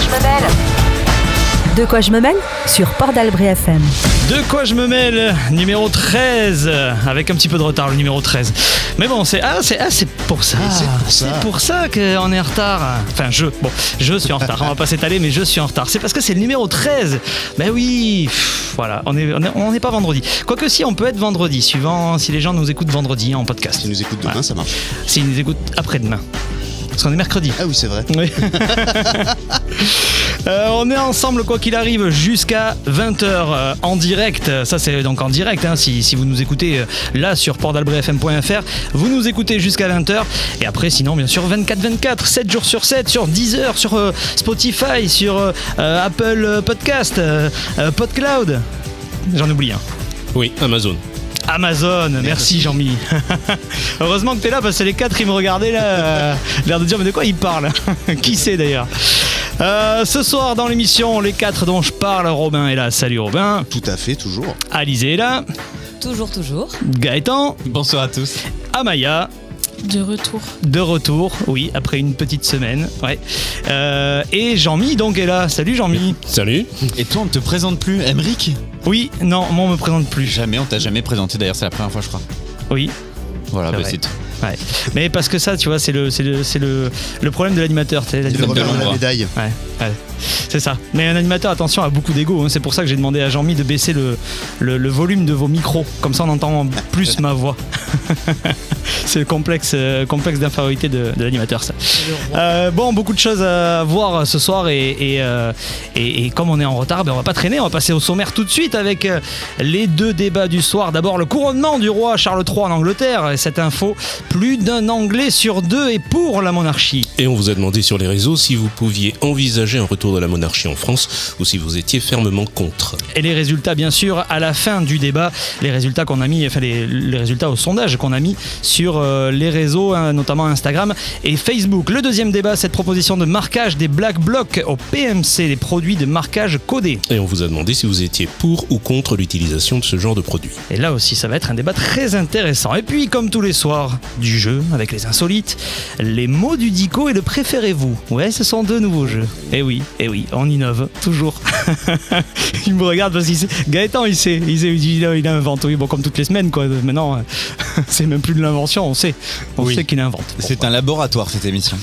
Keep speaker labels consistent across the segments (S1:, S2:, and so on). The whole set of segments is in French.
S1: je me mêle
S2: De quoi je me mêle Sur Port d'Albret FM.
S3: De quoi je me mêle Numéro 13. euh, Avec un petit peu de retard, le numéro 13. Mais bon, c'est ah, c'est ah, c'est pour ça.
S4: Et c'est pour ça.
S3: C'est pour ça qu'on est en retard. Enfin, je. Bon, je suis en retard. on va pas s'étaler, mais je suis en retard. C'est parce que c'est le numéro 13. Ben oui. pff, Voilà, on n'est on est- on n'est pas vendredi. Quoique si, on peut être vendredi, suivant si les gens nous écoutent vendredi en podcast.
S4: Si nous écoute demain, ça marche.
S3: S'ils nous écoutent après-demain. Parce qu'on est mercredi.
S4: Ah oui, c'est vrai.
S3: Oui. Euh, on est ensemble quoi qu'il arrive jusqu'à 20h en direct. Ça c'est donc en direct. hein, si, si vous nous écoutez euh, là sur portdalbretfm.fr, vous nous écoutez jusqu'à 20h. Et après sinon bien sûr 24-24, 7 jours sur 7, sur 10 heures, sur euh, Spotify, sur euh, euh, Apple Podcast, euh, euh, PodCloud. J'en oublie hein. un.
S5: Oui, Amazon.
S3: Amazon, merci Jean-Mi. Heureusement que t'es là parce que les quatre ils me regardaient là, euh, l'air de dire mais de quoi ils parlent Qui sait d'ailleurs Euh, Ce soir dans l'émission, les quatre dont je parle, Robin est là, salut Robin,
S4: Tout à fait, toujours.
S3: Alizé est là,
S6: Toujours, toujours.
S3: Gaëtan,
S5: Bonsoir à tous.
S3: Amaya,
S7: De retour.
S3: de retour, oui, après une petite semaine, ouais. Euh, et Jean-Mi donc est là, salut Jean-Mi.
S5: Salut.
S8: Et toi, on ne te présente plus, Emric
S3: Oui, non, moi on me présente plus,
S8: Jamais, on t'a jamais présenté. D'ailleurs, c'est la première fois, je crois.
S3: oui.
S8: Voilà,
S3: C'est
S8: bah,
S3: vrai.
S8: c'est tout.
S3: Ouais. Mais parce que ça, tu vois, c'est le, c'est le, c'est le, le problème de l'animateur. t'es
S4: Il
S3: l'animateur.
S4: revient à la
S8: l'endroit.
S4: médaille.
S3: Ouais, ouais, c'est ça. Mais un animateur, attention, a beaucoup d'ego. hein. C'est pour ça que j'ai demandé à Jean-Mi de baisser le, le, le volume de vos micros. Comme ça, on entend plus ma voix. c'est le complexe, euh, complexe d'infériorité de, de l'animateur, ça. Euh, bon, beaucoup de choses à voir ce soir. Et, et, euh, et- et comme on est en retard, ben, on va pas traîner. On va passer au sommaire tout de suite avec euh, les deux débats du soir. D'abord, le couronnement du roi Charles III en Angleterre. Et cette info, plus d'un Anglais sur deux est pour la monarchie.
S5: Et on vous a demandé sur les réseaux si vous pouviez envisager un retour de la monarchie en France ou si vous étiez fermement contre.
S3: Et les résultats, bien sûr, à la fin du débat, les résultats qu'on a mis, enfin les, les résultats au sondage qu'on a mis sur euh, les réseaux, hein, notamment Instagram et Facebook. Le deuxième débat, cette proposition de marquage des Black Blocs au PMC, des produits de marquage codés.
S5: Et on vous a demandé si vous étiez pour ou contre l'utilisation de ce genre de produit.
S3: Et là aussi, ça va être un débat très intéressant. Et puis, comme tous les soirs, du jeu avec les insolites, les mots du dico et le préférez-vous. Ouais, ce sont deux nouveaux jeux. Et oui, et oui, on innove, toujours. il me regarde parce qu'il sait. Gaëtan, il sait, il, sait, il a, il a inventé. Oui, bon, comme toutes les semaines, quoi. Maintenant, euh, c'est même plus de l'invention, on sait. On
S8: Oui.
S3: sait qu'il invente. Bon,
S8: C'est un laboratoire, cette émission.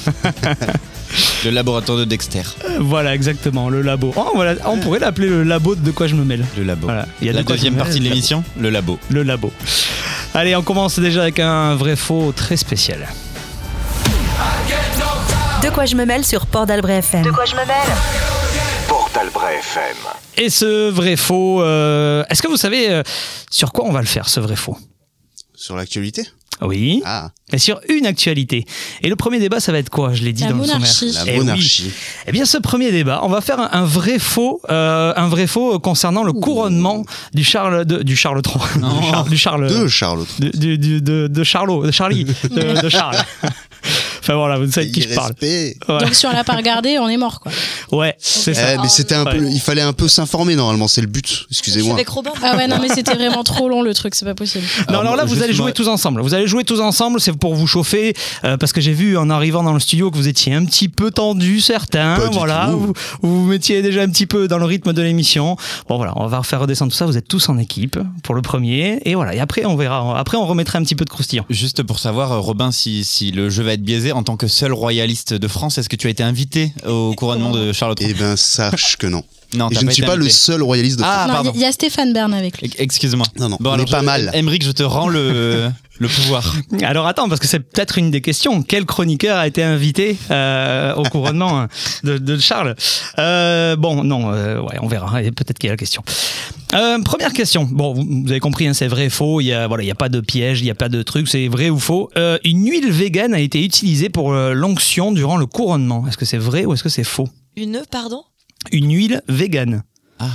S8: le laboratoire de Dexter.
S3: euh, voilà, exactement, le labo. Oh, voilà, on pourrait l'appeler le labo de De quoi je me mêle.
S8: Le labo.
S3: Voilà, il y a
S8: la
S3: de quoi
S8: deuxième
S3: je me mêle,
S8: partie de
S3: le labo.
S8: l'émission, le labo.
S3: le labo. Allez, on commence déjà avec un vrai faux très spécial.
S2: De quoi je me mêle sur Port d'Albret FM.
S1: De quoi je me mêle
S9: Portal Bray FM.
S3: Et ce vrai faux, euh, est-ce que vous savez euh, sur quoi on va le faire, ce vrai faux
S4: Sur l'actualité
S3: Oui,
S4: Ah,
S3: mais sur une actualité. Et le premier débat, ça va être quoi Je l'ai dit
S7: La
S3: dans le sommaire.
S7: monarchie.
S4: la
S3: Eh oui.
S4: monarchie.
S3: Eh bien, ce premier débat, on va faire un, un vrai faux, euh, un vrai faux concernant le couronnement du Charles, de- du Charles III,
S8: Non.
S3: du Charles, du Charles-
S4: Deux, Charlotte.
S3: de, du- du- de- de Charlot, de Charlie, de, de Charles. enfin voilà, vous savez de qui je parle. Euh,
S4: Respect.
S3: Ouais,
S7: Donc si on l'a pas regardé, on est mort quoi.
S3: ouais, c'est ça.
S4: Eh, mais c'était un
S3: Ouais.
S4: peu, il fallait un peu s'informer normalement, c'est le but. Excusez-moi.
S1: Avec Robin
S7: Ah ouais non mais c'était vraiment trop long le truc, c'est pas possible.
S3: Non, alors là,
S8: moi,
S3: vous
S8: juste
S3: allez jouer
S8: ma-
S3: tous ensemble. Vous allez jouer tous ensemble, c'est pour vous chauffer, euh, parce que j'ai vu en arrivant dans le studio que vous étiez un petit peu tendu, certains.
S4: Pas du
S3: voilà,
S4: tout.
S3: vous, vous vous mettiez déjà un petit peu dans le rythme de l'émission. Bon, voilà, on va refaire redescendre tout ça. Vous êtes tous en équipe pour le premier, et voilà. Et après, on verra. Après, on remettra un petit peu de croustillant.
S8: Juste pour savoir, euh, Robin, si, si le jeu va être biaisé, en tant que seul royaliste de France, est-ce que tu as été invité au couronnement de Charles III
S4: Eh ben, sache que non.
S8: Non,
S4: Et
S8: t'as
S4: je ne
S8: été
S4: suis pas le
S8: invité.
S4: seul royaliste de
S8: Ah,
S7: Non,
S8: pardon.
S7: il y- y a Stéphane Bern avec lui.
S8: E- Excuse-moi.
S4: Non, non, on
S8: alors
S4: est pas
S8: je-
S4: mal.
S8: Emmerich, je te rends le, le pouvoir.
S3: Alors attends, parce que c'est peut-être une des questions. Quel chroniqueur a été invité euh, au couronnement hein, de, de Charles Euh, Bon, non, euh, ouais, on verra. Et Peut-être qu'il y a la question. Euh, première question. Bon, vous, vous avez compris, hein, c'est vrai, faux. Il y a, voilà, il y a pas de piège, il y a pas de truc. C'est vrai ou faux Euh, Une huile végane a été utilisée pour euh, l'onction durant le couronnement. Est-ce que c'est vrai ou est-ce que c'est faux
S1: Une, pardon
S3: Une huile végane.
S8: Ah.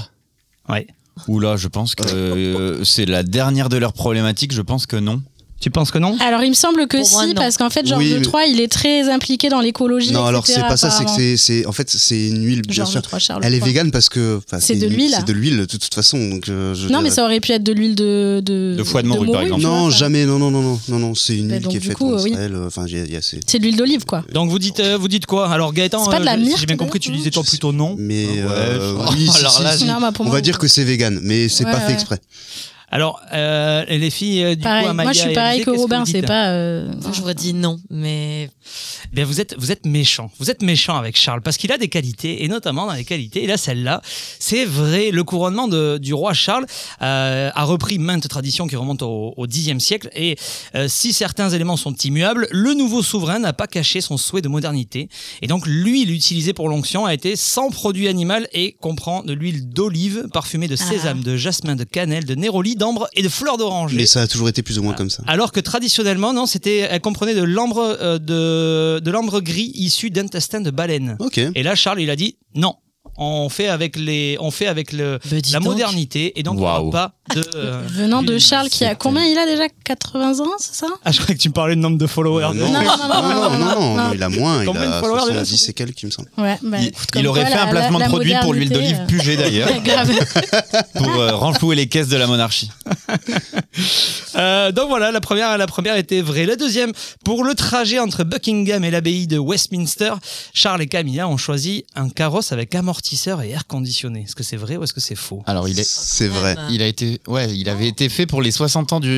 S3: Ouais.
S8: Oula, je pense que euh, c'est la dernière de leurs problématiques. Je pense que non.
S3: Tu penses que non
S7: Alors, il me semble que
S2: Pour moi,
S7: si,
S2: non.
S7: parce qu'en fait, Georges
S4: Oui, mais-
S7: III, il est très impliqué dans l'écologie.
S4: Non, alors c'est
S7: etc.,
S4: pas ça, c'est que
S7: apparemment.
S4: c'est, c'est- en fait, c'est une huile, bien
S7: Georges
S4: sûr.
S7: III, Charles
S4: Elle est
S7: III.
S4: végane parce que. enfin,
S7: C'est de
S4: une-
S7: l'huile.
S4: C'est de l'huile, de toute façon. Donc, euh, je veux
S7: Non, mais
S4: dire-
S7: ça aurait pu être de l'huile de, de.
S8: De foie de morue, par exemple.
S7: tu
S4: Non,
S7: vois, ça.
S4: jamais, non, non, non, non, non, non, c'est une
S7: Bah,
S4: huile
S7: donc,
S4: qui est
S7: du
S4: faite
S7: coup,
S4: en
S7: euh, oui.
S4: Israël. euh, Enfin, il y a- il y a ces-
S7: C'est de l'huile d'olive, quoi.
S3: Donc vous dites, euh, vous dites quoi Alors Gaëtan,
S7: C'est pas de la
S3: euh,
S7: myrte,
S3: j'ai bien compris, tu
S7: d'ailleurs
S3: disais toi
S4: Je
S3: plutôt non.
S4: Mais
S8: Ouais,
S4: euh,
S8: je-
S4: oui, si,
S3: Alors
S4: si,
S3: là,
S4: si.
S7: Non, bah, pour
S4: on
S7: moi,
S4: va dire que c'est vegan, mais c'est
S7: Ouais,
S4: pas
S7: ouais.
S4: fait exprès.
S3: Alors euh, et les filles, euh, du
S7: Pareil.
S3: coup, Amalia
S7: Moi, je suis
S3: et
S7: pareil
S3: Alizée,
S7: que
S3: qu'est-ce
S7: Robin,
S3: vous
S7: c'est
S3: dites
S7: pas. euh,
S1: Moi, j'aurais dit non, mais
S3: Ben vous êtes vous êtes méchant. Vous êtes méchant avec Charles parce qu'il a des qualités et notamment dans les qualités. Et là celle-là, c'est vrai. Le couronnement de- du roi Charles euh, a repris maintes traditions qui remontent au, au Xe siècle. Et euh, si certains éléments sont immuables, le nouveau souverain n'a pas caché son souhait de modernité. Et donc l'huile utilisée pour l'onction a été sans produit animal et comprend de l'huile d'olive parfumée de
S7: Ah.
S3: sésame, de jasmin, de cannelle, de néroli, d'ambre et de fleur d'oranger.
S4: Mais ça a toujours été plus ou moins
S8: Ah.
S4: comme ça.
S3: Alors que traditionnellement, non, c'était, elle comprenait de l'ambre euh, de, de l'ambre gris issu d'intestin de baleine.
S4: Ok.
S3: Et là, Charles, il a dit non. On fait avec les, on fait avec le,
S1: Bah, dis
S3: la
S1: donc.
S3: modernité et donc on
S5: Waouh.
S3: n'a pas de. euh,
S7: Venant de
S3: une-
S7: Charles, qui a combien il a déjà 80 ans, c'est ça
S3: Ah, je croyais que tu me parlais de nombre de followers.
S4: non,
S7: non, non, non,
S4: non,
S7: non,
S4: non,
S7: non,
S4: non,
S7: non.
S4: il a moins, il
S3: Combien de
S4: a
S3: followers déjà
S4: 70 et quelques, il me semble.
S7: Ouais, bah,
S8: Il,
S7: écoute,
S8: il
S7: comme
S8: aurait
S7: quoi,
S8: fait
S7: la-
S8: un placement
S7: la-
S8: de
S7: la
S8: produit pour l'huile d'olive
S7: modernité,
S8: Puget d'ailleurs,
S7: euh, Grave.
S8: pour euh, renflouer les caisses de la monarchie.
S3: Euh, donc voilà, la première, la première était vraie. La deuxième, pour le trajet entre Buckingham et l'abbaye de Westminster, Charles et Camilla ont choisi un carrosse avec amortisseur et air conditionné. Est-ce que c'est vrai ou est-ce que c'est faux
S8: Alors il est.
S4: C'est vrai.
S1: Ah bah,
S8: Il a été, ouais, il avait été fait pour les 60 ans du,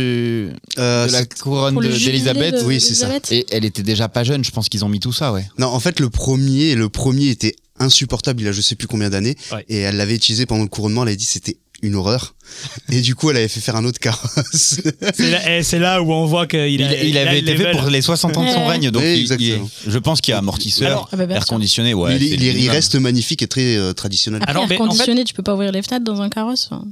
S4: Euh,
S8: de la
S4: c'est-
S8: couronne
S7: Pour le
S8: de-
S7: jubilé
S8: d'Élisabeth.
S7: de-
S4: oui, c'est ça.
S7: d'Élisabeth.
S8: Et elle était déjà pas jeune, je pense qu'ils ont mis tout ça, ouais.
S4: Non, en fait, le premier, le premier était insupportable. Il a je sais plus combien d'années,
S3: Ouais.
S4: et elle l'avait utilisé pendant le couronnement. Elle avait dit c'était une horreur, et du coup, elle avait fait faire un autre carrosse.
S3: C'est là, eh, c'est là où on voit qu'il a,
S8: Il, il
S3: a le
S8: avait été fait
S3: level.
S8: pour les 60 ans de son
S7: Ouais.
S8: règne, donc
S4: Oui,
S8: il- il
S4: exactement.
S8: est- je pense qu'il y a amortisseur,
S3: Alors,
S7: Ah bah, bien
S8: air
S7: sûr.
S8: conditionné, ouais.
S4: il,
S8: c'est
S4: il-
S8: le
S4: il
S8: minimum.
S4: reste magnifique et très euh, traditionnel.
S7: Après,
S3: Alors, mais
S7: air
S3: en fait-
S7: conditionné, tu peux pas ouvrir les fenêtres dans un carrosse. hein.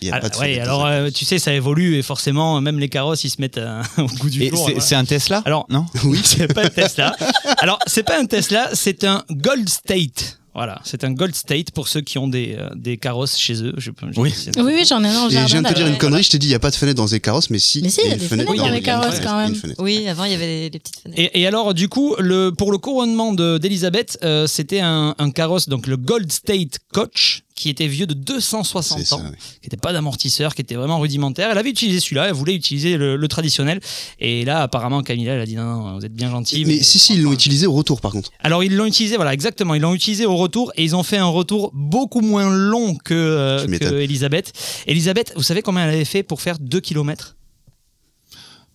S4: Il y a
S3: Ah,
S4: pas de
S3: ouais,
S4: fenêtre.
S3: alors euh, tu sais, ça évolue et forcément, même les carrosses, ils se mettent euh, au goût du
S8: Et
S3: jour.
S8: c'est-
S3: voilà.
S8: c'est un Tesla
S3: Alors-
S8: non
S7: euh,
S3: Oui, c'est pas un Tesla. Alors, c'est pas un Tesla, c'est un Gold State. Voilà, c'est un Gold State pour ceux qui ont des, euh, des carrosses chez eux. Je, je-
S8: Oui.
S3: c'est-
S7: Oui, oui, j'en ai un dans le
S4: Et je
S7: jardin.
S4: viens de te dire
S7: d'ailleurs.
S4: une connerie, je t'ai dit, il n'y a pas de fenêtre dans les carrosses, mais si.
S7: Mais si, il y a
S4: une
S7: des
S4: fenêtre
S7: fenêtres
S4: il y
S3: dans
S4: a
S3: les
S4: une
S7: carrosses,
S4: fenêtre,
S7: quand
S4: il y a une
S7: même.
S4: fenêtre.
S1: oui, avant il y avait les, les petites fenêtres.
S3: Et, et alors, du coup, le, pour le couronnement de- d'Elisabeth, euh, c'était un, un carrosse, donc le Gold State Coach, qui était vieux de
S4: C'est
S3: 260
S4: ça,
S3: ans,
S4: oui.
S3: qui n'était pas d'amortisseur, qui était vraiment rudimentaire. Elle avait utilisé celui-là, elle voulait utiliser le, le traditionnel. Et là, apparemment, Camilla, elle a dit non, non, vous êtes bien gentil.
S4: Mais si, si, ils l'ont utilisé au retour, par contre.
S3: Alors ils l'ont utilisé, voilà, exactement, ils l'ont utilisé au retour et ils ont fait un retour beaucoup moins long que, euh,
S4: Tu
S3: que
S4: m'étonnes.
S3: Elisabeth. Elisabeth, vous savez combien elle avait fait pour faire 2 km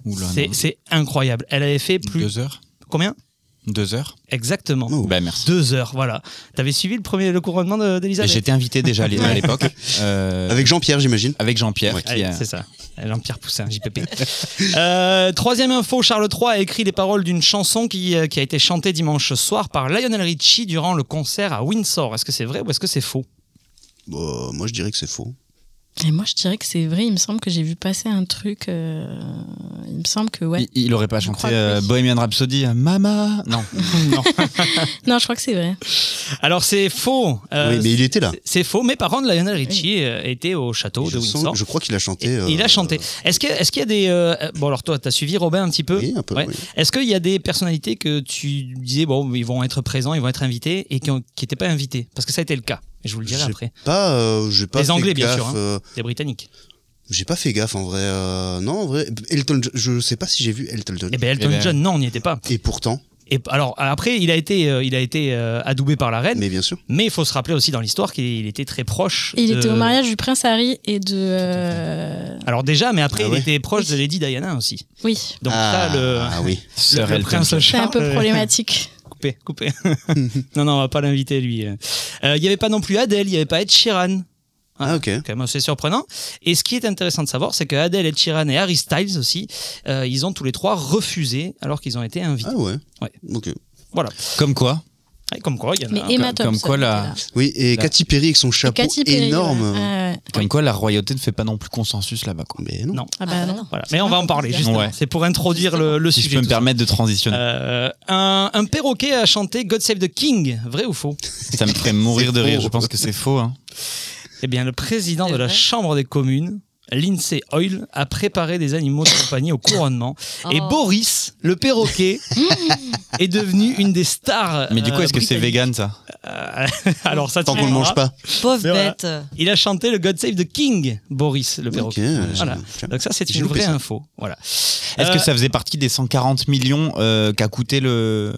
S8: Oula, non.
S3: c'est, c'est incroyable. Elle avait fait plus...
S8: Deux heures
S3: Combien
S8: Deux heures
S3: Exactement.
S4: Oh.
S8: Bah merci.
S3: 2 heures, voilà. T'avais suivi le premier le couronnement de- d'Elisabeth
S8: J'étais invité déjà à l'é- à l'époque. euh,
S4: Avec Jean-Pierre, j'imagine.
S8: avec Jean-Pierre. qui
S3: Allez,
S8: a-
S3: c'est ça. Jean-Pierre Poussin, JPP. Euh, troisième info, Charles III a écrit les paroles d'une chanson qui, euh, qui a été chantée dimanche soir par Lionel Richie durant le concert à Windsor. Est-ce que c'est vrai ou est-ce que c'est faux
S4: Bon, Bah, moi, je dirais que c'est faux.
S7: Et moi, je dirais que c'est vrai. Il me semble que j'ai vu passer un truc. euh, Il me semble que ouais.
S8: Il, il aurait pas
S7: Je
S8: chanté
S7: crois que
S8: euh,
S7: oui.
S8: Bohemian Rhapsody, euh, Mama Non.
S3: Non.
S7: Non, je crois que c'est vrai.
S3: Alors c'est faux. Euh,
S4: oui, mais il était là.
S3: C'est faux. Mes parents de Lionel Richie euh, étaient au château
S4: je,
S3: de
S4: sens-
S3: Windsor.
S4: je crois qu'il a chanté.
S3: Et-
S4: euh,
S3: il a chanté. Est-ce que- est-ce qu'il y a des euh, euh, bon alors toi t'as suivi Robin un petit peu.
S4: Oui, un peu.
S3: Ouais.
S4: oui.
S3: Est-ce qu'il y a des personnalités que tu disais bon ils vont être présents ils vont être invités et qui n'étaient pas invités parce que ça a été le cas. Et je vous le dirai
S4: J'ai-
S3: après.
S4: Pas, euh, j'ai pas
S3: Les
S4: fait
S3: Anglais, bien
S4: gaffe,
S3: sûr, hein.
S4: euh,
S3: Des Britanniques.
S4: j'ai pas fait gaffe en vrai. euh, non, en vrai. Elton, John- je sais pas si j'ai vu Elton John.
S3: Eh ben Elton
S8: Eh ben-
S3: John non on n'y était pas.
S4: Et pourtant,
S3: Et alors après il a été euh, il a été euh, adoubé par la reine.
S4: mais bien sûr.
S3: Mais il faut se rappeler aussi dans l'histoire qu'il il était très proche.
S7: Et il
S3: de-
S7: était au mariage du prince Harry et de. euh,
S3: Alors déjà, mais après,
S4: Ah
S3: il
S4: ouais.
S3: était proche de Lady Diana aussi.
S7: Oui.
S3: Donc
S4: ah,
S3: ça, le,
S4: ah oui.
S3: le,
S8: Sir
S3: le
S8: Elton
S3: prince
S8: John.
S7: C'est un
S3: Charles,
S7: peu
S3: euh,
S7: problématique.
S3: Coupé, coupé. non, non, on va pas l'inviter, lui. Euh, Il n'y avait pas non plus Adèle, il n'y avait pas Ed Sheeran.
S4: Ah, ok.
S3: Quand même assez surprenant. Et ce qui est intéressant de savoir, c'est que Adèle, Ed Sheeran et Harry Styles aussi, euh, ils ont tous les trois refusé alors qu'ils ont été invités.
S4: Ah ouais.
S3: Ouais.
S4: Ok.
S3: Voilà.
S8: Comme quoi
S3: Et comme quoi, il y en
S7: Mais
S3: a. un.
S7: Emma
S8: comme- comme
S7: Thompson.
S8: quoi, la-
S7: était là.
S4: Oui, et
S8: Là.
S4: Katy Perry avec son
S7: Et
S4: chapeau
S7: Katy Perry,
S4: énorme.
S7: ouais. Ah, ouais.
S8: Comme quoi la royauté ne fait pas non plus consensus là-bas. Quoi.
S4: Mais non.
S3: Non.
S7: Ah bah
S1: Ah,
S7: non.
S1: non.
S3: Voilà. Mais on va en parler, justement.
S8: Ouais.
S3: C'est pour introduire le, le
S8: Si je
S3: sujet.
S8: peux me
S3: tout ça.
S8: permettre de transitionner,
S3: Euh, un, un perroquet a chanté God Save the King, vrai ou faux
S8: ça me ferait mourir de
S4: c'est
S8: rire.
S4: faux.
S8: Je pense que c'est faux. hein.
S3: Eh bien, le président
S1: C'est
S3: de la
S1: vrai
S3: Chambre des communes Lindsay Oil a préparé des animaux de compagnie au couronnement. Et
S1: Oh.
S3: Boris, le perroquet, est devenu une des stars.
S8: Mais du coup,
S3: euh,
S8: est-ce que c'est
S3: britanniques.
S8: vegan ça
S3: Euh, Alors ça, tu
S4: Tant qu'on le
S3: verras.
S4: mange pas.
S1: Pauvre
S3: Mais voilà.
S1: bête.
S3: Il a chanté le God Save the King, Boris, le perroquet.
S4: euh,
S3: Voilà.
S4: j'ai-
S3: Donc ça, c'est
S4: J'ai
S3: une
S4: loupé
S3: vraie
S4: ça.
S3: info. Voilà.
S8: Est-ce
S3: Euh,
S8: que ça faisait partie des 140 millions euh, qu'a coûté le,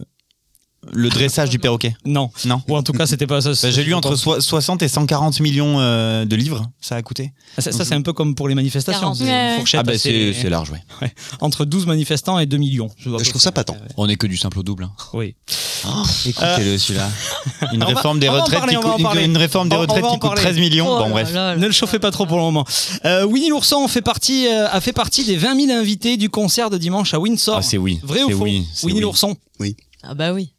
S8: le dressage du perroquet
S3: Non.
S8: Non.
S3: Ou en tout cas, c'était pas ça.
S8: Bah, J'ai lu entre soi- 60 et 140 millions euh, de livres, ça a coûté.
S3: Ça, ça, c'est un peu comme pour les manifestations.
S1: 40.
S3: C'est une
S7: Ouais.
S3: fourchette
S8: bah,
S3: assez-
S8: large, ouais.
S3: entre 12 manifestants et 2 millions. à
S8: Bah,
S3: peu
S4: Je trouve ça pas tant.
S8: On est que du simple au double. hein.
S3: près. Oui.
S8: Écoutez-le celui-là. Une
S3: Euh. On va-
S8: réforme des
S3: on va en
S8: retraites
S3: parler,
S8: qui
S3: on va en
S8: coûte- une-
S3: parler.
S8: une réforme des
S3: On- on
S8: retraites
S3: va en
S8: qui coûte
S3: parler.
S8: 13 millions.
S1: Oh
S8: Bon
S1: là
S8: bref.
S1: là là.
S3: Ne le chauffez pas trop pour le moment. Euh, Winnie l'ourson fait partie, euh, a fait partie des 20 000 invités du concert de dimanche à Windsor.
S8: Ah, c'est oui.
S3: Vrai ou
S8: C'est
S3: faux
S8: oui, c'est
S3: Winnie
S8: oui.
S3: l'ourson.
S1: Ah bah oui.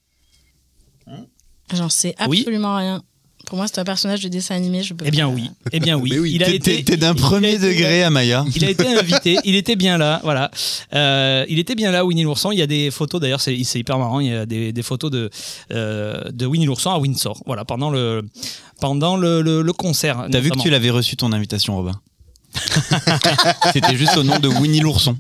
S7: J'en sais
S3: Oui.
S7: absolument rien. Pour moi, c'est un personnage de dessin animé. Je peux
S3: Eh bien
S7: pas-
S3: oui. Eh bien oui.
S4: Mais oui,
S3: Il a
S8: T'es-
S3: été.
S8: T'es t'es d'un
S3: il a
S8: premier
S3: été-
S8: degré à Maya.
S3: Il a été invité, il était bien là, voilà. Euh, il était bien là, Winnie l'ourson. Il y a des photos, d'ailleurs, c'est c'est hyper marrant. Il y a des, des photos de, euh, de Winnie l'ourson à Windsor, voilà, pendant le, pendant le, le- le concert.
S8: T'as vu que
S3: notamment.
S8: tu l'avais reçu ton invitation, Robin C'était juste au nom de Winnie l'ourson.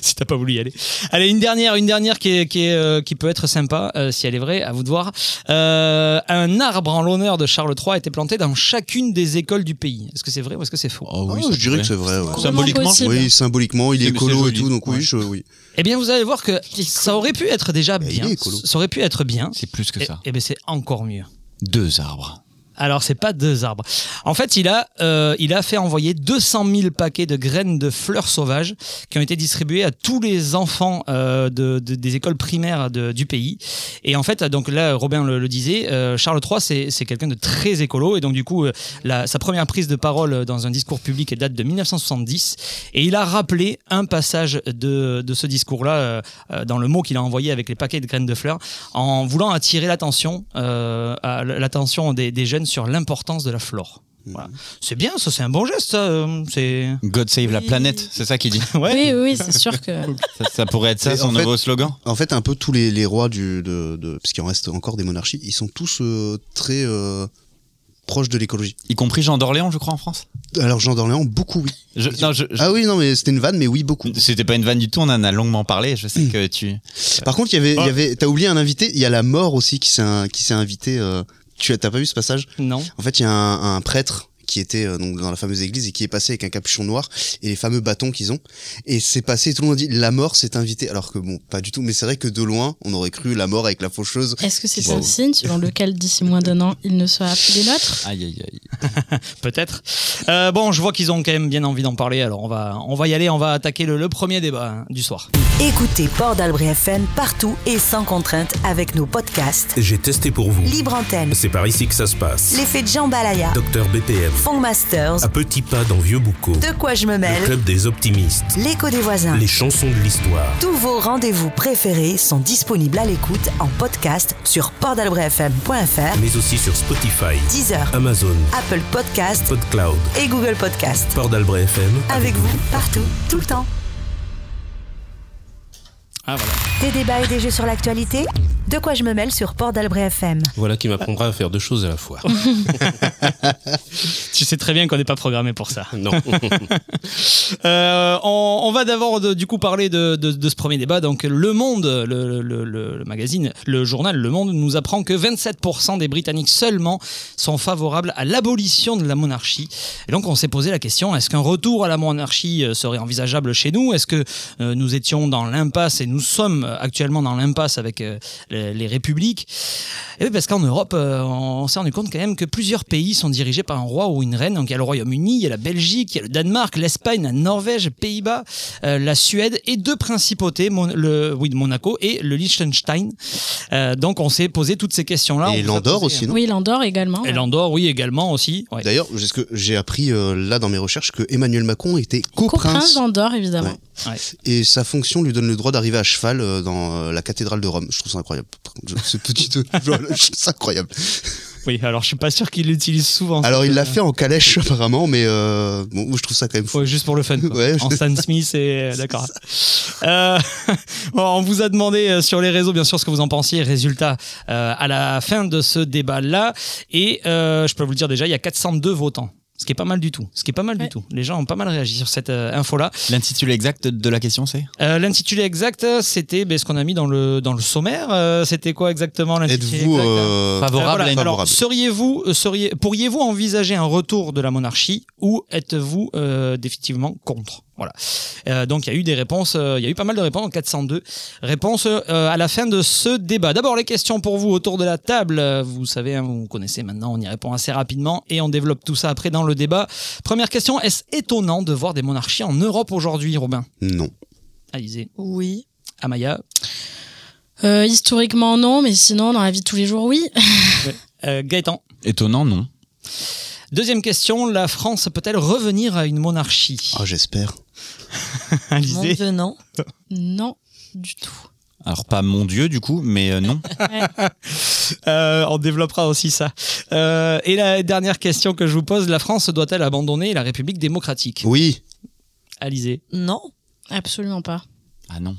S3: si t'as pas voulu y aller. Allez, une dernière, une dernière qui, est- qui, est, euh, qui peut être sympa, euh, si elle est vraie, à vous de voir. Euh, un arbre en l'honneur de Charles III a été planté dans chacune des écoles du pays. Est-ce que c'est vrai ou est-ce que c'est faux
S8: Oh
S4: Oh, je dirais que c'est vrai. ouais.
S7: Comment
S8: Symboliquement,
S7: possible
S4: Oui, symboliquement, il
S8: C'est-
S4: est
S8: mais
S4: écolo
S8: c'est
S4: et tout,
S8: joli.
S4: donc oui, je- oui.
S3: Eh bien, vous allez voir que ça aurait pu être déjà
S4: Bah, il
S3: bien.
S4: est écolo.
S3: Ça aurait pu être bien.
S8: C'est plus que
S3: Et,
S8: ça.
S3: eh bien, c'est encore mieux.
S8: Deux arbres.
S3: Alors, c'est pas deux arbres. En fait, il a, euh, il a fait envoyer 200 000 paquets de graines de fleurs sauvages qui ont été distribués à tous les enfants euh, de, de- des écoles primaires de- du pays. Et en fait, donc là, Robin le, le disait, euh, Charles III, c'est- c'est quelqu'un de très écolo. Et donc, du coup, euh, la- sa première prise de parole dans un discours public elle date de 1970. Et il a rappelé un passage de, de ce discours-là euh, euh, dans le mot qu'il a envoyé avec les paquets de graines de fleurs en voulant attirer l'attention euh, à l- l'attention des, des jeunes sur l'importance de la flore. Voilà. C'est bien, ça c'est un bon geste. ça, euh, C'est
S8: God save la
S1: Oui.
S8: planète, c'est ça qu'il dit.
S7: Oui, oui, oui, c'est sûr que.
S8: Ça, ça pourrait être ça
S4: Et
S8: son
S4: en fait-
S8: nouveau slogan.
S4: En fait, un peu tous les, les rois du, de, de, parce qu'il en reste encore des monarchies, ils sont tous euh, très euh, proches de l'écologie.
S8: Y compris Jean d'Orléans, je crois, en France.
S4: Alors Jean d'Orléans, beaucoup oui.
S8: Je- non, je- je-
S4: Ah oui, non, mais c'était une vanne, mais oui, beaucoup.
S8: C'était pas une vanne du tout, on en a longuement parlé. Je sais que tu.
S4: Par contre, il y avait, il y avait, t'as oublié un invité. Il y a la mort aussi qui s'est, un- qui s'est invité. euh, tu as- t'as pas vu ce passage
S3: non.
S4: En fait, il y a un, un prêtre qui était euh, donc dans la fameuse église et qui est passé avec un capuchon noir et les fameux bâtons qu'ils ont. Et c'est passé, tout le monde dit la mort s'est invitée. Alors que bon, pas du tout. Mais c'est vrai que de loin, on aurait cru la mort avec la faucheuse.
S7: Est-ce que c'est
S4: Wow.
S7: un signe selon lequel d'ici moins d'un an, il ne sera plus des nôtres
S8: Aïe, aïe, aïe.
S3: Peut-être. Euh, bon, je vois qu'ils ont quand même bien envie d'en parler. Alors on va, on va y aller. On va attaquer le, le premier débat hein, du soir.
S2: Écoutez Port d'Albret FM partout et sans contrainte avec nos podcasts.
S6: J'ai testé pour vous.
S2: Libre antenne,
S6: C'est par ici que ça se passe.
S2: l'effet de Jean Balaya,
S6: Docteur BPM.
S2: Fond Masters,
S6: À petits pas dans Vieux Boucau.
S2: De quoi je me
S6: Le
S2: mêle,
S6: club des optimistes.
S2: l'écho des voisins.
S6: Les chansons de l'histoire.
S2: Tous vos rendez-vous préférés sont disponibles à l'écoute en podcast sur portdalbretfm.fr,
S6: Mais aussi sur Spotify,
S2: Deezer,
S6: Amazon,
S2: Apple Podcast
S6: PodCloud,
S2: et Google Podcast.
S6: Port d'Albret FM.
S2: Ah. Avec vous, partout, tout le temps.
S3: Ah voilà.
S2: Des débats et des jeux sur l'actualité De quoi je me mêle sur Port d'Albret FM.
S5: Voilà qui m'apprendra à faire deux choses à la fois.
S3: Tu sais très bien qu'on n'est pas programmé pour ça.
S5: non.
S3: Euh, on, on va d'abord de- du coup parler de, de- de ce premier débat. Donc Le Monde, le, le- le- le magazine, le journal Le Monde nous apprend que 27% des Britanniques seulement sont favorables à l'abolition de la monarchie. Et donc on s'est posé la question, est-ce qu'un retour à la monarchie euh, serait envisageable chez nous Est-ce que euh, nous étions dans l'impasse et nous sommes euh, actuellement dans l'impasse avec euh, les, les républiques Et oui, parce qu'en Europe, euh, on s'est rendu compte quand même que plusieurs pays sont dirigés par un roi ou une reine. Donc il y a le Royaume-Uni, il y a la Belgique, il y a le Danemark, l'Espagne, la Norvège, Pays-Bas, euh, la Suède et deux principautés, Mon- le, oui, de Monaco et le Liechtenstein. Euh, donc on s'est posé toutes ces questions-là.
S4: et
S3: On vous a
S4: l'Andorre
S3: posé- hein.
S4: aussi, non
S7: Oui, l'Andorre également.
S3: Et l'Andorre, oui, également aussi. ouais.
S4: D'ailleurs, j'ai- ce que j'ai appris euh, là dans mes recherches que Emmanuel Macron était
S7: Coprince
S4: coprince
S7: d'Andorre, évidemment.
S4: Ouais.
S3: Ouais.
S4: et sa fonction lui donne le droit d'arriver à cheval euh, dans euh, la cathédrale de Rome. Je trouve ça incroyable. Par contre, je- Ce petit, je trouve ça incroyable.
S3: Oui, alors je suis pas sûr qu'il l'utilise souvent.
S4: Alors il l'a
S3: Euh,
S4: fait en calèche apparemment, mais euh, bon, je trouve ça quand même fou.
S3: Ouais, juste pour le fun. quoi.
S4: Ouais,
S3: en
S4: je-
S3: Stan Smith et d'accord. Euh, bon, on vous a demandé euh, sur les réseaux bien sûr ce que vous en pensiez. Résultat euh, à la fin de ce débat là et euh, je peux vous le dire déjà, il y a 402 votants. Ce qui est pas mal du tout. Ce qui est pas mal
S7: Ouais.
S3: du tout. Les gens ont pas mal réagi sur cette euh, info-là.
S8: L'intitulé exact de la question, c'est
S3: Euh, l'intitulé exact, c'était ben, ce qu'on a mis dans le, dans le sommaire. Euh, c'était quoi exactement l'intitulé
S4: Êtes-vous
S3: exact
S4: euh,
S3: Euh,
S8: favorable
S3: voilà.
S8: à une.
S3: Alors,
S4: favorable.
S3: seriez-vous, euh, seriez, pourriez-vous envisager un retour de la monarchie ou êtes-vous euh, définitivement contre Voilà. Euh, donc, il y a eu des réponses, euh, il y a eu pas mal de réponses, 402 réponses euh, à la fin de ce débat. D'abord, les questions pour vous autour de la table. Euh, Vous savez, hein, vous connaissez maintenant, on y répond assez rapidement et on développe tout ça après dans le débat. Première question, est-ce étonnant de voir des monarchies en Europe aujourd'hui, Robin
S4: Non.
S3: Alizé,
S1: Oui.
S3: Amaya,
S7: Euh, historiquement, non, mais sinon, dans la vie de tous les jours, oui.
S3: euh, Gaëtan
S8: Étonnant, non.
S3: Deuxième question, la France peut-elle revenir à une monarchie
S4: Oh, j'espère.
S1: Mon
S3: Alizé
S1: Dieu, non.
S7: non, du tout.
S8: Alors, pas mon Dieu, du coup, mais euh, non.
S3: Euh, on développera aussi ça. Euh, et la dernière question que je vous pose, la France doit-elle abandonner la République démocratique
S4: Oui.
S3: Alizé.
S1: Non.
S7: Absolument pas.
S8: Ah non.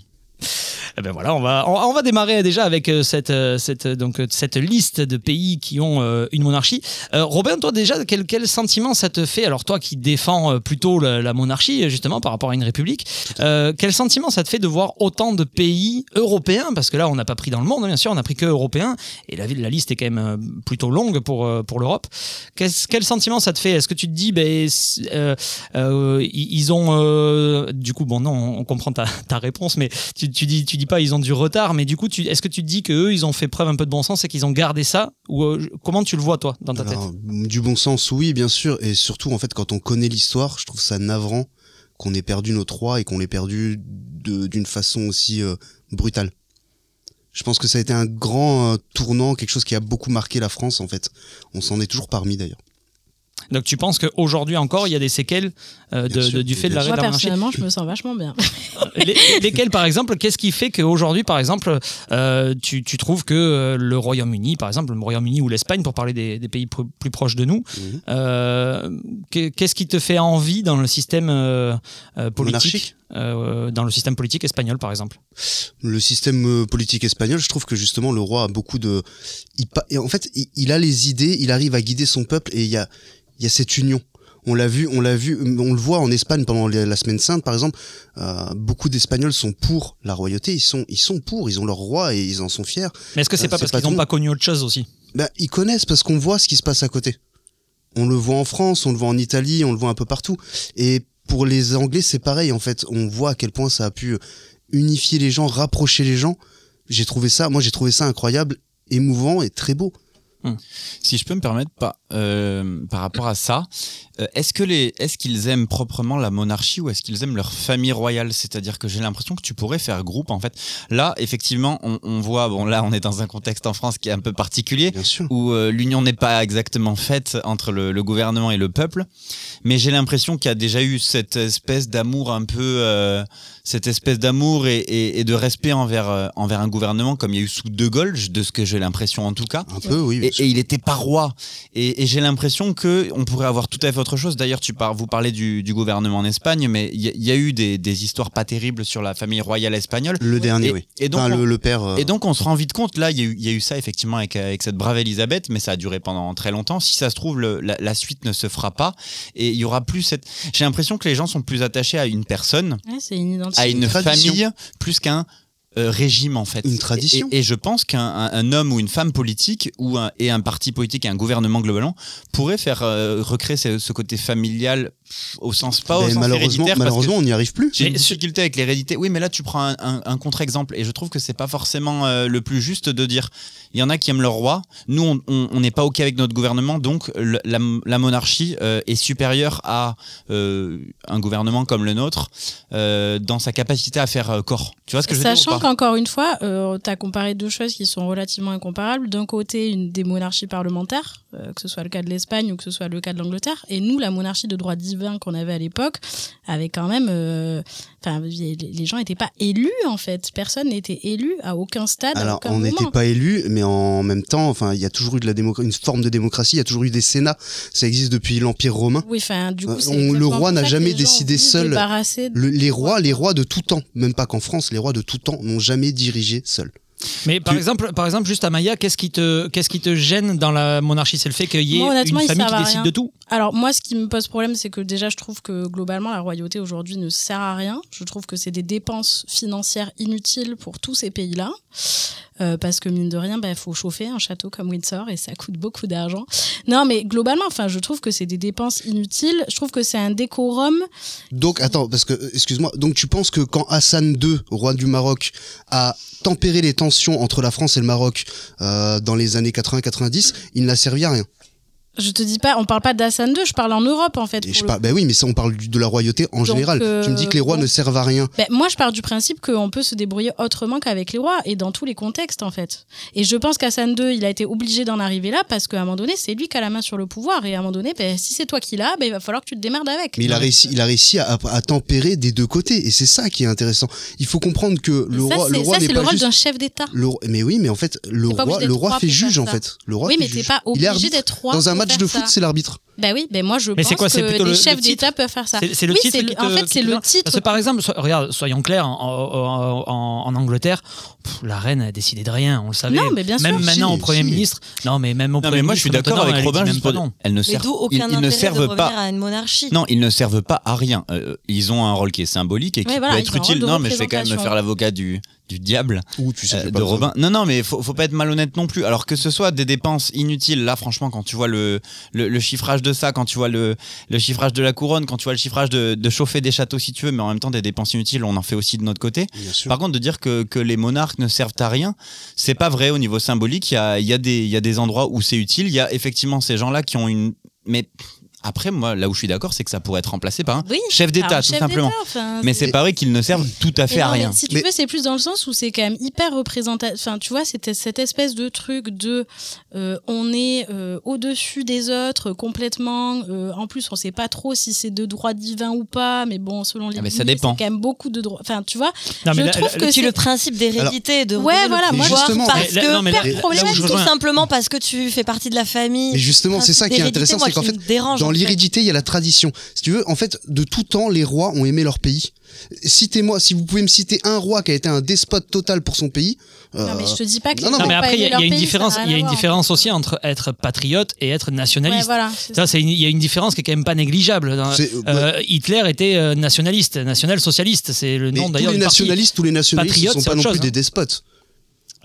S3: Eh ben voilà, on va, on, on va démarrer déjà avec euh, cette, euh, cette, euh, donc, euh, cette liste de pays qui ont euh, une monarchie. Euh, Robin, toi déjà, quel, quel sentiment ça te fait Alors toi qui défends euh, plutôt la, la monarchie, euh, justement, par rapport à une république, euh, quel sentiment ça te fait de voir autant de pays européens Parce que là, on n'a pas pris dans le monde, hein, bien sûr, on n'a pris que européens, et la, la liste est quand même euh, plutôt longue pour, euh, pour l'Europe. Qu'est-ce- quel sentiment ça te fait Est-ce que tu te dis, ben, c'est- euh, euh, ils ils ont... euh, du coup, bon, non, on comprend ta, ta réponse, mais tu, tu dis tu dis pas ils ont du retard mais du coup tu est-ce que tu te dis que eux ils ont fait preuve un peu de bon sens et qu'ils ont gardé ça ou euh, comment tu le vois toi dans ta tête
S4: Alors, du bon sens, oui, bien sûr. Et surtout, en fait, quand on connaît l'histoire, je trouve ça navrant qu'on ait perdu nos trois et qu'on l'ait perdu de- d'une façon aussi euh, brutale. Je pense que ça a été un grand euh, tournant, quelque chose qui a beaucoup marqué la France, en fait. On s'en est toujours parmi, d'ailleurs.
S3: donc tu penses qu'aujourd'hui encore il y a des séquelles euh, de-
S4: Bien sûr,
S3: de- du fait de
S4: bien
S3: la
S4: sûr.
S7: Moi,
S3: réforme monarchie
S7: personnellement, je me sens vachement bien.
S3: Les- lesquelles par exemple qu'est-ce qui fait qu'aujourd'hui par exemple euh, tu, tu trouves que euh, le Royaume-Uni par exemple le Royaume-Uni ou l'Espagne pour parler des, des pays pr- plus proches de nous
S4: Mhm.
S3: euh, qu'est- qu'est-ce qui te fait envie dans le système euh, euh, politique
S4: Monarchique
S3: euh, dans le système politique espagnol par exemple
S4: le système euh, politique espagnol, je trouve que justement le roi a beaucoup de, il pa- et en fait, il, il a les idées, il arrive à guider son peuple et il y a, il y a cette union. On l'a vu, on l'a vu, euh, on le voit en Espagne pendant la la semaine sainte, par exemple. euh, beaucoup d'Espagnols sont pour la royauté, ils sont, ils sont pour, ils ont leur roi et ils en sont fiers.
S3: mais est-ce que c'est
S4: Euh,
S3: pas
S4: c'est
S3: parce
S4: pas
S3: qu'ils n'ont
S4: tout.
S3: pas connu autre chose aussi
S4: Ben, ils connaissent parce qu'on voit ce qui se passe à côté. On le voit en France, on le voit en Italie, on le voit un peu partout. Et pour les Anglais, c'est pareil en fait. On voit à quel point ça a pu unifier les gens, rapprocher les gens. J'ai trouvé ça, moi j'ai trouvé ça incroyable, émouvant et très beau.
S8: Si je peux me permettre, pas, euh, par rapport à ça, euh, est-ce que les, est-ce qu'ils aiment proprement la monarchie ou est-ce qu'ils aiment leur famille royale C'est-à-dire que j'ai l'impression que tu pourrais faire groupe en fait. Là, effectivement, on, on voit, bon là, on est dans un contexte en France qui est un peu particulier
S4: Bien sûr.
S8: où euh, l'union n'est pas exactement faite entre le, le gouvernement et le peuple, mais j'ai l'impression qu'il y a déjà eu cette espèce d'amour un peu, euh, cette espèce d'amour et, et- et de respect envers euh, envers un gouvernement comme il y a eu sous De Gaulle, je- de ce que j'ai l'impression en tout cas.
S4: Un peu, oui. bien
S8: Et,
S4: sûr.
S8: et il était pas roi. Et, et j'ai l'impression que on pourrait avoir tout à fait autre chose. D'ailleurs, tu par, vous parlez du, du gouvernement en Espagne, mais il y, a- il y a eu des, des histoires pas terribles sur la famille royale espagnole.
S4: le dernier,
S8: et-
S4: oui.
S8: et donc,
S4: Enfin,
S8: on-
S4: le, le père. euh,
S8: Et donc, on se rend vite compte, là, il y, a eu- il y a eu ça effectivement avec, avec cette brave Elisabeth, mais ça a duré pendant très longtemps. Si ça se trouve, le- la, la suite ne se fera pas. Et il y aura plus cette. J'ai l'impression que les gens sont plus attachés à une personne,
S7: Ouais, c'est une identité.
S8: à une,
S4: une tradition.
S8: famille, plus qu'à un euh, régime, en fait.
S4: Une tradition.
S8: Et, et je pense qu'un un- un homme ou une femme politique ou un, et un parti politique et un gouvernement globalement pourrait faire euh, recréer ce, ce côté familial pff, au sens pas au
S4: Mais
S8: sens
S4: ben, malheureusement,
S8: héréditaire. parce que
S4: malheureusement, on n'y arrive plus.
S8: J'ai une
S3: Mais sur-
S8: difficulté avec l'hérédité. Oui, mais là tu prends un, un- un contre-exemple et je trouve que c'est pas forcément euh, le plus juste de dire il y en a qui aiment leur roi. Nous, on- on on n'est pas ok avec notre gouvernement, donc le- la, la monarchie euh, est supérieure à euh, un gouvernement comme le nôtre euh, dans sa capacité à faire euh, corps. Tu vois ce que je veux dire ou
S7: Sachant
S8: pas
S7: qu'encore une fois, euh, tu as comparé deux choses qui sont relativement incomparables. D'un côté, une des monarchies parlementaires, euh, que ce soit le cas de l'Espagne ou que ce soit le cas de l'Angleterre, et nous, la monarchie de droit divin qu'on avait à l'époque, avait quand même. euh, Enfin, les les gens n'étaient pas élus en fait. Personne n'était élu à aucun stade. à
S4: Alors,
S7: aucun
S4: on
S7: moment.
S4: n'était pas élu, mais en même temps, enfin, il y a toujours eu de la démocratie, une forme de démocratie. Il y a toujours eu des sénats. Ça existe depuis l'Empire romain.
S7: Oui, enfin, du coup,
S4: Euh,
S7: c'est
S4: on- le
S7: exactement
S4: roi
S7: pour
S4: n'a
S7: ça que
S4: jamais
S7: les gens
S4: décidé
S7: ont voulu se
S4: seul.
S7: débarrasser de-
S4: Le- les rois, les rois de tout temps, même pas qu'en France, les rois de tout temps n'ont jamais dirigé seuls.
S3: Mais par exemple, par exemple, juste à Maya, qu'est-ce qui te, qu'est-ce qui te gêne dans la monarchie C'est le fait qu'il y ait
S7: Moi, honnêtement,
S3: une
S7: il
S3: famille
S7: sert à
S3: qui décide
S7: rien.
S3: de tout.
S7: Alors moi, ce qui me pose problème, c'est que déjà, je trouve que globalement, la royauté aujourd'hui ne sert à rien. Je trouve que c'est des dépenses financières inutiles pour tous ces pays-là. Euh, parce que mine de rien, il faut chauffer un château comme Windsor et ça coûte beaucoup d'argent. Non, mais globalement, enfin, je trouve que c'est des dépenses inutiles. Je trouve que c'est un décorum.
S4: Donc, attends, parce que, euh, excuse-moi, donc tu penses que quand Hassan II, roi du Maroc, a tempéré les tensions entre la France et le Maroc euh, dans les années 80-90, il n'a servi à rien
S7: Je te dis pas, on parle pas d'Hassan II, je parle en Europe en fait.
S4: et
S7: pour
S4: je
S7: le
S4: parle, Ben oui, mais ça, on parle du- de la royauté en
S7: Donc,
S4: général.
S7: euh,
S4: tu me dis que les rois
S7: bon.
S4: ne servent à rien.
S7: Ben, moi, je pars du principe qu'on peut se débrouiller autrement qu'avec les rois et dans tous les contextes, en fait. Et je pense qu'Hassan II, il a été obligé d'en arriver là parce qu'à un moment donné, c'est lui qui a la main sur le pouvoir. Et à un moment donné, ben, si c'est toi qui l'as, ben, il va falloir que tu te démerdes avec. euh,
S4: Mais il a réussi, il a réussi à, à tempérer des deux côtés, et c'est ça qui est intéressant. Il faut comprendre que le
S7: ça,
S4: roi, le
S7: c'est-
S4: roi
S7: ça,
S4: n'est
S7: c'est le
S4: pas
S7: rôle
S4: juste.
S7: d'un chef d'État.
S4: Le roi- mais oui, mais en fait, le
S7: T'es pas
S4: roi,
S7: obligé
S4: le
S7: d'être
S4: roi
S7: roi
S4: fait
S7: pour
S4: juge
S7: faire
S4: en
S7: ça.
S4: fait. Le roi
S7: Oui,
S4: fait
S7: mais t'es
S4: juge.
S7: pas
S4: Il est
S7: obligé
S4: arbitre.
S7: d'être roi.
S4: Dans un
S7: pour
S4: match
S7: faire
S4: de
S7: ça.
S4: foot, c'est l'arbitre.
S7: Ben oui, ben moi, je
S3: Mais c'est
S7: pense
S3: quoi, c'est
S7: que
S3: plutôt
S7: les
S3: le-
S7: chefs
S3: le titre
S7: d'État peuvent faire ça.
S3: C'est c'est le
S7: oui,
S3: titre.
S7: c'est-
S3: qui te-
S7: en fait,
S3: qui
S7: c'est
S3: te
S7: le
S3: gêne
S7: titre.
S3: Parce que par exemple, so- regarde, soyons clairs, en, en- en- en Angleterre, pff, la reine a décidé de rien, on le savait.
S7: Non, mais bien sûr.
S3: Même maintenant
S4: Si,
S3: au Premier
S4: si.
S3: ministre. Non, mais même au
S8: Non,
S3: Premier
S8: mais moi, je
S3: ministre,
S8: suis d'accord
S3: maintenant,
S8: avec
S3: elle
S8: Robin.
S3: dit même
S8: juste
S3: pas
S8: pour-
S3: non.
S8: Elles ne
S10: Mais
S8: servent,
S10: d'où aucun
S8: ils, ils
S10: intérêt
S8: ne
S10: de
S8: servent
S10: revenir
S8: pas.
S10: à une monarchie.
S8: Non, ils ne servent pas à rien. Euh, ils ont un rôle qui est symbolique et qui
S7: Ouais, voilà,
S8: peut
S7: ils
S8: être
S7: ont un rôle
S8: utile.
S7: de
S8: Non, mais je vais quand même me
S7: représentation.
S8: faire l'avocat du, du diable
S4: Ou tu sais,
S8: euh,
S4: j'ai pas
S8: de
S4: besoin.
S8: Robin. Non, non, mais faut, faut pas être malhonnête non plus. Alors que ce soit des dépenses inutiles, là, franchement, quand tu vois le, le, le chiffrage de ça, quand tu vois le, le chiffrage de la couronne, quand tu vois le chiffrage de, de chauffer des châteaux, si tu veux, mais en même temps, des dépenses inutiles, on en fait aussi de notre côté.
S4: Bien sûr.
S8: Par contre, de dire que, que les monarques ne servent à rien, c'est pas vrai au niveau symbolique. Il y a, il y, a des- il y a des endroits où c'est utile. Il y a effectivement ces gens-là qui ont une. Mais après, moi, là où je suis d'accord, c'est que ça pourrait être remplacé par un
S7: Oui,
S8: chef
S7: par un
S8: d'État, tout
S7: chef
S8: simplement.
S7: d'État, enfin,
S8: Mais c'est pas vrai qu'ils ne servent tout à
S7: Et
S8: fait à
S7: non, mais
S8: rien.
S7: si tu
S4: Mais-
S7: veux, c'est plus dans le sens où c'est quand même hyper représentatif. Enfin, tu vois, c'était cette espèce de truc de euh, on est euh, au-dessus des autres euh, complètement. euh, en plus, on sait pas trop si c'est de droit divin ou pas, mais bon, selon les.
S8: Ah, mais ça
S7: milieux,
S8: dépend.
S7: c'est quand même beaucoup de droits. Enfin, tu vois,
S3: Non,
S7: je
S3: mais la-
S7: trouve
S3: la-
S7: que
S10: Tu
S7: c'est
S10: le principe d'hérédité de
S7: Ouais,
S10: revenir au
S7: voilà,
S4: moi, je-
S10: pouvoir
S4: Justement,
S10: parce
S3: mais là-
S10: que
S3: non, mais là-
S10: per-
S3: là où
S10: problématique,
S3: je
S10: tout
S3: rejoins-
S10: simplement parce que tu fais partie de la famille.
S4: Mais justement, c'est ça qui est
S10: D'hérédité,
S4: intéressant,
S10: moi,
S4: c'est qu'en
S10: qui
S4: fait,
S10: me dérange, en
S4: dans
S10: fait.
S4: l'hérédité, il y a la tradition. Si tu veux, en fait, de tout temps, les rois ont aimé leur pays. Citez-moi, si vous pouvez me citer un roi qui a été un despote total pour son pays. euh,
S7: Non, mais je te dis pas que.
S4: non, non,
S7: les
S3: Non,
S7: gens
S3: mais
S7: ont pas
S3: après, il y
S7: aimé
S3: a- il y a
S7: leur
S3: une
S7: pays, ça
S3: différence.
S7: n'a rien
S3: Il y a
S7: à
S3: une
S7: voir.
S3: différence aussi entre être patriote et être
S7: Ouais,
S3: nationaliste.
S7: voilà.
S3: Ça, c'est une- il y a une différence qui est quand même pas négligeable.
S4: C'est-
S3: Euh, Hitler était euh, nationaliste, national-socialiste. C'est le
S4: mais
S3: nom
S4: tous
S3: d'ailleurs
S4: les
S3: du parti.
S4: nationalistes, tous les nationalistes ne
S3: Patriote,
S4: sont
S3: c'est
S4: pas non
S3: autre
S4: plus
S3: chose,
S4: des
S3: hein.
S4: despotes.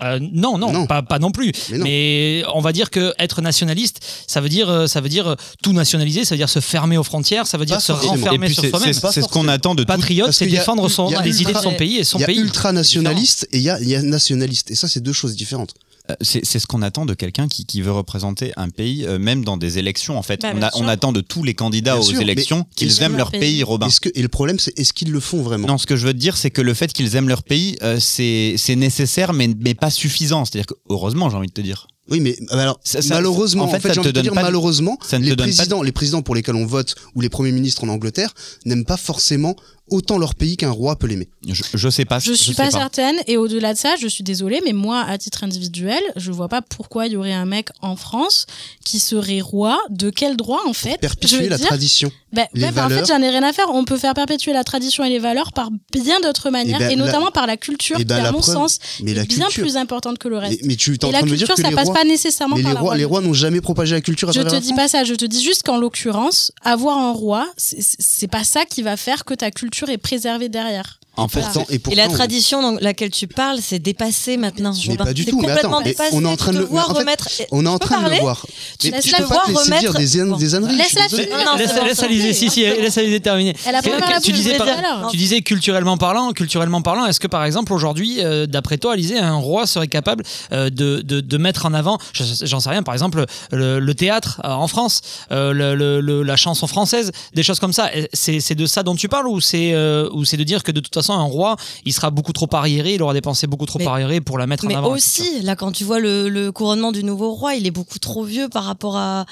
S3: Euh, non, non,
S4: Non.
S3: Pas, pas non plus.
S4: Mais
S3: Mais,
S4: non.
S3: on va dire que être nationaliste, ça veut dire, euh, ça veut dire euh, tout nationaliser, ça veut dire se fermer aux frontières, ça veut dire se
S4: forcément.
S8: Et
S3: renfermer
S8: puis
S3: sur
S8: c'est
S3: soi-même.
S8: c'est- c'est ce qu'on attend de tout.
S3: Patriote,
S4: Parce
S3: c'est
S4: qu'il y a-
S3: défendre son,
S4: il y a
S3: les
S4: ultra-
S3: idées de son pays et son
S4: Il y a
S3: pays.
S4: ultranationaliste et il y a, il y a nationaliste. Et ça, c'est deux choses différentes.
S8: Euh, C'est c'est ce qu'on attend de quelqu'un qui, qui veut représenter un pays, euh, même dans des élections. En fait,
S7: Bah,
S8: on,
S7: bien
S8: a-
S7: sûr.
S8: on attend de tous les candidats
S4: Bien
S8: aux
S4: sûr, mais
S8: élections qu'ils
S7: qu'ils
S8: aiment
S7: aiment
S8: leur
S7: leur
S8: pays,
S7: pays.
S3: Bah.
S8: Robin.
S4: Est-ce que, et le problème, c'est est-ce qu'ils le font vraiment
S8: Non, ce que je veux te dire, c'est que le fait qu'ils aiment leur pays, euh, c'est c'est nécessaire, mais, mais pas suffisant. C'est-à-dire que, heureusement, j'ai envie de te dire.
S4: Oui, mais euh, alors,
S8: Ça- ça-
S4: malheureusement,
S8: en
S4: en
S8: fait,
S4: fait,
S8: ça
S4: j'ai
S8: te
S4: envie de te
S8: donne
S4: dire,
S8: pas de-
S4: malheureusement,
S8: ça ne te
S4: les
S8: donne pas de-
S4: présidents, les présidents pour lesquels on vote ou les premiers ministres en Angleterre n'aiment pas forcément autant leur pays qu'un roi peut l'aimer.
S8: Je, je sais pas.
S7: Je suis
S8: sais
S7: pas, certaine. Et au-delà de ça, je suis désolée, mais moi, à titre individuel, je vois pas pourquoi il y aurait un mec en France qui serait roi. De quel droit, en fait Je
S4: Perpétuer
S7: veux
S4: la
S7: dire,
S4: tradition.
S7: ben,
S4: les
S7: ouais, ben, En
S4: valeurs.
S7: fait, j'en ai rien à faire. On peut faire perpétuer la tradition et les valeurs par bien d'autres manières, et,
S4: ben, la-
S7: notamment par la culture,
S4: et ben,
S7: qui, à
S4: la
S7: mon
S4: preuve,
S7: sens,
S4: Mais la
S7: est bien
S4: culture.
S7: plus importante que le
S4: Mais,
S7: reste.
S4: mais tu es en
S7: et la
S4: train de me dire
S7: culture,
S4: que
S7: ça
S4: les
S7: passe
S4: rois,
S7: pas nécessairement
S4: mais
S7: par
S4: les
S7: la
S4: rois, les
S7: royauté.
S4: rois n'ont jamais propagé la culture à
S7: Je
S4: travers
S7: te
S4: la
S7: dis
S4: France.
S7: pas ça, je te dis juste qu'en l'occurrence, avoir un roi, c'est- c'est c'est pas ça qui va faire que ta culture est préservée derrière.
S8: En fait,
S4: Pourtant- et
S10: Et
S4: pourtant,
S10: la
S4: on-
S10: tradition dans laquelle tu parles, c'est dépassé maintenant.
S4: Mais
S10: Robin.
S4: pas du
S10: C'est
S4: tout, mais
S10: complètement
S4: attends, mais
S10: dépassé.
S4: on est en train de
S10: Tu
S4: le-
S10: te vois
S4: mais en fait,
S10: remettre.
S4: on est en
S10: peux
S4: train de
S10: parler
S4: le voir.
S10: Tu
S4: Mais
S10: laisses
S4: tu
S10: la
S4: peux pas
S10: voir
S4: te laisser dire
S10: remettre-
S4: des, an-
S10: Bon.
S4: des âneries. je suis
S7: Laisse-la
S4: désolé.
S7: finir.
S10: Non,
S3: Laisse,
S10: c'est bon,
S3: laisse
S10: c'est
S3: Alizée,
S10: bon.
S3: si, si, laisse Alizée terminer.
S7: Elle a
S3: Que-
S7: préparé
S3: que-
S7: la
S3: tu,
S7: fin,
S3: disais
S7: je
S3: par-
S7: vais dire.
S3: tu disais culturellement parlant, culturellement parlant, est-ce que par exemple aujourd'hui, euh, d'après toi, Alizé, un roi serait capable euh, de, de, de mettre en avant, je- j'en sais rien, par exemple le, le théâtre euh, en France, euh, le- le- le- la chanson française, des choses comme ça. Et C'est c'est de ça dont tu parles ou c'est euh, ou c'est de dire que de toute façon un roi, il sera beaucoup trop arriéré, il aura dépensé beaucoup trop
S10: Mais-
S3: arriéré pour la mettre
S10: Mais
S3: en avant. la culture
S10: aussi, là, quand tu vois le, le couronnement du nouveau roi, il est beaucoup trop vieux par rapport à,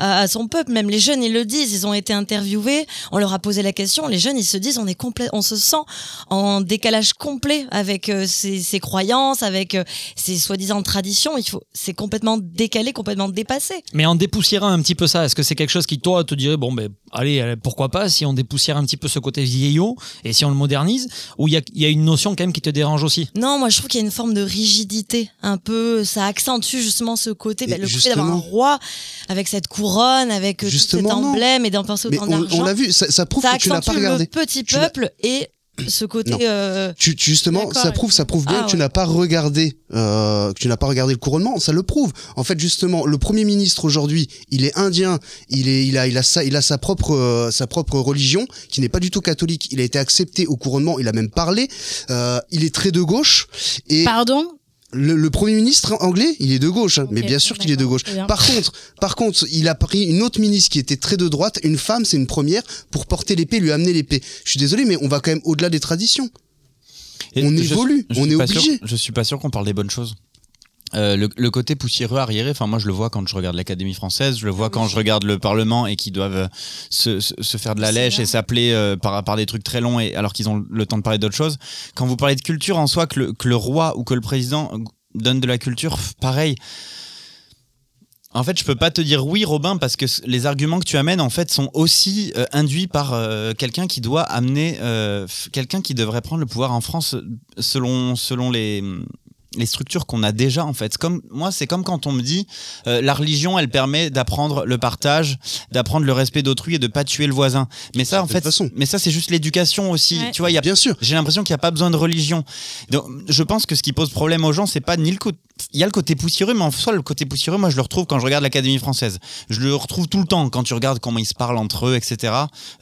S10: à, à son peuple. Même les jeunes, ils le disent. Ils ont été interviewés. On leur a posé la question. Les jeunes, ils se disent, on est complet, on se sent en décalage complet avec euh, ses, ses croyances, avec euh, ses soi-disant traditions. Il faut, c'est complètement décalé, complètement dépassé.
S3: Mais en dépoussiérant un petit peu ça, est-ce que c'est quelque chose qui, toi, te dirait, bon, ben, allez, allez, pourquoi pas, si on dépoussière un petit peu ce côté vieillot et si on le modernise, ou il y a, il y a une notion quand même qui te dérange aussi
S10: Non, moi je trouve qu'il y a une forme de rigidité, un peu. Ça accentue justement ce côté,
S4: Mais
S10: ben, le fait
S4: justement-
S10: d'avoir un roi avec cette couronne, avec euh, tout cet
S4: Justement, non.
S10: emblème et d'en penser
S4: Mais
S10: autant
S4: on,
S10: d'argent.
S4: on l'a vu, ça, ça prouve
S10: ça
S4: que tu l'as pas
S10: accentue
S4: regardé.
S10: le petit
S4: Tu l'as-
S10: peuple et ce côté.
S4: Non.
S10: euh,
S4: Tu, tu- justement,
S10: D'accord,
S4: ça prouve, ça prouve bien
S10: Ah
S4: que tu
S10: ouais.
S4: n'as pas regardé, euh, que tu n'as pas regardé le couronnement. Ça le prouve. En fait, justement, le premier ministre aujourd'hui, il est indien. Il est, il a, il a sa, il a sa propre, euh, sa propre religion qui n'est pas du tout catholique. Il a été accepté au couronnement. Il a même parlé. Euh, il est très de gauche. Et
S7: Pardon
S4: le, le premier ministre anglais, il est de gauche, hein, mais bien sûr qu'il est de gauche.
S7: très bien.
S4: Par contre, par contre, il a pris une autre ministre qui était très de droite, une femme, c'est une première, pour porter l'épée, lui amener l'épée. Je suis désolé, mais on va quand même au-delà des traditions.
S8: Et
S4: on
S8: je-
S4: évolue,
S8: je
S4: on
S8: suis
S4: est
S8: pas sûr-
S4: obligé.
S8: je suis pas sûr qu'on parle des bonnes choses. Euh, le, le côté poussiéreux arriéré, enfin moi je le vois quand je regarde l'Académie française, je le vois quand Ah je regarde le Parlement et qu'ils doivent euh, se, se- se faire de la
S7: C'est
S8: lèche
S7: bien.
S8: et s'appeler euh, par, par des trucs très longs et, alors qu'ils ont le temps de parler d'autres choses. Quand vous parlez de culture en soi, que le, que le roi ou que le président donne de la culture, pff, pareil. En fait, je peux pas te dire oui, Robin, parce que c- les arguments que tu amènes, en fait, sont aussi euh, induits par euh, quelqu'un qui doit amener, euh, f- quelqu'un qui devrait prendre le pouvoir en France euh, selon, selon les, les structures qu'on a déjà, en fait. C'est Comme, moi, c'est comme quand on me dit, euh, la religion, elle permet d'apprendre le partage, d'apprendre le respect d'autrui et de pas tuer le voisin. Mais ça, en
S4: certaine
S8: fait,
S4: façon.
S8: mais ça, c'est juste l'éducation aussi.
S7: Ouais.
S8: Tu vois, il y a
S4: Bien sûr.
S8: j'ai l'impression qu'il n'y a pas besoin de religion. Donc, je pense que ce qui pose problème aux gens, c'est pas ni le côté. Il y a le côté poussiéreux, mais en soi, le côté poussiéreux, moi, je le retrouve quand je regarde l'Académie française. Je le retrouve tout le temps quand tu regardes comment ils se parlent entre eux, etc.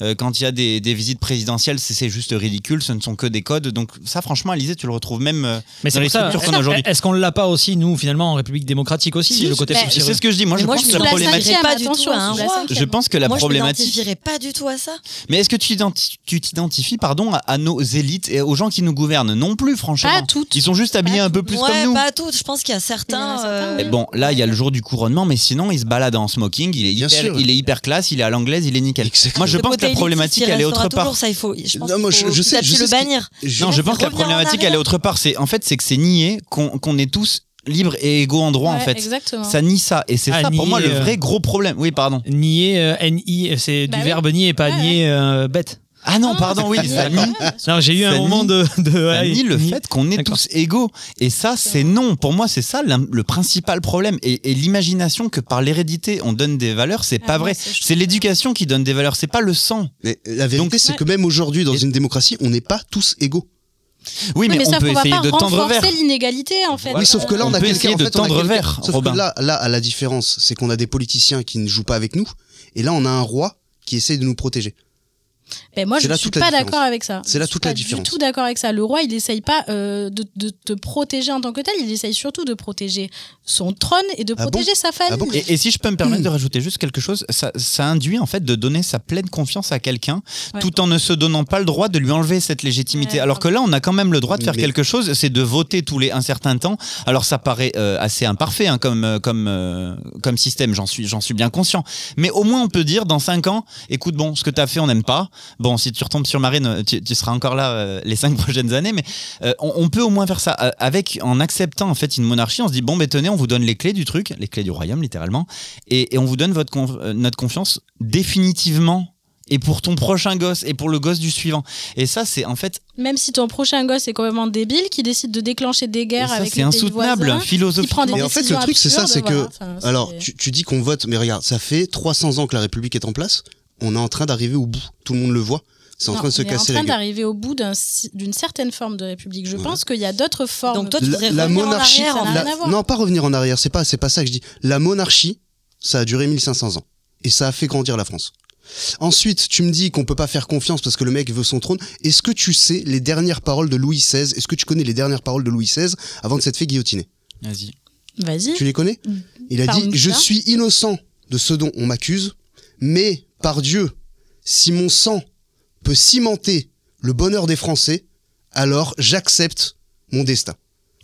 S8: Euh, quand il y a des, des visites présidentielles, c'est- c'est juste ridicule, ce ne sont que des codes. Donc, ça, franchement, Alizé, tu le retrouves même euh,
S3: Mais
S8: dans les
S3: pour ça,
S8: structures qu'on a aujourd'hui.
S3: Est-ce qu'on l'a pas aussi, nous, finalement, en République démocratique aussi,
S8: Si, Bah,
S3: le côté
S10: mais-
S3: poussiéreux
S8: C'est ce que je dis. Moi,
S10: mais
S8: je
S10: moi,
S8: pense
S10: je
S8: que la
S10: me
S7: la
S8: problématique.
S7: cinquième,
S10: pas du tout
S7: attention,
S10: à un
S7: sous la
S10: roi.
S7: cinquième.
S8: Je pense que la
S10: moi, je
S8: problématique.
S10: m'identifierais pas du tout à ça.
S8: Mais est-ce que tu t'identi- tu t'identifies, pardon, à, à nos élites et aux gens qui nous gouvernent Non plus, franchement.
S7: Pas toutes.
S8: Ils sont juste habillés un peu plus
S10: ouais,
S8: comme nous.
S10: pas tout. Je pense qu'il y a certains.
S7: Il y en a certains,
S10: euh,
S8: Et bon, là, il y a le jour du couronnement, mais sinon, il se balade en smoking, il est,
S4: Bien
S8: hyper,
S4: sûr.
S8: il est hyper classe, il est à l'anglaise, il est nickel.
S4: Exactement.
S8: Moi, je
S10: ce
S8: pense
S10: côté
S8: que la
S10: élitiste,
S8: problématique,
S10: il
S8: elle est
S10: restera
S8: autre part.
S10: toujours, ça, il faut. Je pense
S4: Non, moi,
S10: qu'il
S4: je-
S10: faut
S4: je sais-
S10: petit à
S4: je
S10: petit
S4: sais
S10: le
S4: ce qui-
S10: bannir.
S4: Je-
S8: Non,
S10: Là,
S8: je
S10: c'est
S8: pense que
S10: revenir
S8: la
S10: en
S8: problématique,
S10: arrière.
S8: elle est autre part. C'est, en fait, c'est que c'est nier qu'on qu'on est tous libres et égaux en droit, en
S7: Ouais,
S8: fait.
S7: Exactement.
S8: Ça nie ça. Et c'est
S3: Ah,
S8: ça, pour moi,
S3: nier,
S8: le
S3: euh,
S8: vrai gros problème. Oui, pardon.
S3: Nier, euh, N-I, c'est
S7: Bah
S3: du
S7: oui.
S3: verbe nier et pas
S7: Ouais,
S3: nier euh, bête.
S8: Ah non, pardon, oui,
S7: Ouais,
S8: ça
S7: ouais,
S8: nie.
S7: bien sûr.
S3: Non, j'ai eu un
S8: Ça
S3: moment
S8: nie-
S3: de. de
S8: ça
S3: ouais,
S8: nie le
S3: ni-
S8: fait qu'on est
S3: D'accord.
S8: tous égaux. Et ça, c'est non. Pour moi, c'est ça l'im- le principal problème. Et, et l'imagination que par l'hérédité, on donne des valeurs, c'est
S7: Ah,
S8: pas
S7: moi,
S8: vrai.
S7: c'est- je
S8: C'est l'éducation qui donne des valeurs, c'est pas le sang.
S4: Mais la vérité,
S8: Donc-
S4: c'est que même aujourd'hui, dans
S8: Et-
S4: une démocratie, on n'est pas tous égaux.
S8: Oui, mais,
S7: Oui, mais
S8: on
S7: ça,
S8: peut
S7: faut pas
S8: essayer de tendre vers.
S7: renforcer l'inégalité, en fait.
S4: Oui, sauf que là, on,
S8: On
S4: a
S8: peut
S4: quelqu'un
S8: essayer
S4: en
S8: de
S4: fait, on a
S8: tendre
S4: quelqu'un-
S8: vers,
S4: Sauf
S8: Robin.
S4: que là, là, à la différence, c'est qu'on a des politiciens qui ne jouent pas avec nous, et là, on a un roi qui essaye de nous protéger.
S7: Ah, Ben moi,
S4: C'est
S7: je
S4: là
S7: suis
S4: toute la
S7: pas
S4: différence.
S7: d'accord avec ça.
S4: C'est
S7: Je
S4: là
S7: suis
S4: toute la
S7: pas
S4: différence.
S7: Du tout d'accord avec ça. Le roi, il essaye pas euh, de, de te protéger en tant que tel. Il essaye surtout de protéger son trône et de
S4: Ah bon
S7: protéger sa famille.
S4: Ah bon
S8: Et, et si je peux me permettre
S7: Hmm.
S8: de rajouter juste quelque chose, ça, ça induit en fait de donner sa pleine confiance à quelqu'un,
S7: Ouais.
S8: tout en ne se donnant pas le droit de lui enlever cette légitimité.
S7: Ouais,
S8: alors que là, on a quand même le droit de faire
S4: Mais-
S8: quelque chose, c'est de voter tous les un certain temps. Alors ça paraît euh, assez imparfait hein, comme euh, comme euh, comme système, j'en suis j'en suis bien conscient. Mais au moins on peut dire dans cinq ans, écoute bon, ce que t'as fait, on n'aime pas. Bon, si tu retombes sur Marine, euh, tu, tu seras encore là euh, les cinq prochaines années, mais euh, on, on peut au moins faire ça euh, avec en acceptant en fait une monarchie. On se dit bon, ben tenez, on vous donne les clés du truc, les clés du royaume littéralement, et, et on vous donne votre conf- euh, notre confiance définitivement. Et pour ton prochain gosse, et pour le gosse du suivant. Et ça, c'est en fait,
S7: Même si ton prochain gosse est complètement débile, qui décide de déclencher des
S8: et
S7: guerres
S8: ça,
S7: avec
S8: c'est
S7: les pays
S8: insoutenable
S7: voisins, qui prend
S8: philosophiquement.
S7: des
S4: Mais en fait, le
S7: décisions
S4: truc, c'est ça,
S7: absurdes,
S4: c'est que-
S7: voilà. Enfin, c'est-
S4: Alors, tu, tu dis qu'on vote, mais regarde, ça fait 300 ans que la République est en place, on est en train d'arriver au bout, tout le monde le voit, c'est en
S7: Non,
S4: train de se
S7: on est
S4: casser
S7: en train
S4: la gueule.
S7: d'arriver au bout d'un- d'une certaine forme de république. Je
S4: Ouais.
S7: pense qu'il y a d'autres formes.
S10: Donc toi, tu voudrais
S4: la
S10: revenir en
S4: monarchie,
S10: arrière, en
S7: ça n'a
S4: la-
S7: rien à voir.
S4: non pas revenir en arrière, c'est pas c'est pas ça que je dis. La monarchie, ça a duré 1500 ans et ça a fait grandir la France. Ensuite, tu me dis qu'on peut pas faire confiance parce que le mec veut son trône. Est-ce que tu sais les dernières paroles de Louis XVI Est-ce que tu connais les dernières paroles de Louis XVI avant de s'être fait guillotiner
S8: Vas-y.
S7: Vas-y.
S4: Tu les connais
S7: Mm.
S4: Il a dit
S7: Parle-nous de
S4: "Je
S7: ça.
S4: suis innocent de ce dont on m'accuse, mais par Dieu, si mon sang peut cimenter le bonheur des Français, alors j'accepte mon destin."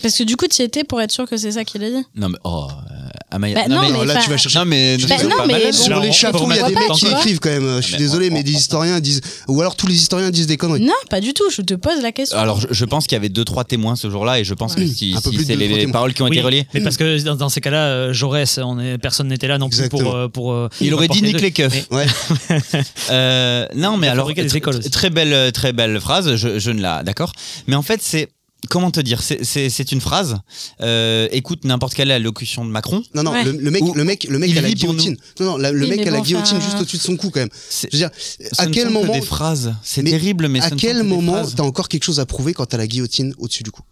S7: Parce que du coup, tu y étais pour être sûr que c'est ça qu'il a dit.
S8: Non mais oh, euh, Amaya.
S7: Bah, non, mais
S4: là, tu vas chercher.
S8: Non, mais
S7: Bah, non, mais bon.
S4: Sur les chatons, il y a des
S7: pas,
S4: mecs
S7: tu
S4: qui
S7: vois.
S4: écrivent quand même. euh, Je suis désolé, mais des historiens disent. Ou alors tous les historiens disent des conneries.
S7: Non, pas du tout. Je te pose la question.
S8: Alors, je, je pense qu'il y avait deux trois témoins ce jour-là, et je pense que si,
S4: Un peu
S8: si
S4: plus de
S8: c'est
S4: deux,
S8: les,
S4: trois
S8: les
S4: témoins.
S8: paroles qui ont
S3: Oui,
S8: été relayées.
S3: Mais parce que dans, dans ces cas-là, euh, Jaurès, on est, personne n'était là non plus pour.
S4: Exactement.
S3: euh, pour euh,
S8: Il aurait dit
S3: apporter
S8: nique les keufs.
S3: Mais-
S4: Ouais.
S8: Euh, non, mais
S3: Il a
S8: alors,
S3: fabriqué des
S8: tr-
S3: écoles aussi.
S8: très belle, très belle phrase. Je, je ne la, d'accord. Mais en fait, c'est comment te dire C'est- C'est c'est une phrase. euh, écoute n'importe quelle allocution de Macron.
S4: Non, non,
S7: Ouais.
S4: le, le mec,
S8: Ou-
S4: le mec, le mec
S8: il
S4: à la
S8: vit pour nous.
S4: guillotine. Non, non, la- le
S7: Oui,
S4: mec
S7: mais
S4: à la
S7: bon,
S4: guillotine
S7: enfin-
S4: juste au-dessus de son cou quand même.
S8: C'est-
S4: Je veux dire,
S8: ce
S4: à
S8: ne
S4: quel
S8: sont que
S4: moment,
S8: des phrases C'est
S4: Mais
S8: terrible, mais
S4: à
S8: ce ne sont
S4: quel
S8: que des
S4: moment
S8: phrases.
S4: t'as encore quelque chose à prouver quand t'as la guillotine au-dessus du cou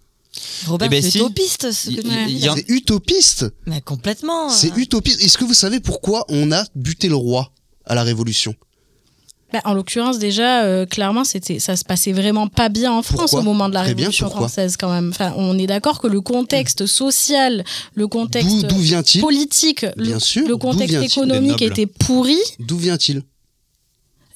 S10: Robert,
S8: Eh ben,
S10: c'est
S8: si.
S10: utopiste ce
S8: Il-
S10: que tu
S7: il-
S10: dis.
S8: il y
S10: là.
S8: a-
S4: C'est utopiste.
S10: Mais complètement.
S4: C'est
S10: euh.
S4: utopiste. Est-ce que vous savez pourquoi on a buté le roi à la Révolution
S7: Bah, en l'occurrence, déjà, euh, clairement, c'était, ça se passait vraiment pas bien en France
S4: Pourquoi
S7: au moment de la
S4: Très bien,
S7: Révolution
S4: pourquoi
S7: française, quand même. Enfin, on est d'accord que le contexte social, le
S4: D'où
S7: contexte
S4: d'où vient-il
S7: politique, le,
S4: Bien sûr.
S7: le
S4: d'où
S7: contexte
S4: vient-il
S7: économique
S8: Des nobles.
S7: était pourri.
S4: D'où vient-il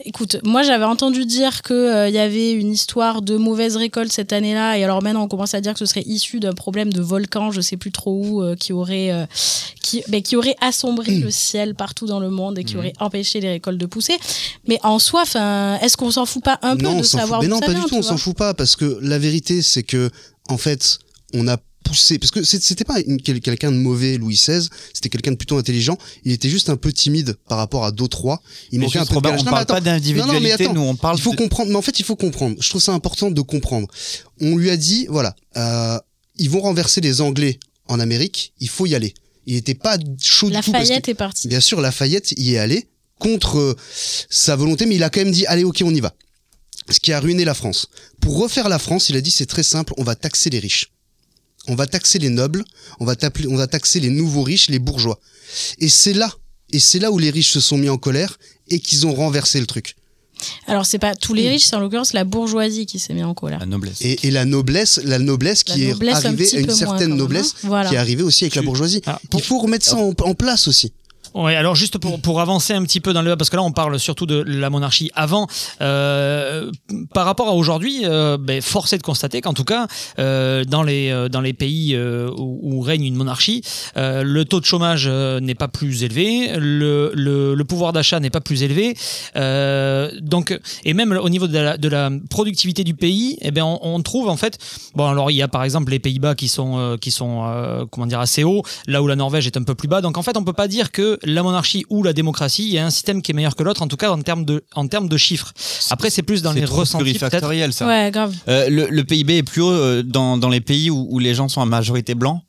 S7: Écoute, moi j'avais entendu dire qu'il y avait une histoire de mauvaise récolte cette année-là, et alors maintenant on commence à dire que ce serait issu d'un problème de volcan, je sais plus trop où, euh, qui, aurait, euh, qui, ben, qui aurait assombri le ciel partout dans le monde et qui aurait empêché les récoltes de pousser. Mais en soi, 'fin, est-ce qu'on s'en fout pas un peu
S4: Non, on
S7: de
S4: s'en fout.
S7: savoir
S4: Mais
S7: d'où
S4: non,
S7: ça
S4: pas
S7: vient,
S4: du
S7: tu
S4: tout. On
S7: vois
S4: s'en fout pas parce que la vérité, c'est que en fait, on a poussé parce que c'est- c'était pas une- quel- quelqu'un de mauvais Louis XVI, c'était quelqu'un de plutôt intelligent. Il était juste un peu timide par rapport à d'autres rois. Il
S8: Mais
S4: manquait un
S8: juste,
S4: peu
S8: Robert,
S4: de
S8: on
S4: gage. Non, mais
S8: parle
S4: attends.
S8: pas
S4: Non, non, mais
S8: d'individualité,
S4: attends.
S8: nous on parle.
S4: Il faut
S8: de-
S4: comprendre, mais en fait, il faut comprendre. Je trouve ça important de comprendre. On lui a dit, voilà, euh, ils vont renverser les Anglais en Amérique, il faut y aller. Il n'était pas chaud
S7: La
S4: du tout. parce que- Mm.
S7: Fayette est partie.
S4: Bien sûr, Lafayette y est allé contre euh, sa volonté, mais il a quand même dit, allez, ok, on y va. Ce qui a ruiné la France. Pour refaire la France, il a dit, c'est très simple, on va taxer les riches. On va taxer les nobles, on va, taper- on va taxer les nouveaux riches, les bourgeois. Et c'est là, et c'est là où les riches se sont mis en colère et qu'ils ont renversé le truc.
S7: Alors c'est pas tous
S4: Mm.
S7: les riches, c'est en l'occurrence la bourgeoisie qui s'est mise en colère.
S8: La noblesse.
S4: Et, et la noblesse, la noblesse
S7: La
S4: qui
S7: noblesse, un
S4: est arrivée
S7: petit
S4: à une
S7: peu moins, quand
S4: certaine
S7: même,
S4: noblesse,
S7: hein. Voilà.
S4: qui est arrivée aussi avec la bourgeoisie.
S3: Ah, pour-
S4: Il faut remettre ça en, en place aussi.
S3: Ouais, alors juste pour, pour avancer un petit peu dans le parce que là on parle surtout de la monarchie avant. euh, par rapport à aujourd'hui, euh, ben, force est de constater qu'en tout cas euh, dans les euh, dans les pays euh, où, où règne une monarchie, euh, le taux de chômage euh, n'est pas plus élevé, le, le, le pouvoir d'achat n'est pas plus élevé. euh, donc et même au niveau de la, de la productivité du pays, eh ben on, on trouve en fait bon alors il y a par exemple les Pays-Bas qui sont euh, qui sont euh, comment dire assez hauts, là où la Norvège est un peu plus bas. Donc en fait, on peut pas dire que la monarchie ou la démocratie, il y a un système qui est meilleur que l'autre, en tout cas en termes de, en termes de chiffres. Après, c'est plus dans
S8: C'est
S3: les
S8: trop
S3: ressentis. peut-être.
S8: plurifactoriel, ça.
S7: Ouais, grave.
S8: Euh, le, le PIB est plus haut euh, dans, dans les pays où, où les gens sont à majorité blancs.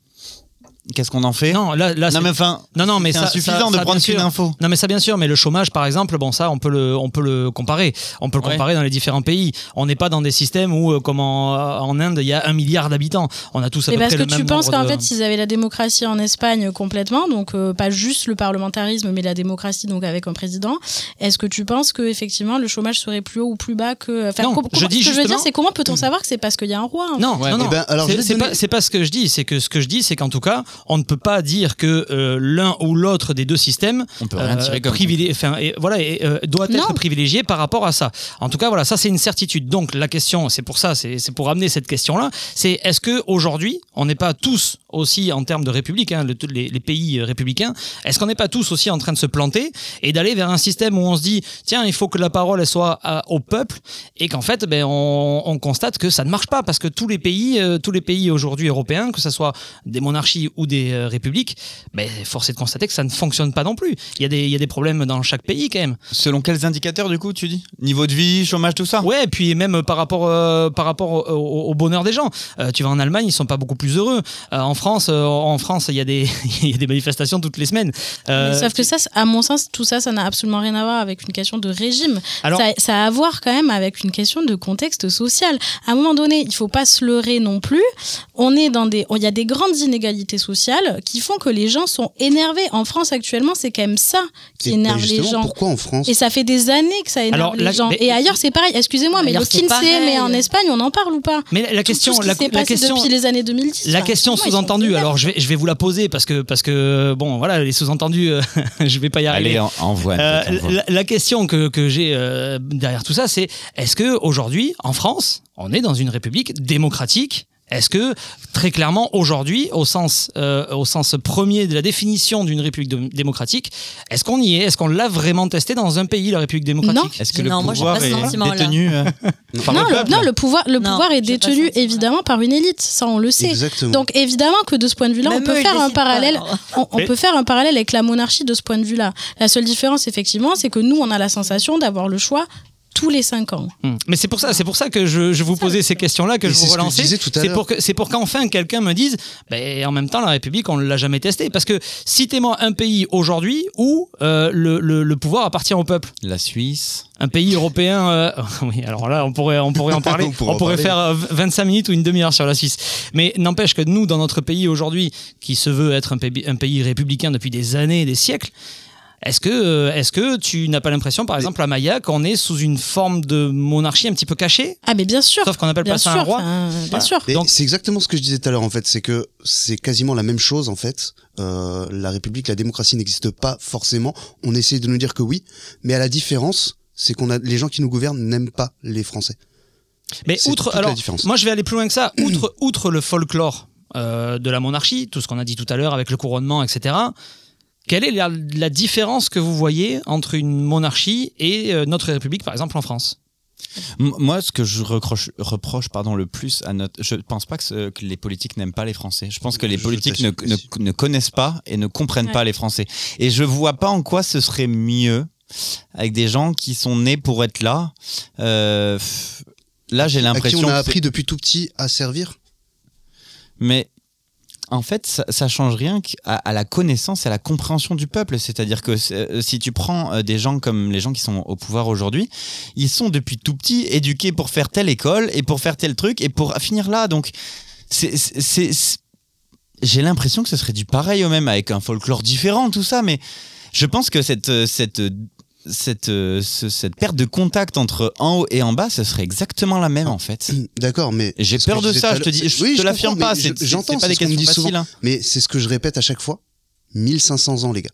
S8: Qu'est-ce qu'on en fait
S3: Non, là, là, c'est-
S8: non mais enfin,
S3: non, non, mais
S8: c'est
S3: ça-
S8: insuffisant
S3: ça-
S8: de
S3: ça,
S8: prendre
S3: bien
S8: qu'une
S3: sûr.
S8: info.
S3: Non mais ça bien sûr, mais le chômage par exemple, bon ça on peut le, on peut le comparer, on peut le
S8: Ouais.
S3: comparer dans les différents pays. On n'est pas dans des systèmes où, euh, comme en, en Inde, il y a un milliard d'habitants. On a tous à
S7: Mais
S3: peu
S7: parce
S3: près
S7: Eh ben, que
S3: le
S7: tu
S3: même
S7: penses
S3: nombre
S7: qu'en
S3: de-
S7: fait, s'ils avaient la démocratie en Espagne complètement, donc euh, pas juste le parlementarisme, mais la démocratie donc avec un président, est-ce que tu penses que effectivement le chômage serait plus haut ou plus bas que Enfin,
S3: Non,
S7: com-
S3: je
S7: comment-
S3: dis
S7: ce que je veux dire,
S3: justement- Mm.
S7: c'est comment peut-on savoir que c'est parce qu'il y a un roi hein
S3: Non,
S8: Ouais, eh
S3: non,
S8: mais
S3: non.
S4: ben, alors, je
S3: c'est
S4: vais te
S3: c'est
S4: donner-
S3: pas, c'est pas ce que je dis. C'est que ce que je dis, c'est qu'en tout cas, on ne peut pas dire que euh, l'un ou l'autre des deux systèmes
S8: On peut rien
S3: euh,
S8: tirer comme
S3: privilé- enfin, et, voilà, et, euh, doit être
S7: Non.
S3: privilégié par rapport à ça. En tout cas, voilà, ça c'est une certitude. Donc la question, c'est pour ça, c'est c'est pour amener cette question-là, c'est est-ce que aujourd'hui, on n'est pas tous aussi en termes de république, hein, le- tous les, les pays euh, républicains, est-ce qu'on n'est pas tous aussi en train de se planter et d'aller vers un système où on se dit tiens, il faut que la parole elle soit à- au peuple et qu'en fait, ben, on, on constate que ça ne marche pas parce que tous les pays, euh, tous les pays aujourd'hui européens, que ce soit des monarchies ou des euh, républiques, ben, force est de constater que ça ne fonctionne pas non plus. Il y, a des, il y a des problèmes dans chaque pays quand même.
S8: Selon quels indicateurs du coup tu dis Niveau de vie, chômage, tout
S7: Ah.
S8: ça
S3: Ouais, et puis même par rapport, euh, par rapport au, au- au bonheur des gens. Euh, tu vas en Allemagne, ils sont pas beaucoup plus heureux. Euh, en France, euh, en France, il y, a des- il y a des manifestations toutes les semaines. Euh,
S7: Mais Sauf que ça, c'est- à mon sens, tout ça, ça n'a absolument rien à voir avec une question de régime.
S3: alors,
S7: ça, ça a à voir quand même avec une question de contexte social. À un moment donné, il faut pas se leurrer non plus. On est dans des, il y a des grandes inégalités sociales qui font que les gens sont énervés. En France actuellement, c'est quand même ça qui
S4: Et
S3: ben
S7: énerve les
S4: Eh ben, justement,
S7: gens.
S4: pourquoi en France
S7: Et ça fait des années que ça énerve
S3: Alors,
S7: les
S3: là,
S7: gens.
S3: mais-
S7: Et ailleurs, c'est pareil. Excusez-moi, mais
S10: Ailleurs,
S7: le
S10: c'est
S7: Kinsey,
S10: pareil.
S7: mais en Espagne, on en parle ou pas
S3: mais la question,
S7: Tout ce qui
S3: la,
S7: s'est
S3: la
S7: passé
S3: question,
S7: depuis les années 2010.
S3: La
S7: enfin,
S3: question
S7: excusez-moi, ils sont
S3: sous-entendue,
S7: vénères.
S3: alors je vais, je vais vous la poser parce que, parce que bon, voilà, les sous-entendus, euh, je vais pas y arriver.
S8: Allez, en- envoie.
S3: Euh,
S8: envoie.
S3: la, la question que, que j'ai euh, derrière tout ça, c'est est-ce que aujourd'hui, en France, on est dans une république démocratique Est-ce que, très clairement, aujourd'hui, au, sens, euh, au sens premier de la définition d'une république dom- démocratique, est-ce qu'on y est Est-ce qu'on l'a vraiment testé dans un pays, la république démocratique
S7: Non.
S8: Est-ce que le pouvoir est détenu euh, par
S7: non,
S8: le
S7: le,
S8: peuple
S7: non, le pouvoir, le
S10: Non,
S7: pouvoir est
S10: j'ai pas
S7: détenu évidemment par une élite, ça on le sait.
S4: Exactement.
S7: Donc évidemment que de ce point de vue-là, on
S10: Même
S7: peut
S10: eux, ils
S7: faire un
S10: décident pas,
S7: parallèle.
S10: alors.
S7: On, on
S3: Mais-
S7: peut faire un parallèle avec la monarchie de ce point de vue-là. La seule différence, effectivement, c'est que nous, on a la sensation d'avoir le choix tous les cinq ans.
S3: Hmm. Mais c'est pour ça, c'est pour ça que je, je vous posais ces questions-là, que
S4: Et
S3: je vous
S4: Mm. c'est ce que je
S3: relançais.
S4: disais tout à
S3: C'est
S4: l'heure.
S3: pour que c'est pour qu'enfin quelqu'un me dise, ben, en même temps, la République, on ne l'a jamais testée. Parce que citez-moi un pays aujourd'hui où euh, le, le- le pouvoir appartient au peuple.
S8: La Suisse.
S3: Un pays européen. euh, oui, alors là, on pourrait, on pourrait en parler.
S4: On
S3: on
S4: pourrait
S3: pourrait,
S4: en parler.
S3: faire euh, 25 minutes ou une demi-heure sur la Suisse. Mais n'empêche que nous, dans notre pays aujourd'hui, qui se veut être un pays, un pays républicain depuis des années, et des siècles, est-ce que, euh, est-ce que tu n'as pas l'impression, par exemple, à Maya, qu'on est sous une forme de monarchie un petit peu cachée
S7: Ah, mais bien sûr,
S3: Sauf qu'on appelle
S7: bien
S3: pas ça
S7: sûr,
S3: un roi.
S7: enfin, bien
S3: Voilà.
S7: sûr.
S4: Mais
S3: Donc-
S4: c'est exactement ce que je disais tout à l'heure en fait, c'est que c'est quasiment la même chose en fait. Euh, la République, la démocratie n'existe pas forcément. On essaie de nous dire que oui, mais à la différence, c'est qu'on a les gens qui nous gouvernent n'aiment pas les Français.
S3: Mais
S4: C'est
S3: outre,
S4: toute la
S3: alors,
S4: différence.
S3: moi je vais aller plus loin que ça. Outre, outre le folklore euh, de la monarchie, tout ce qu'on a dit tout à l'heure avec le couronnement, etc. Quelle est la, la différence que vous voyez entre une monarchie et euh, notre république, par exemple en France
S8: M- Moi, ce que je recroche- reproche pardon, le plus à notre. Je pense pas que, ce- que les politiques n'aiment pas les Français. Je pense que les
S4: Je
S8: politiques ne,
S4: t'assure que
S8: ne-
S4: si.
S8: ne connaissent pas et ne comprennent
S7: Ouais.
S8: pas les Français. Et je vois pas en quoi ce serait mieux avec des gens qui sont nés pour être là. Euh, pff, là, j'ai
S4: À qui
S8: l'impression.
S4: on a
S8: que c'est-
S4: appris depuis tout petit à servir.
S8: Mais en fait, ça, ça change rien qu'à- à, la connaissance et à la compréhension du peuple. C'est-à-dire que c'est- euh, si tu prends euh, des gens comme les gens qui sont au pouvoir aujourd'hui, ils sont depuis tout petit éduqués pour faire telle école et pour faire tel truc et pour finir là. Donc, c'est. c'est- c'est- c'est- J'ai l'impression que ce serait du pareil au même, avec un folklore différent, tout ça, mais je pense que cette. euh, cette euh, cette, euh, ce- cette perte de contact entre en haut et en bas, ce serait exactement la même en fait.
S4: D'accord, mais
S8: Et J'ai
S4: ce que
S8: peur de
S4: disais
S8: ça,
S4: tout à
S8: je te dis,
S4: l'heure-
S8: je
S4: Oui,
S8: te l'affirme
S4: comprends,
S8: pas,
S4: mais
S8: c'est
S4: je-
S8: c'est-
S4: j'entends
S8: c'est pas
S4: c'est
S8: des
S4: ce qu'on me
S8: questions
S4: dit souvent.
S8: faciles. hein.
S4: Mais c'est ce que je répète à chaque fois. 1500 ans les gars.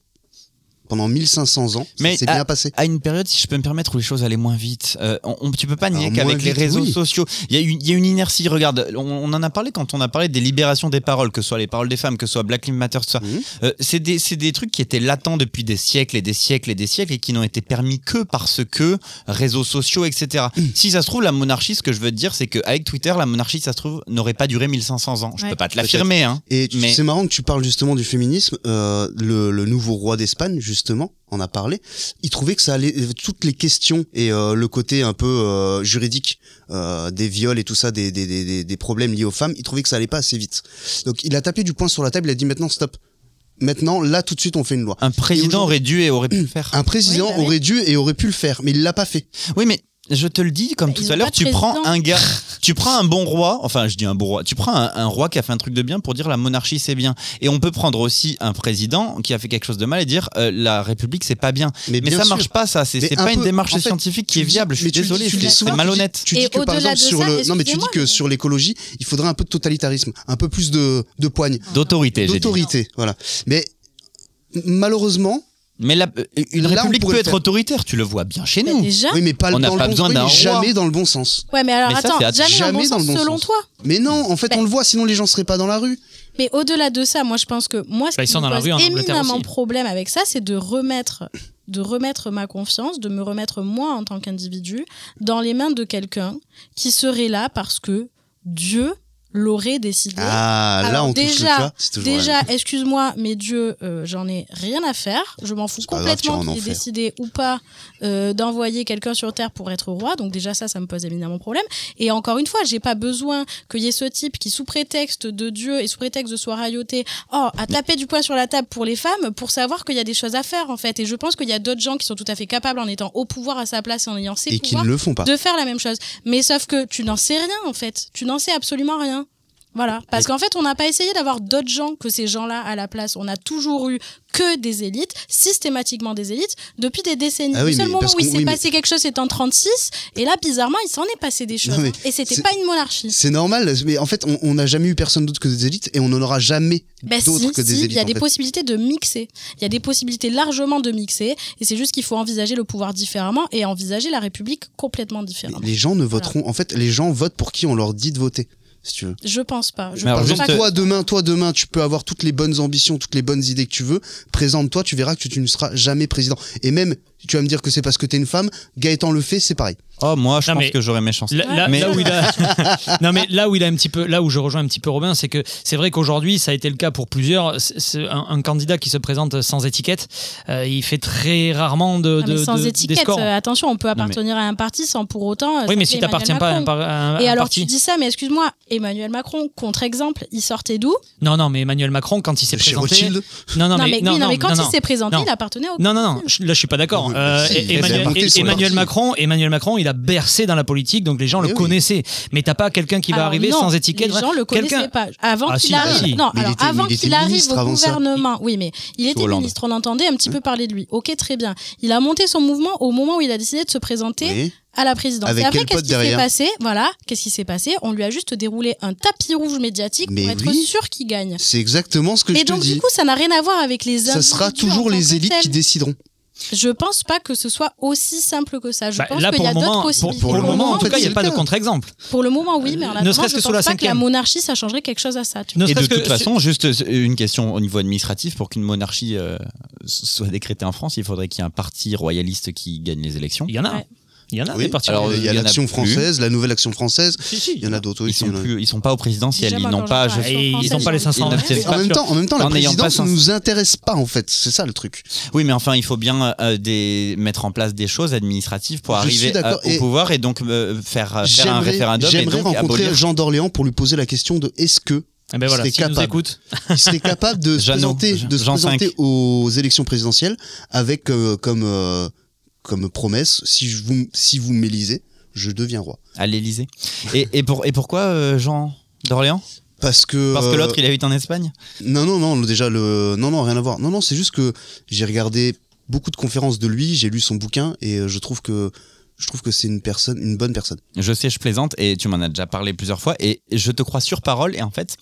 S4: Pendant 1500 ans,
S8: Mais
S4: ça s'est
S8: à-
S4: bien passé.
S8: À une période, si je peux me permettre, où les choses allaient moins vite. Euh, on, on- tu peux pas nier
S4: Alors, Ah, moins
S8: qu'avec les
S4: vite,
S8: réseaux
S4: oui.
S8: sociaux, il y, a une- il y a une inertie. Regarde, on, on en a parlé quand on a parlé des libérations des paroles, que ce soit les paroles des femmes, que ce soit Black Lives Matter, tout ça.
S4: Mhm.
S8: Euh, c'est des, c'est des trucs qui étaient latents depuis des siècles et des siècles et des siècles et qui n'ont été permis que parce que réseaux sociaux, etc.
S4: Mhm.
S8: Si ça se trouve, la monarchie, ce que je veux te dire, c'est qu'avec Twitter, la monarchie, ça se trouve, n'aurait pas duré 1500 ans. Je
S7: Ouais.
S8: peux pas te l'affirmer, hein.
S4: Et tu-
S8: Mais-
S4: c'est marrant que tu parles justement du féminisme. Euh, le, le nouveau roi d'Espagne, justement, en a parlé. Il trouvait que ça allait toutes les questions et euh, le côté un peu euh, juridique euh, des viols et tout ça, des, des, des- des, des problèmes liés aux femmes. Il trouvait que ça allait pas assez vite. Donc il a tapé du poing sur la table. Il a dit maintenant stop. Maintenant, là tout de suite, on fait une loi.
S8: Un président aurait dû et aurait pu le faire.
S4: Mhm. Un président
S7: Oui, bah oui.
S4: aurait dû et aurait pu le faire, mais il l'a pas fait.
S8: Oui, mais je te le dis, comme
S7: Mais
S8: tout
S7: Bah, ils
S8: à
S7: ont
S8: l'heure,
S7: pas de
S8: tu prends
S7: président.
S8: un gars, tu prends un bon roi, enfin je dis un bon roi, tu prends un, un roi qui a fait un truc de bien pour dire la monarchie c'est bien. Et on peut prendre aussi un président qui a fait quelque chose de mal et dire euh, la république c'est pas bien.
S4: Mais,
S8: Mais
S4: bien
S8: ça
S4: sûr.
S8: marche pas ça, c'est
S4: Mais
S8: c'est
S4: un
S8: pas une
S4: peu,
S8: démarche
S4: en fait,
S8: scientifique
S4: tu
S8: qui est
S4: dis-
S8: viable, je
S4: mais
S8: suis
S4: tu le dis-
S8: désolé,
S4: tu le dis
S8: c'est
S4: souvent,
S8: malhonnête.
S4: Tu dis
S7: Et
S4: que par
S7: au-delà
S4: exemple
S7: de
S4: sur
S7: ça,
S4: le non mais tu dis
S7: excusez-moi,
S4: que
S7: mais-
S4: sur l'écologie, il faudrait un peu de totalitarisme, un peu plus de de poigne.
S8: D'autorité, j'ai dit.
S4: d'autorité, voilà. Mais malheureusement,
S8: Mais la- euh, une
S4: Là, on
S8: république
S4: pourrait
S8: peut
S4: le
S8: être
S4: faire.
S8: autoritaire, tu le vois bien chez
S7: Mais
S8: nous.
S7: Bah, déjà.
S4: oui, mais pas
S8: On n'a
S4: dans
S8: pas
S4: le
S8: besoin
S4: bon
S8: d'un
S4: oui,
S8: roi.
S4: jamais dans le bon sens.
S7: Ouais, mais alors
S8: Mais ça,
S7: attends,
S8: c'est à-
S7: jamais,
S4: jamais
S7: dans le bon sens, selon toi.
S4: Mais non, en fait,
S7: Ben-
S4: on le voit, sinon les gens seraient pas dans la rue.
S7: Mais au-delà de ça, moi je pense que moi ce
S3: Bah, ils
S7: qui
S3: sont
S7: me
S3: dans la
S7: pose
S3: rue en Angleterre
S7: éminemment
S3: aussi.
S7: problème avec ça, c'est de remettre de remettre ma confiance, de me remettre moi en tant qu'individu dans les mains de quelqu'un qui serait là parce que Dieu l'aurait décidé.
S4: Ah, là,
S7: Alors,
S4: on touche le
S7: déjà-
S4: cas. C'est toujours la
S7: Déjà,
S4: même.
S7: excuse-moi, mais Dieu, euh, j'en ai rien à faire. Je m'en fous
S4: pas grave, tu
S7: complètement
S4: iras en
S7: qu'il ait
S4: enfer.
S7: décidé ou pas euh, d'envoyer quelqu'un sur Terre pour être roi. Donc déjà ça, ça me pose évidemment problème. Et encore une fois, j'ai pas besoin qu'il y ait ce type qui, sous prétexte de Dieu et sous prétexte de soi railloté, oh, a tapé du poing sur la table pour les femmes pour savoir qu'il y a des choses à faire en fait. Et je pense qu'il y a d'autres gens qui sont tout à fait capables en étant au pouvoir à sa place et en ayant ses
S4: Et qu'ils
S7: pouvoirs
S4: ne le font pas.
S7: de faire la même chose. Mais sauf que tu n'en sais rien en fait. Tu n'en sais absolument rien. Voilà. Parce qu'en fait, on n'a pas essayé d'avoir d'autres gens que ces gens-là à la place. On a toujours eu que des élites, systématiquement des élites, depuis des décennies.
S4: Ah oui,
S7: Le seul
S4: mais
S7: moment
S4: parce
S7: où il
S4: qu'on-
S7: s'est
S4: oui, mais-
S7: passé quelque chose, c'était en 36. Et là, bizarrement, il s'en est passé des choses.
S4: mais
S7: hein. et c'était
S4: c'est-
S7: pas une monarchie.
S4: C'est normal, mais en fait, on- on n'a jamais eu personne d'autre que des élites et on n'en aura jamais
S7: Ben si,
S4: d'autres que
S7: si,
S4: des élites.
S7: il y a
S4: en
S7: des
S4: fait.
S7: possibilités de mixer. Il y a des possibilités largement de mixer. Et c'est juste qu'il faut envisager le pouvoir différemment et envisager la République complètement différemment.
S4: Les gens ne voteront. En fait, les gens votent pour qui on leur dit de voter. si tu veux.
S7: Je pense pas. Je
S4: Par
S7: pense
S4: exemple,
S7: pas que-
S8: euh,
S4: toi demain, toi demain, tu peux avoir toutes les bonnes ambitions, toutes les bonnes idées que tu veux. Présente-toi, tu verras que tu ne seras jamais président. Et même, tu vas me dire que c'est parce que t'es une femme. Gaëtan le fait, c'est pareil.
S8: Oh, moi, je
S4: Non,
S8: pense
S4: mais-
S8: que j'aurais mes chances.
S3: Là, là-
S8: mais
S3: là où il a- non mais là où il a un petit peu, là où je rejoins un petit peu Robin, c'est que c'est vrai qu'aujourd'hui ça a été le cas pour plusieurs. C'est- c'est un, un candidat qui se présente sans étiquette, euh, il fait très rarement de,
S7: Ah, mais
S3: de-
S7: sans
S3: de- des
S7: étiquette,
S3: scores.
S7: euh, attention, on peut
S3: Non, mais-
S7: appartenir à un parti sans pour autant. euh,
S3: oui, mais
S7: s'appeler
S3: si t'appartiens pas à un,
S7: Emmanuel
S3: par- à un-
S7: Macron.
S3: à
S7: Et
S3: un
S7: alors
S3: parti.
S7: tu dis ça, mais excuse-moi, Emmanuel Macron, contre-exemple, il sortait d'où
S3: Non, non, mais Emmanuel Macron, quand il s'est présenté.
S4: Rothschild
S3: Non, non,
S7: Non,
S3: mais,
S7: mais- oui, non, mais quand
S3: non,
S7: il
S3: non.
S7: s'est présenté,
S3: Non.
S7: il appartenait au.
S3: Non, non, non, je- là je suis pas d'accord. Euh,
S8: si,
S3: et-
S8: il a
S3: Emmanuel,
S8: apporté
S3: et-
S8: son
S3: Emmanuel
S8: parti.
S3: Macron, Emmanuel Macron, il a bercé dans la politique, donc les gens le
S8: oui.
S3: connaissaient. Mais t'as pas quelqu'un qui va
S7: Alors,
S3: arriver
S7: non,
S3: sans étiquette.
S7: Les gens le connaissaient
S3: Quelqu'un-
S7: pas. Avant
S3: Ah,
S7: qu'il
S3: si,
S7: arrive,
S3: si.
S7: non,
S3: Mais il
S7: alors
S3: était-
S7: avant
S3: il était
S7: qu'il arrive
S3: ministre
S7: au
S3: avant ça.
S7: gouvernement, oui, mais il était
S3: Hollande. Mmh.
S7: ministre. On entendait un petit peu parler de lui. Ok, très bien. Il a monté son mouvement au moment où il a décidé de se présenter.
S4: Oui.
S7: À la présidence.
S4: Avec
S7: Et après,
S4: quel
S7: qu'est-ce
S4: pote
S7: qui s'est
S4: derrière
S7: passé Voilà, qu'est-ce qui s'est passé On lui a juste déroulé un tapis rouge médiatique
S4: Mais
S7: pour être
S4: oui.
S7: sûr qu'il gagne.
S4: C'est exactement ce que
S7: Et
S4: je te
S7: donc,
S4: dis.
S7: du coup, ça n'a rien à voir avec les
S4: ça sera
S7: individus en
S4: toujours
S7: tant
S4: les
S7: que
S4: élites qui
S7: tels.
S4: décideront.
S7: Je pense pas que ce soit aussi simple que ça. Je
S3: Bah,
S7: pense
S3: là,
S7: qu'il
S3: pour
S7: y
S3: le
S7: a d'autres
S3: moment, pour,
S7: possibilités.
S3: pour le moment, en tout cas, il n'y
S7: c'est
S3: a
S7: le
S3: pas de
S7: cas.
S3: contre-exemple.
S7: Pour le moment, oui, mais en
S3: Ne
S7: attendant,
S3: serait-ce
S7: je
S3: que
S7: pense
S3: sous la
S7: pas que la
S3: cinquième.
S7: monarchie, ça changerait quelque chose à ça. tu vois.
S8: Et de toute façon, juste euh, une question au niveau administratif, pour qu'une monarchie euh, soit décrétée en France, il faudrait qu'il y ait un parti royaliste qui gagne les élections.
S3: Il y en a. Il
S8: Ah
S3: y en a
S4: Oui. Alors,
S8: euh,
S4: il y a l'Action française, la nouvelle Action française. il y en a d'autres aussi.
S8: Ils sont, plus- ils sont pas au présidentiel, ils n'ont pas, je-
S4: n'ont
S8: n'obtiennent
S4: En
S8: pas-
S4: même temps, en même temps,
S8: en
S4: la
S8: n'ayant pas
S4: présidence ne
S8: 500
S4: nous intéresse pas en fait. C'est ça le truc.
S8: Oui, mais enfin, il faut bien euh, des... mettre en place des choses administratives pour
S4: Je suis
S8: arriver
S4: d'accord.
S8: euh, au
S4: Et
S8: pouvoir et donc euh, faire, euh, faire un
S4: J'aimerais-
S8: référendum et
S4: J'aimerais
S8: donc
S4: rencontrer
S8: abolir.
S4: Jean d'Orléans pour lui poser la question de est-ce que
S3: Eh ben voilà,
S4: il
S3: s'il
S4: serait
S3: nous
S4: capable,
S3: écoute.
S4: il serait capable de se
S8: Jeannot,
S4: présenter, de se
S8: Jean V.
S4: présenter aux élections présidentielles avec euh, comme euh, comme promesse si je vous si vous m'élisez, je deviens roi.
S8: À l'Élysée. Et, et, pour, et pourquoi euh, Jean d'Orléans
S4: Parce que
S8: Parce que
S4: euh,
S8: l'autre, il habite en Espagne
S4: Non, non, non, le- déjà, le... non, non, rien à voir. Non, non, c'est juste que j'ai regardé beaucoup de conférences de lui, j'ai lu son bouquin et euh, je trouve que, je trouve que c'est une personne, une bonne personne.
S8: Je sais, je plaisante et tu m'en as déjà parlé plusieurs fois et je te crois sur parole et en fait,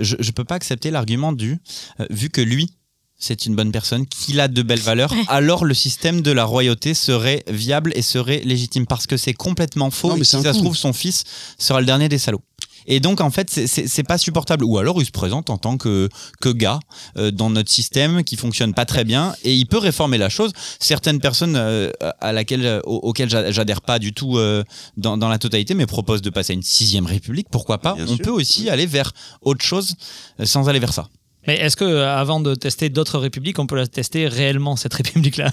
S8: je ne peux pas accepter l'argument du euh, vu que lui, c'est une bonne personne, qu'il a de belles valeurs, alors le système de la royauté serait viable et serait légitime parce que c'est complètement faux
S4: Non, mais
S8: et
S4: c'est
S8: si
S4: un
S8: ça se
S4: coup.
S8: trouve, son fils sera le dernier des salauds. Et donc, en fait, c'est- c'est c'est pas supportable. Ou alors, il se présente en tant que, que gars euh, dans notre système qui fonctionne pas très bien et il peut réformer la chose. Certaines personnes euh, à laquelle, euh, aux- auxquelles j'a- j'adhère pas du tout euh, dans, dans la totalité, mais proposent de passer à une sixième république, pourquoi pas On peut aussi aller vers autre chose euh, sans aller vers ça.
S3: Mais est-ce que euh, avant de tester d'autres républiques, on peut la tester réellement cette république-là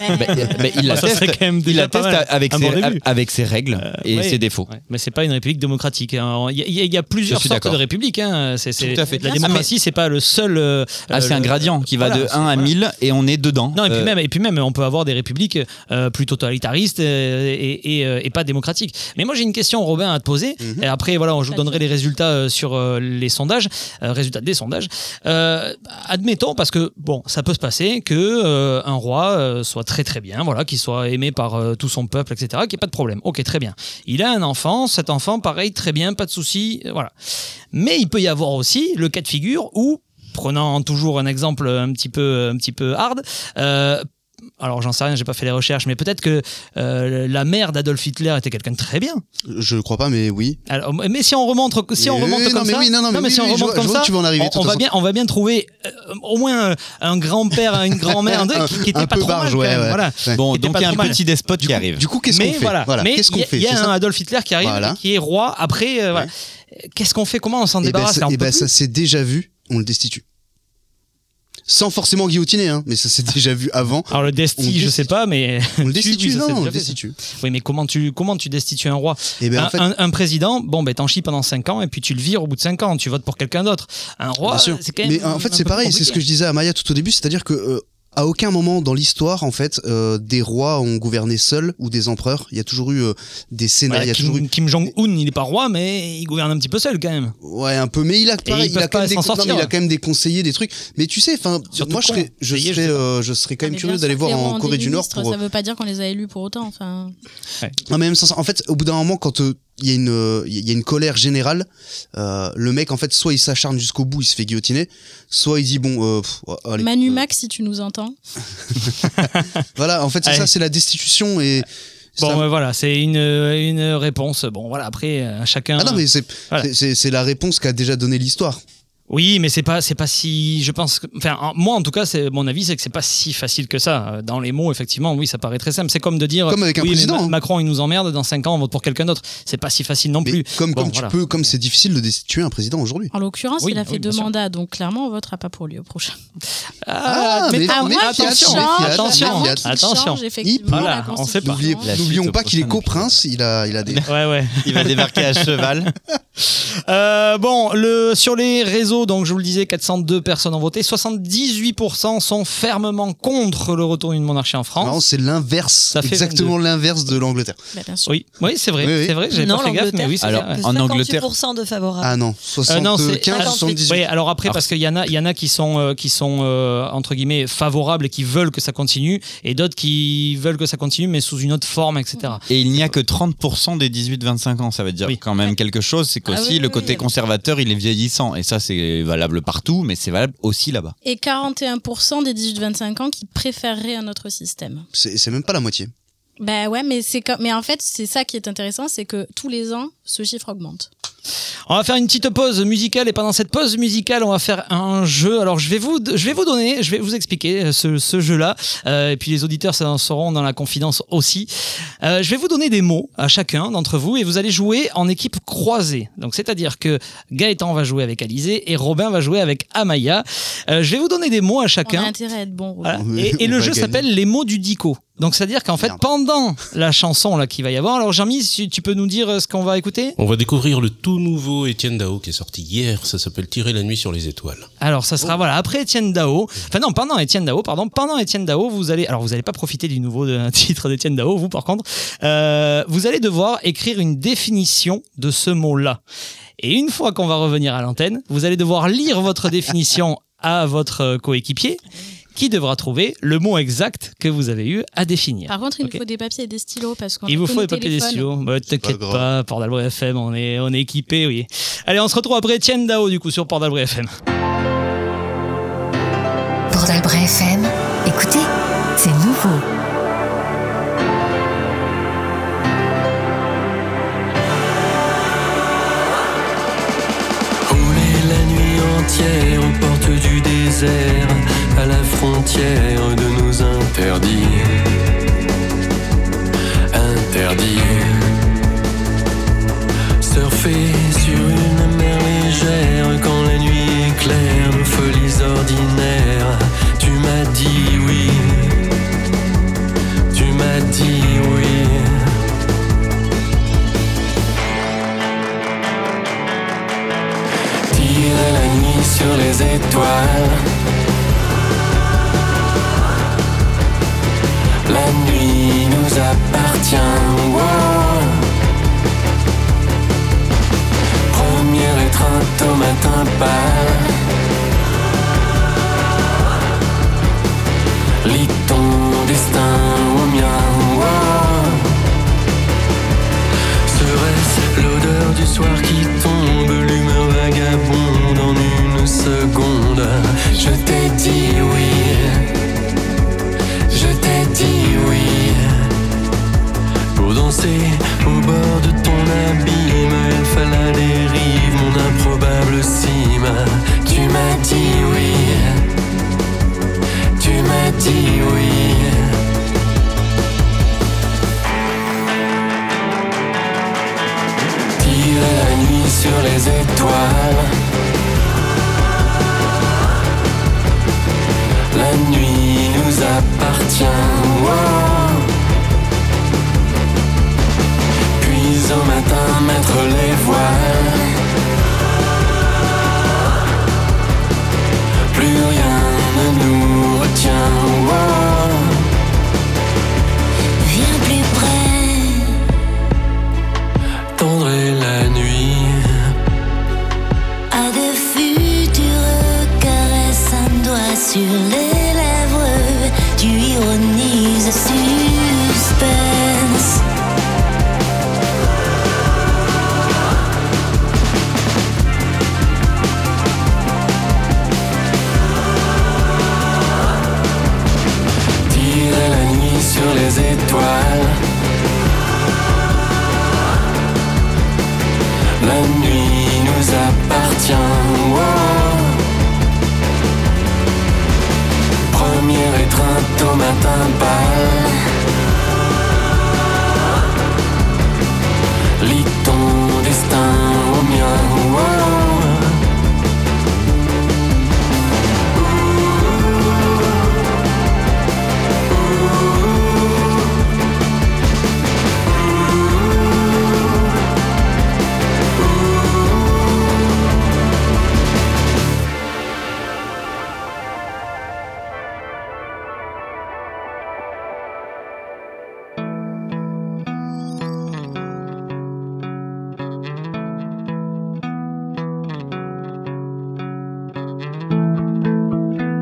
S8: Mais il la
S3: Ça serait
S8: teste,
S3: quand même
S8: il
S3: déjà
S8: la
S3: pas
S8: teste
S3: mal.
S8: avec,
S3: Un
S8: ses,
S3: bon début. Euh,
S8: avec ses règles et
S3: ouais.
S8: ses défauts.
S3: Mais c'est pas une république démocratique. hein. Il y a- il y, a- il y a plusieurs
S8: suis
S3: sortes
S8: d'accord.
S3: de républiques. hein. C'est- c'est-
S8: Tout à fait.
S3: La
S8: Ah,
S3: démocratie, c'est pas le seul. euh,
S8: Ah, c'est
S3: euh,
S8: un
S3: le-
S8: gradient qui va
S3: Voilà,
S8: de
S3: c'est-
S8: 1 à
S3: voilà.
S8: 1000 et on est dedans.
S3: Non, et puis,
S8: Euh,
S3: même, et puis même, on peut avoir des républiques euh, plus totalitaristes euh, et, et, euh, et pas démocratiques. Mais moi, j'ai une question, Robin, à te poser. Et après, voilà, je vous donnerai les résultats euh, sur euh, les sondages, euh, résultats des sondages. Euh, admettons, parce que bon, ça peut se passer que euh, un roi euh, soit très très bien, voilà, qu'il soit aimé par euh, tout son peuple, etc., qu'il n'y ait pas de problème. Ok, très bien. Il a un enfant, cet enfant, pareil, très bien, pas de souci, euh, voilà. Mais il peut y avoir aussi le cas de figure où prenant toujours un exemple un petit peu, un petit peu hard. euh, alors j'en sais rien, j'ai pas fait les recherches, mais peut-être que euh, la mère d'Adolf Hitler était quelqu'un de très bien.
S4: Je crois pas, mais oui.
S3: Alors, mais si on remonte, si on
S4: Oui,
S3: remonte
S4: oui,
S3: comme
S4: non, mais
S3: ça,
S4: oui, non, non, mais oui,
S3: si on
S4: oui, je
S3: remonte
S4: vois- je
S3: comme
S4: vois
S3: ça,
S4: où tu vas en arriver, de
S3: on,
S4: toute
S3: on va
S4: façon.
S3: bien, on va bien trouver euh, au moins un, un grand-père, une grand-mère, un deux, qui, qui était
S4: Un
S3: pas
S4: peu
S3: trop mal,
S4: barge,
S3: quand
S4: ouais,
S3: même,
S4: ouais.
S3: voilà.
S4: Ouais. Bon,
S3: Qui était
S8: donc
S3: pas
S8: il y a
S3: trop
S8: un
S3: mal.
S8: petit despote qui arrive.
S4: Du coup, qu'est-ce
S3: mais
S4: qu'on fait
S3: voilà,
S4: Voilà,
S3: mais
S4: qu'est-ce
S3: il y
S4: qu'on
S3: a-
S4: fait
S3: Il y
S4: C'est
S3: a
S4: ça
S3: un Adolf Hitler qui arrive,
S4: Voilà.
S3: qui est roi. Après, euh, voilà. qu'est-ce qu'on fait Comment on s'en
S4: Et ben,
S3: débarrasse
S4: ça,
S3: là, on
S4: eh ben,
S3: peut
S4: ça s'est déjà vu, on le destitue. Sans forcément guillotiner, hein, mais ça s'est déjà vu avant.
S3: Alors le desti, je sais pas, mais
S4: On le
S3: tu-
S4: destitue,
S3: oui, ça,
S4: non,
S3: c'est
S4: on
S3: déjà
S4: le
S3: fait, ça.
S4: destitue.
S3: Oui, mais comment tu comment tu destitues un roi
S4: Eh ben, en
S3: un,
S4: fait-
S3: un- un président, bon, ben t'en chies pendant 5 ans et puis tu le vires au bout de 5 ans, tu votes pour quelqu'un d'autre. Un roi,
S4: Bien sûr.
S3: c'est quand même.
S4: Mais en
S3: un
S4: fait,
S3: peu
S4: c'est
S3: plus
S4: pareil, c'est
S3: compliqué.
S4: ce que je disais à Maya tout au début, c'est-à-dire que euh, à aucun moment dans l'histoire, en fait, euh, des rois ont gouverné seuls ou des empereurs. Il y a toujours eu euh, des sénats,
S3: Ouais,
S4: il y a toujours eu
S3: Kim, Kim Jong-un, il est pas roi, mais il gouverne un petit peu seul quand même.
S4: Ouais, un peu, mais il a, pareil,
S3: ils
S4: il,
S3: peuvent
S4: a quand même
S3: pas
S4: des,
S3: s'en
S4: non, mais
S3: sortir.
S4: il a quand même des conseillers, des trucs. Mais tu sais, enfin,
S3: Surtout
S4: moi je
S3: con.
S4: serais, je
S3: Payé, je
S4: serais,
S3: sais pas.
S4: euh, je serais quand même
S7: Ah, Mais
S4: curieux
S7: bien sûr
S4: d'aller
S7: que
S4: voir
S7: les rois
S4: en
S7: ont
S4: Corée
S7: des
S4: du Nord
S7: ministres,
S4: pour. euh,
S7: Ça veut pas dire qu'on les a élus pour autant. Enfin,
S4: Non, mais même sens. En fait, au bout d'un moment, quand euh, il y a une, euh, il y a une colère générale, euh, le mec, en fait, soit il s'acharne jusqu'au bout, il se fait guillotiner, soit il dit bon, euh, pff, ouais, allez.
S7: Manu Max, si tu nous entends.
S4: Voilà, en fait, c'est
S3: Allez.
S4: ça, c'est la destitution et.
S3: Bon, ben voilà, c'est une, une réponse. Bon, voilà, après, euh, chacun.
S4: Ah non, mais c'est
S3: Voilà.
S4: c'est- c'est- c'est la réponse qu'a déjà donnée l'histoire.
S3: Oui, mais c'est pas, c'est pas si, je pense, que- enfin, en- moi en tout cas, c'est mon avis, c'est que c'est pas si facile que ça. Euh, Dans les mots, effectivement, oui, ça paraît très simple. C'est comme de dire,
S4: Comme avec un
S3: oui, mais
S4: président,
S3: Ma-
S4: hein.
S3: Macron, il nous emmerde. Dans 5 ans, on vote pour quelqu'un d'autre. C'est pas si facile non
S4: Mais
S3: plus.
S4: comme,
S3: Bon,
S4: comme
S3: voilà.
S4: tu peux, comme c'est difficile de destituer un président aujourd'hui.
S7: En l'occurrence,
S3: Oui,
S7: il a
S3: oui,
S7: fait deux
S3: bien sûr.
S7: mandats, donc clairement, on votera pas pour lui au prochain.
S4: Ah, mais-
S7: avant
S4: mais
S7: qu'il
S4: attention,
S7: change,
S4: mais
S3: attention,
S7: avant qu'il
S3: attention.
S7: change, effectivement,
S3: Voilà,
S7: la
S3: on sait pas.
S7: Constitution.
S4: N'oubliez- N'oublions
S8: suite
S4: pas
S8: au
S4: qu'il est
S8: prochain
S4: coprince, il a, il a des.
S3: Ouais, ouais.
S8: Il va débarquer à cheval.
S3: Euh, bon, le, sur les réseaux, donc je vous le disais, 402 personnes ont voté. 78% sont fermement contre le retour d'une monarchie en France.
S4: Non, c'est l'inverse,
S3: Ça fait
S4: exactement l'inverse de l'Angleterre.
S7: Bah, bien sûr.
S3: Oui, oui, c'est vrai,
S4: Oui, oui.
S3: c'est vrai. J'ai
S10: Non,
S3: pas fait gaffe, mais oui, c'est
S8: Alors,
S3: vrai, ouais.
S10: Que
S8: En Angleterre-
S10: 58% de favorables.
S4: Ah non,
S3: Euh, non, c'est-
S4: 75, 78.
S3: Oui, alors
S4: Ah.
S3: après,
S8: Alors,
S3: parce qu'il y en a, il y en a qui sont, euh, qui sont euh, entre guillemets favorables et qui veulent que ça continue, et d'autres qui veulent que ça continue, mais sous une autre forme, etc.
S8: Et il n'y a que 30% des 18-25 ans. Ça veut dire
S3: Oui.
S8: quand même quelque chose. C'est qu'aussi,
S10: Ah oui, oui,
S8: le
S10: oui,
S8: côté
S10: oui.
S8: conservateur, il est vieillissant. Et ça, c'est valable partout, mais c'est valable aussi là-bas.
S7: Et 41% des 18-25 ans qui préféreraient un autre système.
S4: C'est c'est même pas la
S3: Euh,
S4: moitié.
S7: Bah ouais, mais, c'est comme... mais en fait, c'est ça qui est intéressant, c'est que tous les ans, ce chiffre augmente.
S3: Ah, On va faire une petite pause musicale, et pendant cette pause musicale, on va faire un jeu. Alors, je vais vous, je vais vous donner, je vais vous expliquer ce, ce jeu-là, Euh, et puis les auditeurs ça, en seront dans la confidence aussi. Euh, je vais vous donner des mots à chacun d'entre vous, et vous allez jouer en équipe croisée. Donc, c'est-à-dire que Gaëtan va jouer avec Alizé et Robin va jouer avec Amaya. Euh, je vais vous donner des mots à
S7: On a
S3: chacun.
S7: intérêt à être bon. Roland.
S3: Voilà.
S4: On
S3: Et, et
S4: va
S3: le jeu
S4: gagner.
S3: s'appelle Les mots du dico. Donc c'est-à-dire qu'en fait,
S4: Merde.
S3: pendant la chanson là qu'il va y avoir, alors Jean-Mi, si tu peux nous dire euh, ce qu'on va écouter
S5: On va découvrir le tout nouveau Étienne Dao qui est sorti hier. Ça s'appelle Tirer la nuit sur les étoiles.
S3: Alors
S4: Oh.
S3: ça sera voilà après Étienne Dao. Enfin non, pendant Étienne Dao, pardon, pendant Étienne Dao, vous allez alors vous allez pas profiter du nouveau euh, titre d'Étienne Dao, vous par contre, Euh, vous allez devoir écrire une définition de ce mot-là. Et une fois qu'on va revenir à l'antenne, vous allez devoir lire votre définition à votre euh, coéquipier qui devra trouver le mot exact que vous avez eu à définir.
S7: Par contre, il
S3: Ok.
S7: nous faut des papiers et des stylos parce qu'on
S3: Il
S7: a
S3: vous
S7: que
S3: faut
S7: nos
S3: des papiers des
S7: téléphones.
S3: stylos. Bah, T'inquiète
S4: pas
S3: pas,
S4: grave.
S3: Port d'Albret FM, on est, on est équipé, oui. Allez, on se retrouve après Étienne Dao, du coup, sur Port d'Albret FM.
S11: Port d'Albret FM, écoutez, c'est nouveau.
S12: Rouler la nuit entière aux portes du désert, à la frontière de nos interdits. Interdits. Surfer sur une mer légère quand la nuit éclaire nos folies ordinaires. Tu m'as dit oui. Tu m'as dit oui. Tirer la nuit sur les étoiles. La nuit nous appartient. wow. Première étreinte au matin pâle. Lis ton destin au mien. wow. Serait-ce l'odeur du soir qui tombe, l'humeur vagabonde en une seconde Je t'ai dit oui, je t'ai dit oui Pour danser au bord de ton abîme, elfe à la dérive, mon improbable cime Tu m'as dit oui, tu m'as dit oui Tirer la nuit sur les étoiles. La nuit nous appartient. wow. Puis au matin mettre les voiles. Plus rien ne nous retient. wow.
S11: Viens plus près.
S12: Tendre est la nuit.
S11: À de futures caresses, un doigt sur les lèvres, tu ironises sur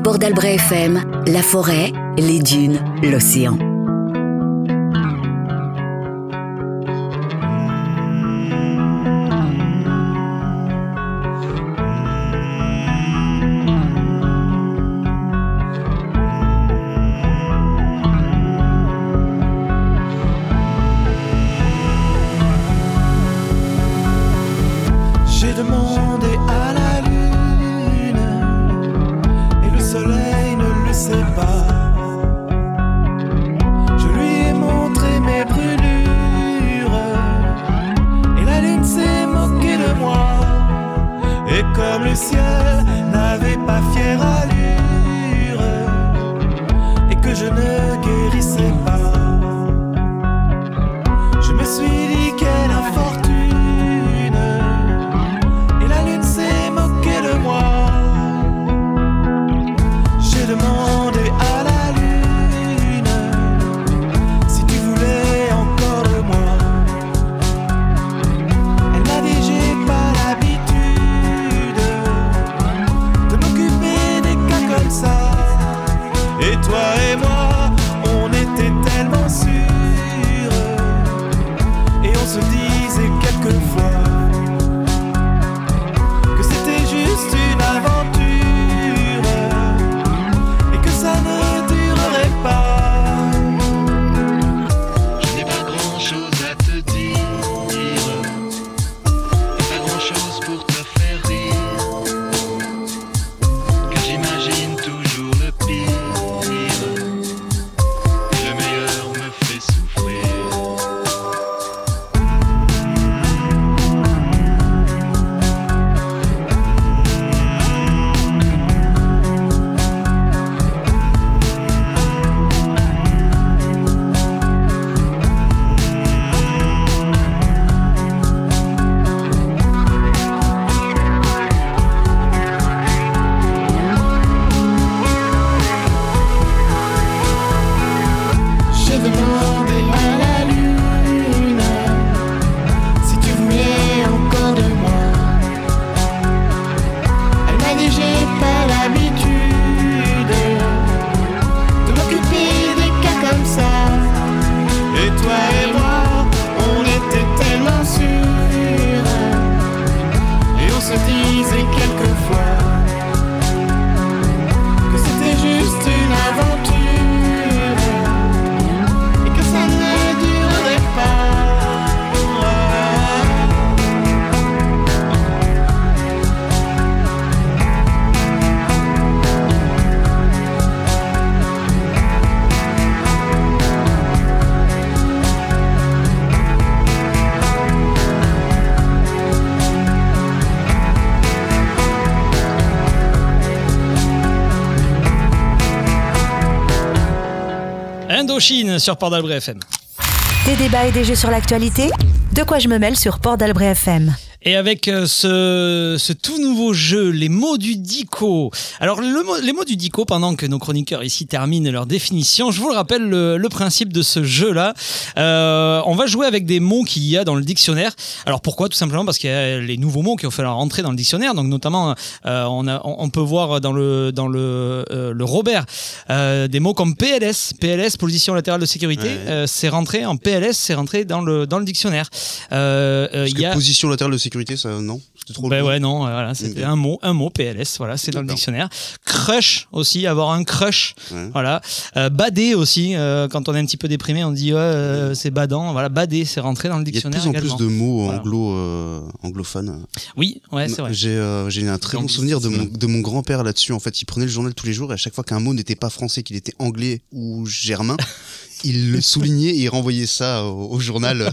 S11: Port d'Albret FM, la forêt, les dunes, l'océan.
S13: J'ai demandé à la lune et le soleil ne le sait pas. Je lui ai montré mes brûlures et la lune s'est moquée de moi. Et comme le ciel n'avait pas fière allure et que je ne guérissais pas, je me suis dit quelle infortune. Et la lune s'est moquée de moi. J'ai demandé à la lune si tu voulais encore de moi. Elle m'a dit j'ai pas l'habitude de m'occuper des cas comme ça. Et toi et moi, on était tellement sûrs et on se disait quelquefois que c'était juste une aventure et que ça ne durerait pas. Je n'ai pas grand chose à te dire, et pas grand chose pour te faire rire, car j'imagine toujours le pire, et le meilleur me fait souffrir. J'ai demandé à la lune si tu voulais encore de moi. Elle m'a dit j'ai pas l'habitude de m'occuper des cas comme ça. Et toi et moi, on était tellement sûrs et on se disait quelquefois que c'était juste une aventure et que ça ne durerait pas.
S3: Indochine sur Port d'Albret FM.
S2: Des débats et des jeux sur l'actualité De quoi je me mêle sur Port d'Albret FM.
S3: Et avec euh, ce, ce tout nouveau jeu, les mots du dico. Alors, le mot- les mots du dico, pendant que nos chroniqueurs ici terminent leur définition, je vous le rappelle le, le principe de ce jeu-là. Euh, on va jouer avec des mots qu'il y a dans le dictionnaire. Alors, pourquoi Tout simplement parce qu'il y a les nouveaux mots qui ont fait leur entrée dans le dictionnaire. Donc, notamment, euh, on, a- on- on peut voir dans le, dans le, euh, le Robert euh, des mots comme PLS. PLS, position latérale de sécurité, euh, c'est rentré en PLS, c'est rentré dans le, dans le dictionnaire. Euh, euh, il y a...
S4: Position latérale de sécurité, ça, non C'était trop
S3: Ben
S4: long.
S3: ouais, non, euh, voilà, c'était
S4: Ok.
S3: un mot, un mot, PLS, voilà, c'est dans le
S4: D'accord.
S3: dictionnaire. Crush aussi, avoir un crush, voilà. Euh, bader aussi, euh, quand on est un petit peu déprimé, on dit ouais, euh, c'est badant, voilà, bader, c'est rentré dans le
S4: Il y a de
S3: dictionnaire.
S4: plus en plus
S3: également.
S4: de mots
S3: Voilà.
S4: anglo, euh, anglophones.
S3: Oui, ouais, c'est vrai.
S4: J'ai euh, j'ai un très bon souvenir de mon, de mon grand-père là-dessus. En fait, il prenait le journal tous les jours et à chaque fois qu'un mot n'était pas français, qu'il était anglais ou germain, il le soulignait et il renvoyait ça au, au journal.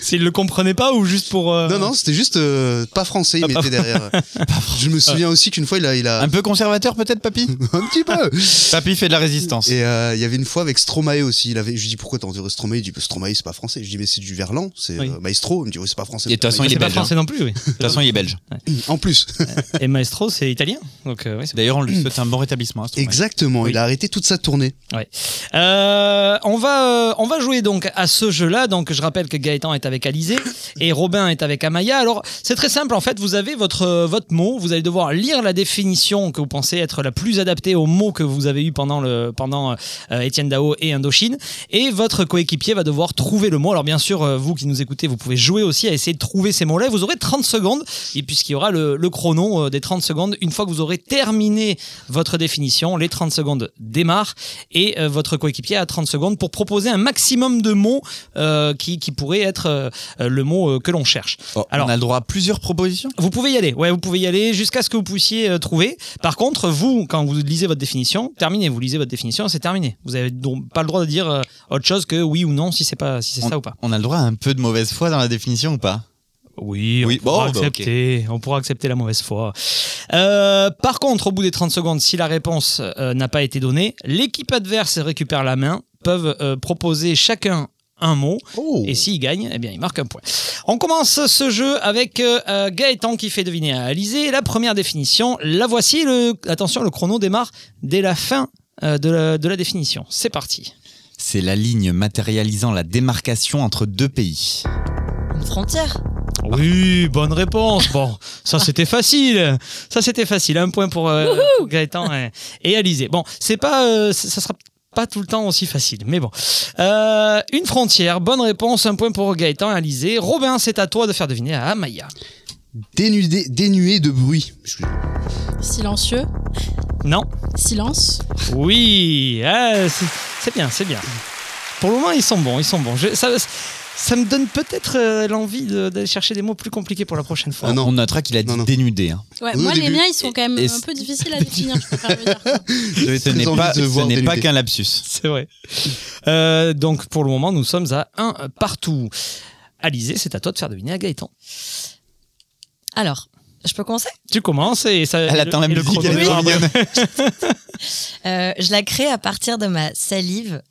S3: S'il le comprenait pas ou juste pour.
S4: Non, non, c'était juste euh, pas français, il mettait derrière. Je me souviens aussi qu'une fois, il a, il a.
S8: Un peu conservateur peut-être, papy
S4: Un petit peu
S8: Papy fait de la résistance.
S4: Et euh, il y avait une fois avec Stromae aussi. Il avait, je lui dis pourquoi t'as entendu Stromae Il dit bah, Stromae c'est pas français. Je lui dis mais c'est du Verlan, c'est
S3: Oui.
S4: euh, Maestro. Il me dit oui c'est pas français.
S8: Et de toute façon, il est belge. hein. De toute façon, il est belge.
S4: En plus.
S3: Et Maestro, c'est italien. Donc, euh,
S8: D'ailleurs, on lui souhaite un bon rétablissement.
S4: Exactement. Il a arrêté toute sa tournée.
S3: Ouais. Euh, Euh, on, va, euh, on va jouer donc à ce jeu-là. Donc, je rappelle que Gaëtan est avec Alizé et Robin est avec Amaya. Alors, c'est très simple. En fait, vous avez votre, euh, votre mot. Vous allez devoir lire la définition que vous pensez être la plus adaptée au mot que vous avez eu pendant, le, pendant euh, Étienne Dao et Indochine. Et votre coéquipier va devoir trouver le mot. Alors, bien sûr, euh, vous qui nous écoutez, vous pouvez jouer aussi à essayer de trouver ces mots-là. Vous aurez 30 secondes. Et puisqu'il y aura le, le chrono euh, des 30 secondes, une fois que vous aurez terminé votre définition, les 30 secondes démarrent. Et euh, votre coéquipier a 30 secondes pour proposer un maximum de mots euh, qui, qui pourraient être euh, euh, le mot euh, que l'on cherche. Alors, on a le droit à plusieurs propositions Vous pouvez y aller. Ouais, vous pouvez y aller jusqu'à ce que vous puissiez euh, trouver. Par contre, vous, quand vous lisez votre définition, terminez. Vous lisez votre définition, c'est terminé. Vous n'avez donc pas le droit de dire euh, autre chose que oui ou non si c'est pas si c'est ça ou pas.
S8: On a le droit à un peu de mauvaise foi dans la définition ou pas
S3: Oui,
S8: oui
S3: on, pourra
S8: bon, bah, ok.
S3: accepter, on pourra accepter la mauvaise foi. Euh, par contre, au bout des 30 secondes, si la réponse euh, n'a pas été donnée, l'équipe adverse récupère la main, peuvent euh, proposer chacun un mot,
S8: Oh.
S3: et s'ils gagnent, eh bien, ils marquent un point. On commence ce jeu avec euh, euh, Gaëtan qui fait deviner à Alizé la première définition. La voici, le, attention, le chrono démarre dès la fin euh, de, la, de la définition. C'est parti.
S8: C'est la ligne matérialisant la démarcation entre deux pays.
S10: Une frontière
S3: Oui, bonne réponse. Bon, ça c'était facile. Ça c'était facile. Un point pour euh, pour Gaëtan et, et Alizé. Bon, c'est pas, euh, c- ça sera pas tout le temps aussi facile, mais bon. Euh, une frontière, bonne réponse. Un point pour Gaëtan et Alizé. Robin, c'est à toi de faire deviner à Maya.
S4: Dénudé, dénué de bruit.
S7: Silencieux.
S3: Non.
S7: Silence.
S3: Oui, ah, c'est c'est bien, c'est bien. Pour le moment, ils sont bons, ils sont bons. Je- ça, ça me donne peut-être euh, l'envie de- d'aller chercher des mots plus compliqués pour la prochaine fois.
S8: On notera qu'il a dit dénudé. hein.
S7: Ouais,
S8: Oui, au
S7: moi, les
S8: début.
S7: miens, ils sont quand même
S8: Et-
S7: un peu difficiles à définir. je préfère le dire.
S8: Ce
S3: très
S8: n'est
S3: envie
S8: pas,
S3: de
S8: ce
S3: voir
S8: n'est
S3: dénudé.
S8: pas qu'un lapsus.
S3: C'est vrai. Euh, donc pour le moment, nous sommes à 1 partout. Alizé, c'est à toi de faire deviner à Gaëtan.
S10: Alors, je peux commencer
S3: Tu commences et ça.
S8: Elle
S3: et
S8: attend la
S3: et
S8: musique,
S3: chrono
S8: elle est
S3: démarre.
S10: Euh, Je la crée à partir de ma salive.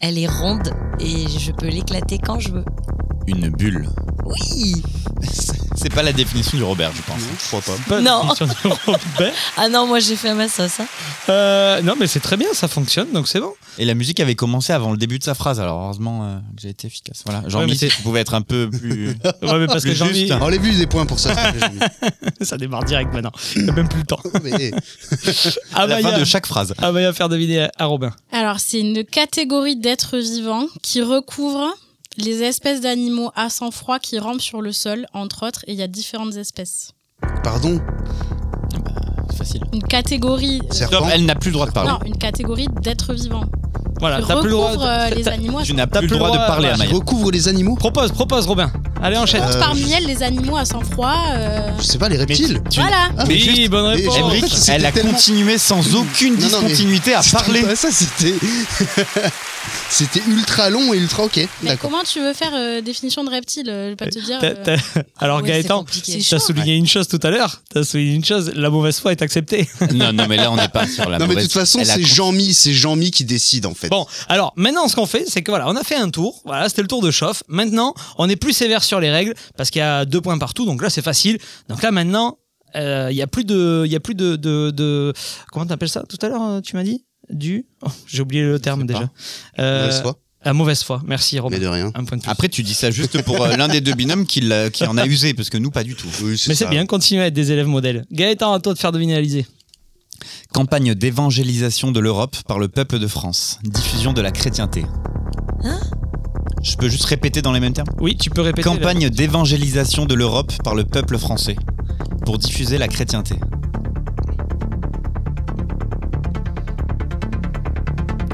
S10: Elle est ronde et je peux l'éclater quand je veux.
S8: Une bulle.
S10: Oui
S8: C'est pas la définition du Robert, je pense.
S4: Je crois pas.
S10: Pas la Non. définition Ah non, moi j'ai fait ma sauce. hein.
S3: Euh, non, mais c'est très bien, ça fonctionne, donc c'est bon.
S8: Et la musique avait commencé avant le début de sa phrase, alors heureusement euh, que j'ai été efficace. Voilà,
S3: Ouais, mais
S8: Jean-Mi,
S3: c'est- Ah,
S8: tu pouvais être un peu plus.
S3: Ouais, mais parce
S8: plus
S3: que Jean-Mi-
S8: juste. hein.
S3: On
S4: les vu des points pour ça.
S3: ça démarre direct maintenant. Il n'y a même plus le temps.
S4: oh,
S3: Ah,
S8: la
S3: bah,
S8: fin
S3: il y a-
S8: de chaque phrase.
S3: Ah bah, il va faire deviner à- à Robin.
S7: Alors, c'est une catégorie d'êtres vivants qui recouvre les espèces d'animaux à sang froid qui rampent sur le sol, entre autres, et il y a différentes espèces.
S4: Pardon
S8: Facile.
S7: Une catégorie. euh,
S8: Stop, elle n'a plus le droit de parler.
S7: Non, une catégorie d'êtres vivants.
S3: Voilà,
S7: Qui
S3: t'as plus le droit.
S7: recouvre, euh, les animaux à
S8: Tu
S7: sang
S8: n'as
S3: T'as
S8: plus le droit de parler,
S3: voilà.
S8: Amaya.
S4: Recouvre les animaux.
S3: Propose, propose, Robin. Allez, enchaîne.
S8: Euh,
S7: froid. Parmi elles, les animaux à sang froid. euh,
S4: Je sais pas, les reptiles.
S7: Voilà.
S4: Ah, mais
S3: oui,
S4: juste-
S3: bonne
S4: mais
S3: réponse.
S8: Oh,
S4: j'ai compris que c'était
S8: elle a
S4: tellement-
S8: continué sans aucune
S4: Non, non, mais
S8: discontinuité à
S4: c'était
S8: parler.
S4: pas bah, ça, c'était. c'était ultra long et ultra ok.
S7: Mais
S4: D'accord.
S7: comment tu veux faire euh, définition de reptile euh, Je vais pas te dire.
S3: T'as-
S7: euh,
S3: t'as-
S7: ouais,
S3: Alors
S7: c'est
S3: Gaëtan,
S7: compliqué.
S3: tu
S7: C'est chaud,
S3: souligné une chose tout à l'heure. Tu as souligné une chose, la mauvaise foi est acceptée.
S8: Non, non, mais là, on n'est pas sur la
S4: non, mais de
S8: mauvaise-
S4: toute façon,
S8: elle a
S4: c'est
S8: con-
S4: Jean-Mi, c'est Jean-Mi qui décide en fait.
S3: Bon, alors maintenant, ce qu'on fait, c'est que voilà, on a fait un tour. Voilà, c'était le tour de chauffe. Maintenant, on est plus sévère sur les règles parce qu'il y a deux points partout. Donc là, c'est facile. Donc là, maintenant, euh, il y a plus de, il y a plus de, de, de- comment t'appelles ça tout à l'heure euh, Tu m'as dit du. Oh, J'ai oublié le terme déjà.
S8: euh,
S4: Mauvaise foi.
S3: La mauvaise foi. Merci, Robin.
S4: Mais de rien.
S3: Un point de plus.
S8: Après, tu dis ça juste pour euh, l'un des deux binômes qui, l'a- qui en a usé, parce que nous, pas du tout.
S3: Mais c'est bien, continuez à être des élèves modèles. Gaëtan, à toi de faire deviner Alizé.
S8: Campagne d'évangélisation de l'Europe par le peuple de France. Diffusion de la chrétienté.
S10: Hein
S8: Je peux juste répéter dans les mêmes termes
S3: Oui, tu peux répéter. la-
S8: Campagne d'évangélisation de l'Europe par le peuple français. Pour diffuser la chrétienté.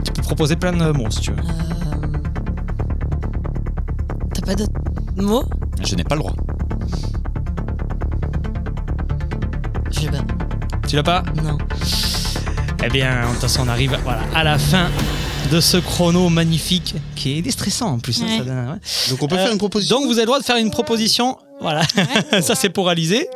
S3: Tu peux proposer plein de mots si tu veux.
S10: Euh, T'as pas d'autres mots
S8: Je n'ai pas le droit.
S10: Je sais pas.
S3: Tu l'as pas
S10: Non.
S3: Eh bien, de toute façon, on arrive voilà, à la fin de ce chrono magnifique qui est déstressant en plus. hein,
S7: Ouais.
S3: ça donne- ouais.
S4: Donc
S7: Euh,
S4: on peut faire une proposition.
S3: Donc vous avez le droit de faire une proposition. Voilà, ça c'est pour Alizé.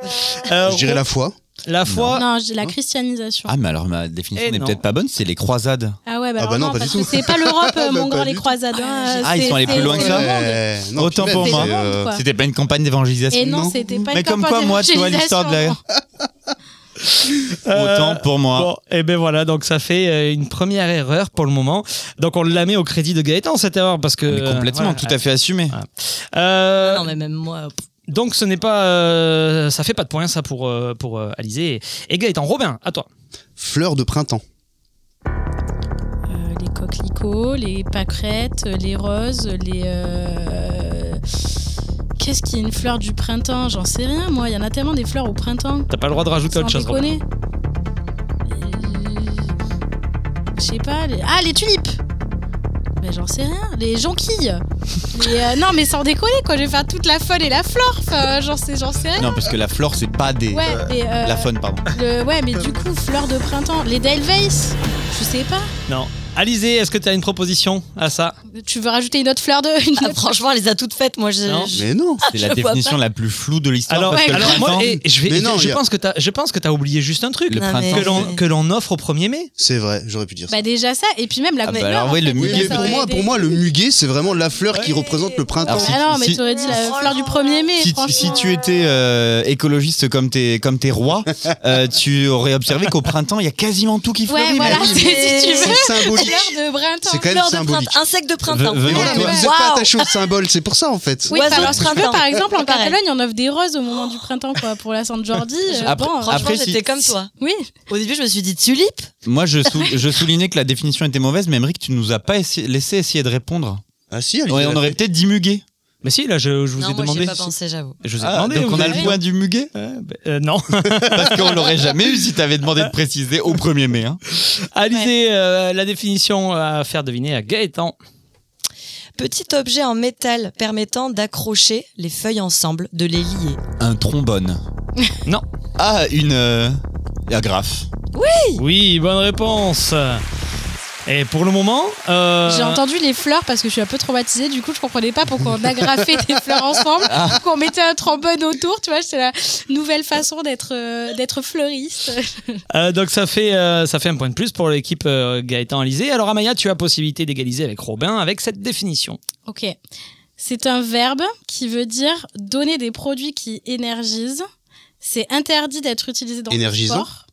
S3: Euh,
S4: Je dirais la foi.
S3: la foi.
S7: Non, j'ai la christianisation.
S8: Ah, mais alors ma définition
S3: Eh
S8: n'est
S3: non.
S8: peut-être pas bonne, c'est les croisades.
S7: Ah ouais, bah,
S4: Ah
S7: alors
S4: bah non,
S7: non,
S4: pas
S7: parce
S4: du
S7: que
S4: tout.
S7: c'est pas l'europe,
S4: Ah bah
S7: mon
S4: pas
S7: grand, les
S4: du tout.
S7: croisades. hein,
S8: Ah, ils
S7: c'est-
S8: sont allés plus
S7: c'est-
S8: loin que
S7: c'est
S8: ça.
S7: le monde.
S4: Euh, non,
S8: Autant
S4: puis
S8: pour
S4: même,
S8: moi.
S4: c'est, euh,
S7: Quoi
S8: C'était pas une campagne d'évangélisation.
S7: Et non, c'était pas
S8: Mais
S7: une
S8: comme
S7: campagne
S8: quoi, moi, tu vois l'histoire de la-
S7: d'évangélisation.
S4: Euh,
S8: Autant pour moi.
S3: et euh, ben voilà, donc ça fait euh, une première erreur pour le moment. Donc on la met au crédit de Gaëtan cette erreur parce que
S4: euh,
S3: euh,
S8: complètement, tout à fait assumé.
S10: Non, mais même moi. euh, pff.
S3: Donc ce n'est pas, euh, ça fait pas de points ça pour euh, pour euh, Alizé et, et Gaëtan. Robin, à toi.
S4: Fleur de printemps.
S7: Euh, les coquelicots, les pâquerettes, les roses, les. euh, Qu'est-ce qui est une fleur du printemps J'en sais rien, moi. Il y en a tellement des fleurs au printemps.
S3: T'as pas le droit de rajouter
S7: Sans
S3: autre chose. Robin.
S7: déconner. Je sais pas. les- Ah, les tulipes Mais j'en sais rien. Les jonquilles Les, euh, Non, mais sans déconner, quoi. Je vais faire toute la faune et la flore. Enfin, euh, j'en sais, j'en sais rien.
S8: Non, parce que la flore, c'est pas des.
S7: Ouais, mais, euh,
S8: La faune, Euh. pardon.
S7: Le- ouais, mais du coup, fleurs de printemps. Les Delveis Je sais pas.
S3: Non. Alizé, est-ce que tu as une proposition à ça
S7: Tu veux rajouter une autre fleur
S8: Ah,
S7: de. une autre-
S10: ah, Franchement, elle les a toutes faites. Moi, je.
S3: Non.
S10: je-
S4: Mais non.
S10: Ah,
S8: C'est
S10: je vois
S8: la définition
S10: pas.
S8: la plus floue de l'histoire.
S3: Alors,
S8: parce que le
S3: alors moi,
S8: printemps-
S3: et je vais,
S4: Mais non,
S3: je,
S4: il y a-
S3: pense que t'as, je pense que t'as oublié juste un truc
S8: Le
S10: Non, mais-
S8: printemps,
S3: que l'on,
S10: c'est-
S3: que l'on offre au 1er mai.
S4: C'est vrai, j'aurais pu dire ça.
S7: Bah, déjà ça, et puis même la
S8: Ah bah
S7: fleur,
S8: alors
S7: en
S8: oui,
S7: fait,
S8: le muguet,
S7: déjà,
S4: mais
S7: ça
S4: pour
S7: aurait
S4: moi,
S7: été-
S4: pour moi, le muguet, c'est vraiment la fleur qui représente le printemps.
S8: Alors, si-
S7: Ah non, mais
S8: si-
S7: tu aurais dit la fleur du 1er mai,
S8: Si,
S7: franchement.
S8: si tu étais euh, écologiste comme tes, comme tes rois, euh, tu aurais observé qu'au printemps, il y a quasiment tout qui
S7: Ouais,
S8: fleurit.
S7: voilà,
S8: mais oui,
S7: c'est- si tu veux.
S4: C'est symbolique.
S7: Fleur de printemps.
S4: C'est quand même
S10: Fleur de
S4: symbolique.
S10: printemps, insecte de printemps.
S8: Ve- venez-toi.
S4: Mais
S7: Ouais.
S4: vous êtes pas
S10: Waouh.
S4: attaché au symbole, c'est pour ça en fait.
S7: Oui,
S10: Oiseau
S7: bah alors,
S10: de
S7: si tu veux,
S10: printemps.
S7: par exemple, en
S10: Pareil.
S7: Catalogne, on offre des roses au moment du printemps, quoi, pour la Sainte Jordi. euh,
S8: Après-
S7: bon,
S8: après-
S10: Franchement,
S8: si-
S10: j'étais comme toi.
S7: Oui,
S10: Au début, je me suis dit tulipe.
S8: Moi, je, sou- je soulignais que la définition était mauvaise, mais Emmerich, tu nous as pas essi- laissé essayer de répondre.
S4: Ah si, Alizé
S8: Ouais, on
S4: l'a
S8: aurait
S4: fait.
S8: peut-être dit muguet.
S3: Mais si, là, je, je vous
S10: non,
S3: ai
S10: moi,
S3: demandé.
S10: j'ai pas pensé, j'avoue.
S3: Je vous ai
S8: Ah,
S3: demandé.
S8: donc
S3: vous
S8: on a
S3: avez
S8: le
S3: dit.
S8: point du muguet
S3: Euh, bah, euh, non.
S8: Parce qu'on l'aurait jamais eu si t'avais demandé de préciser au 1er mai. hein.
S3: Alizé, euh, la définition à faire deviner à Gaëtan.
S10: Petit objet en métal permettant d'accrocher les feuilles ensemble, de les lier.
S8: Un trombone.
S3: Non.
S8: Ah, une euh, agrafe.
S3: Oui, bonne réponse. Et pour le moment, euh,
S7: j'ai entendu les fleurs parce que je suis un peu traumatisée. Du coup, je comprenais pas pourquoi on agrafait des fleurs ensemble, qu'on mettait un trombone autour. Tu vois, c'est la nouvelle façon d'être euh, d'être fleuriste.
S3: euh, donc ça fait euh, ça fait un point de plus pour l'équipe euh, Gaëtan Alizé. Alors Amaya, tu as possibilité d'égaliser avec Robin avec cette définition.
S7: Ok. C'est un verbe qui veut dire donner des produits qui énergisent. C'est interdit d'être utilisé dans le
S4: Énergisant.
S7: sport.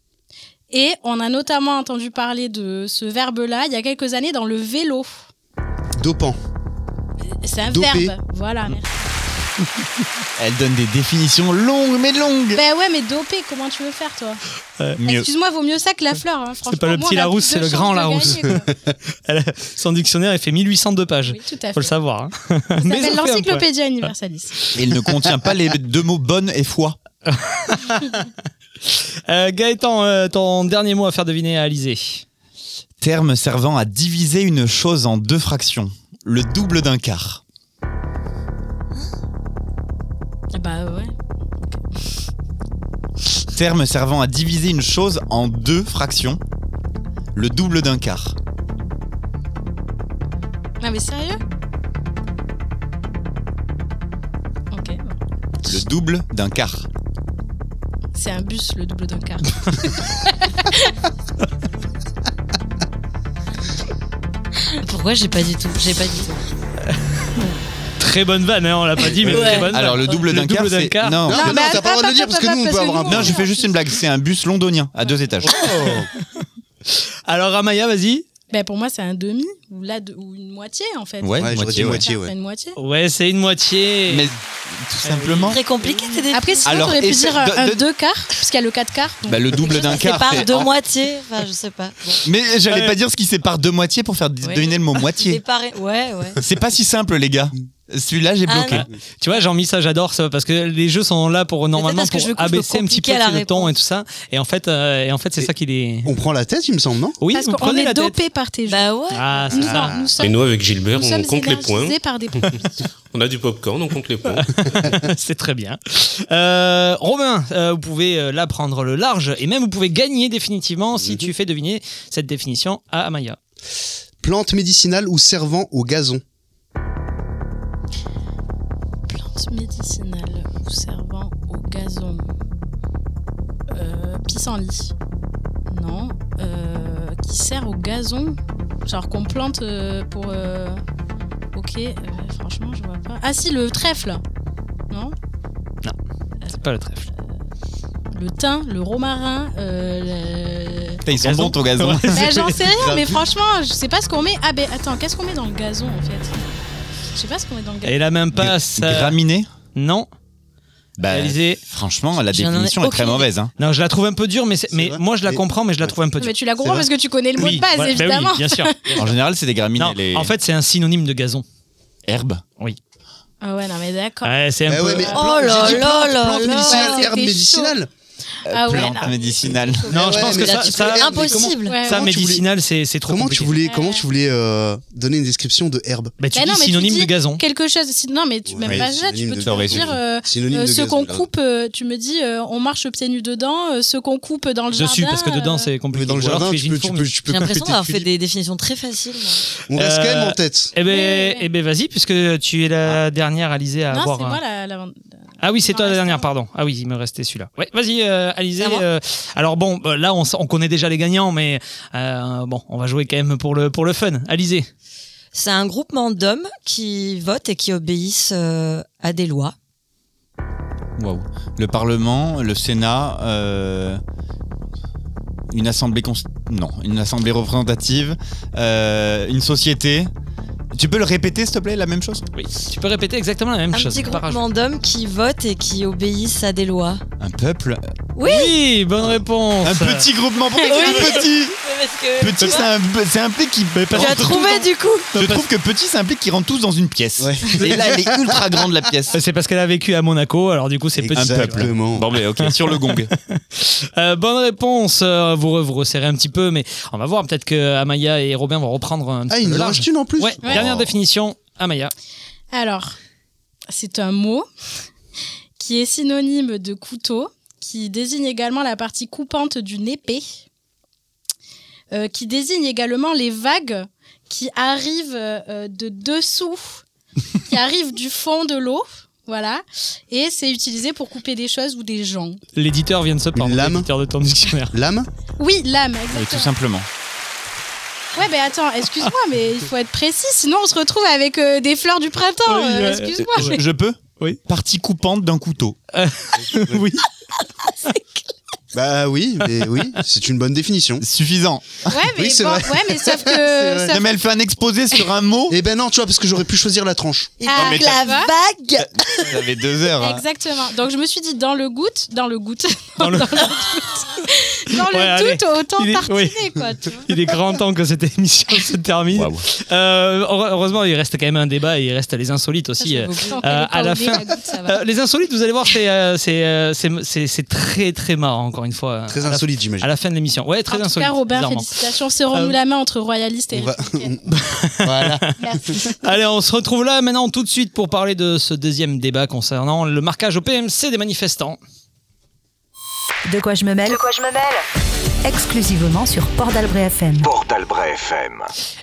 S7: Et on a notamment entendu parler de ce verbe-là il y a quelques années dans le vélo.
S4: Dopant.
S7: C'est un
S4: Dopé. Mm.
S7: verbe. Voilà. merci.
S8: Elle donne des définitions longues, mais longues.
S7: Ben ouais, mais dopé, comment tu veux faire, toi
S8: Mieux.
S7: Excuse-moi, vaut mieux ça que la fleur. hein. Franchement,
S3: pas le
S7: moi,
S3: petit
S7: on a
S3: Larousse,
S7: plus
S3: c'est
S7: de
S3: le
S7: chances
S3: grand
S7: de
S3: Larousse.
S7: gagner, quoi.
S3: Elle a- son dictionnaire il fait 1802 pages.
S7: oui, tout à
S3: Faut le
S7: fait.
S3: savoir. hein.
S7: Ça
S3: Mais ça fait
S7: s'appelle
S3: un point.
S7: l'encyclopédia universaliste.
S8: Il ne contient pas les deux mots bonne et foi.
S3: Euh, Gaëtan, euh, ton dernier mot à faire deviner à Alizé.
S8: Terme servant à diviser une chose en deux fractions. Le double d'un quart.
S7: Bah ouais.
S8: Terme servant à diviser une chose en deux fractions. Le double d'un quart.
S7: Non, mais sérieux Ok.
S8: Le double d'un quart.
S7: C'est un bus, le double d'un quart.
S10: Pourquoi j'ai pas du tout J'ai pas du tout.
S3: Très bonne vanne, hein, on l'a pas dit, mais
S10: Ouais.
S3: très bonne vanne.
S8: Alors le double d'un quart, c'est...
S4: Non,
S8: Non.
S7: Non, bah,
S4: non,
S7: mais
S4: t'as pas le droit de le dire
S7: attends,
S4: parce que
S7: attends,
S4: nous on peut
S7: parce que
S4: avoir un
S7: nous,
S8: Non,
S4: point.
S8: je fais juste une blague. C'est un bus londonien à deux étages.
S3: Alors Amaya, vas-y.
S7: ben pour moi, c'est un demi ou, la de- ou une moitié, en fait.
S8: Ouais,
S4: Ouais, j'aurais dit
S8: moitié, ouais.
S4: moitié,
S7: Faire
S4: ouais.
S7: une moitié.
S3: Ouais, c'est une moitié.
S8: Mais tout simplement,
S10: Très compliqué, tes définitions.
S7: Après, sinon,
S8: Alors,
S7: t'aurais pu
S8: essa-
S7: dire euh,
S8: de-
S7: un
S8: de-
S7: deux quarts, parce qu'il y a le quatre quarts. donc-
S8: bah, le double d'un
S10: C'est
S8: quart.
S10: par
S8: c'est-
S10: deux moitiés. Enfin, je sais pas. Bon,
S8: Mais j'allais pas dire ce qui sépare deux moitiés pour faire
S10: Ouais.
S8: deviner le mot moitié.
S10: séparé. Ouais, ouais.
S8: C'est pas si simple, les gars. Celui-là, j'ai
S10: Ah,
S8: bloqué.
S10: non.
S3: Tu vois, Jean-Mi, ça j'adore ça parce que les jeux sont là pour normalement
S10: parce que
S3: pour
S10: je veux que je me
S3: abaisser un petit
S10: complique
S3: peu
S10: à la
S3: le ton
S10: réponse.
S3: et tout ça. Et en fait, euh, et en fait, c'est
S4: Et-
S3: ça qu'il est.
S4: On prend la tête, il me semble, non
S3: Oui,
S7: parce
S3: vous
S7: qu'on
S3: prenez
S7: est
S3: la tête.
S7: dopé par tes jeux.
S10: Bah ouais.
S3: Ah,
S7: Nous,
S3: ça.
S7: sommes, nous sommes,
S5: Et nous, avec Gilbert,
S7: nous
S5: on
S7: sommes
S5: compte les points.
S7: énergisés par des produits.
S5: On a du popcorn, on compte les points.
S3: c'est très bien. Euh, Romain, euh, vous pouvez euh, là prendre le large et même vous pouvez gagner définitivement si tu fais deviner cette définition à Amaya.
S4: Plante médicinale ou servant au gazon.
S7: Plante médicinale ou servant au gazon. Euh, pissenlit. Non. Euh, qui sert au gazon Genre qu'on plante euh, pour. euh, Ok, euh, franchement, je vois pas. Ah si, le trèfle Non
S3: C'est pas le trèfle.
S7: le thym, le romarin, euh, le-
S8: Putain, ils sont bons ton gazon.
S7: Bah, J'en sais rien, mais franchement, je sais pas ce qu'on met. Ah, ben attends, qu'est-ce qu'on met dans le gazon en fait Je sais pas ce qu'on met dans le gazon.
S3: Et la même pas.
S8: Graminée
S3: Non.
S8: Bah,
S3: Réalisé.
S8: franchement, la
S3: J'en ai
S8: définition est très
S3: aucune
S8: mauvaise. Hein.
S3: Non, je la trouve un peu dure, mais, c'est- mais moi je la comprends, mais je la trouve un peu dure.
S7: Mais tu la comprends parce que tu connais le mot de base,
S3: voilà, bah oui,
S7: évidemment.
S3: bien sûr.
S8: En général, c'est des graminées.
S3: Non,
S8: les...
S3: En fait, c'est un synonyme de gazon.
S8: Herbe
S3: Oui.
S7: Ah ouais, non, mais d'accord.
S3: Ouais, c'est un peu.
S7: Oh là là là
S4: plante
S7: là.
S4: médicinale,
S7: Ouais,
S4: herbe
S7: c'était
S4: médicinale.
S7: Ah ouais,
S8: Plante médicinale.
S3: Non, je pense que ça, ça-
S7: Impossible. Ouais,
S3: Ça,
S7: ouais.
S3: médicinal, c'est c'est trop
S4: Comment
S3: compliqué.
S4: tu voulais, comment tu voulais euh, donner une description de herbe
S3: bah,
S7: Bah non, mais tu dis Quelque chose. si- Non, mais tu, même
S4: Ouais,
S7: pas ça. Tu
S4: synonyme
S7: peux
S4: de
S7: toujours
S4: gaz.
S7: dire euh,
S4: Synonyme
S7: euh,
S4: de
S7: ce
S4: gaz,
S7: qu'on
S4: voilà.
S7: coupe. euh, tu me dis, euh, on marche pieds nus dedans. euh, ce qu'on coupe dans le
S3: Je
S7: jardin.
S3: suis, parce que dedans,
S7: euh,
S3: c'est compliqué.
S4: dans le
S3: Ou alors,
S4: jardin,
S3: tu fais
S4: tu
S3: une
S4: peux- tu
S3: fourmi.
S4: peux- tu
S10: J'ai l'impression d'avoir fait des définitions très faciles. moi.
S4: On reste quand même en tête.
S3: Eh ben, eh ben vas-y, puisque tu es la dernière, Alizée, à
S7: Non,
S3: avoir.
S7: c'est
S3: un-
S7: moi la. la-
S3: Ah oui, c'est toi la dernière, pardon. Ah oui, il me restait celui-là. Ouais, vas-y, euh, Alizée. euh, alors bon, euh, là, on, s- on connaît déjà les gagnants, mais euh, bon, on va jouer quand même pour le, pour le fun. Alizée.
S10: C'est un groupement d'hommes qui votent et qui obéissent euh, à des lois.
S8: Waouh. Le Parlement, le Sénat, euh, une assemblée const- non, une assemblée représentative, euh, une société. Tu peux le répéter, s'il te plaît, la même chose
S3: Oui. Tu peux répéter exactement la même
S10: Un
S3: chose.
S10: petit
S3: Ah, pas rajouter.
S10: groupement d'hommes qui votent et qui obéissent à des lois.
S8: Un peuple.
S10: Oui.
S3: bonne réponse.
S8: Un petit groupement. Pourquoi tu dis petit Petit, c'est un- c'est un implique qui peut
S10: Tu as trouvé du coup
S8: Je trouve que petit, ça implique qu'ils rentrent tous dans une pièce. Et là, elle est ultra grande la pièce.
S3: Euh, C'est parce qu'elle a vécu à Monaco, alors du coup c'est petit.
S4: Exactement.
S8: Bon, Oh, mais ok, sur le gong.
S3: Euh, bonne réponse. euh, vous, re- vous resserrez un petit peu, mais on va voir. Peut-être que Amaya et Robin vont reprendre un petit
S4: Ah, ils
S3: peu
S4: nous en
S3: large.
S4: rajoutent une en plus
S3: Ouais,
S4: Ouais.
S3: Dernière
S4: Oh.
S3: définition, Amaya.
S7: Alors, c'est un mot qui est synonyme de couteau, qui désigne également la partie coupante d'une épée, euh, qui désigne également les vagues qui arrivent euh, de dessous, qui arrivent du fond de l'eau. Voilà. Et c'est utilisé pour couper des choses ou des gens.
S3: L'éditeur vient de se prendre. L'éditeur de ton dictionnaire.
S4: Lame.
S7: Oui, l'âme, exactement.
S8: simplement.
S7: Ouais, mais attends, excuse-moi, mais il faut être précis, sinon on se retrouve avec euh, des fleurs du printemps. euh, excuse-moi.
S8: Je, je peux
S3: Oui.
S8: Partie coupante d'un couteau.
S3: oui.
S4: Bah oui, mais oui, c'est une bonne définition.
S8: Suffisant.
S7: Ouais, mais
S4: Oui, c'est
S7: bon,
S4: vrai.
S7: ouais, mais sauf que. sauf-
S8: mais elle fait un exposé sur un mot.
S4: Eh ben non, tu vois, parce que j'aurais pu choisir la tranche.
S7: Ah,
S8: mais
S7: la vague
S8: J'avais deux heures. hein.
S7: Exactement. Donc je me suis dit, dans le goutte, dans le goutte,
S3: Dans le-
S7: dans
S3: Ouais,
S7: le
S3: allez.
S7: doute, autant
S3: Il est-
S7: tartiner,
S3: oui.
S7: quoi. tu vois.
S3: Il est grand temps que cette émission se termine. Euh, heure- heureusement, il reste quand même un débat et il reste les insolites
S7: Ça,
S3: aussi.
S7: je vais vous-
S3: euh,
S7: Tant qu'elle est
S3: à
S7: pas
S3: la
S7: au nez,
S3: fin,
S7: la goutte, ça va.
S3: Euh, les insolites, vous allez voir, c'est euh, c'est euh, c'est- c'est- c'est très très marrant encore une fois.
S4: Très
S3: À la-
S4: insolite, j'imagine.
S3: À la fin de l'émission, ouais, très
S7: En tout
S3: insolite.
S7: cas, Robert,
S3: bizarrement.
S7: félicitations. Serrons-nous
S3: Euh,
S7: la main entre royalistes et.
S4: On va-
S8: voilà.
S3: Allez, on se retrouve là maintenant tout de suite pour parler de ce deuxième débat concernant le marquage au PMC des manifestants.
S2: De quoi je me mêle De quoi je me mêle Exclusivement sur Port d'Albret FM.
S9: Port d'Albret FM.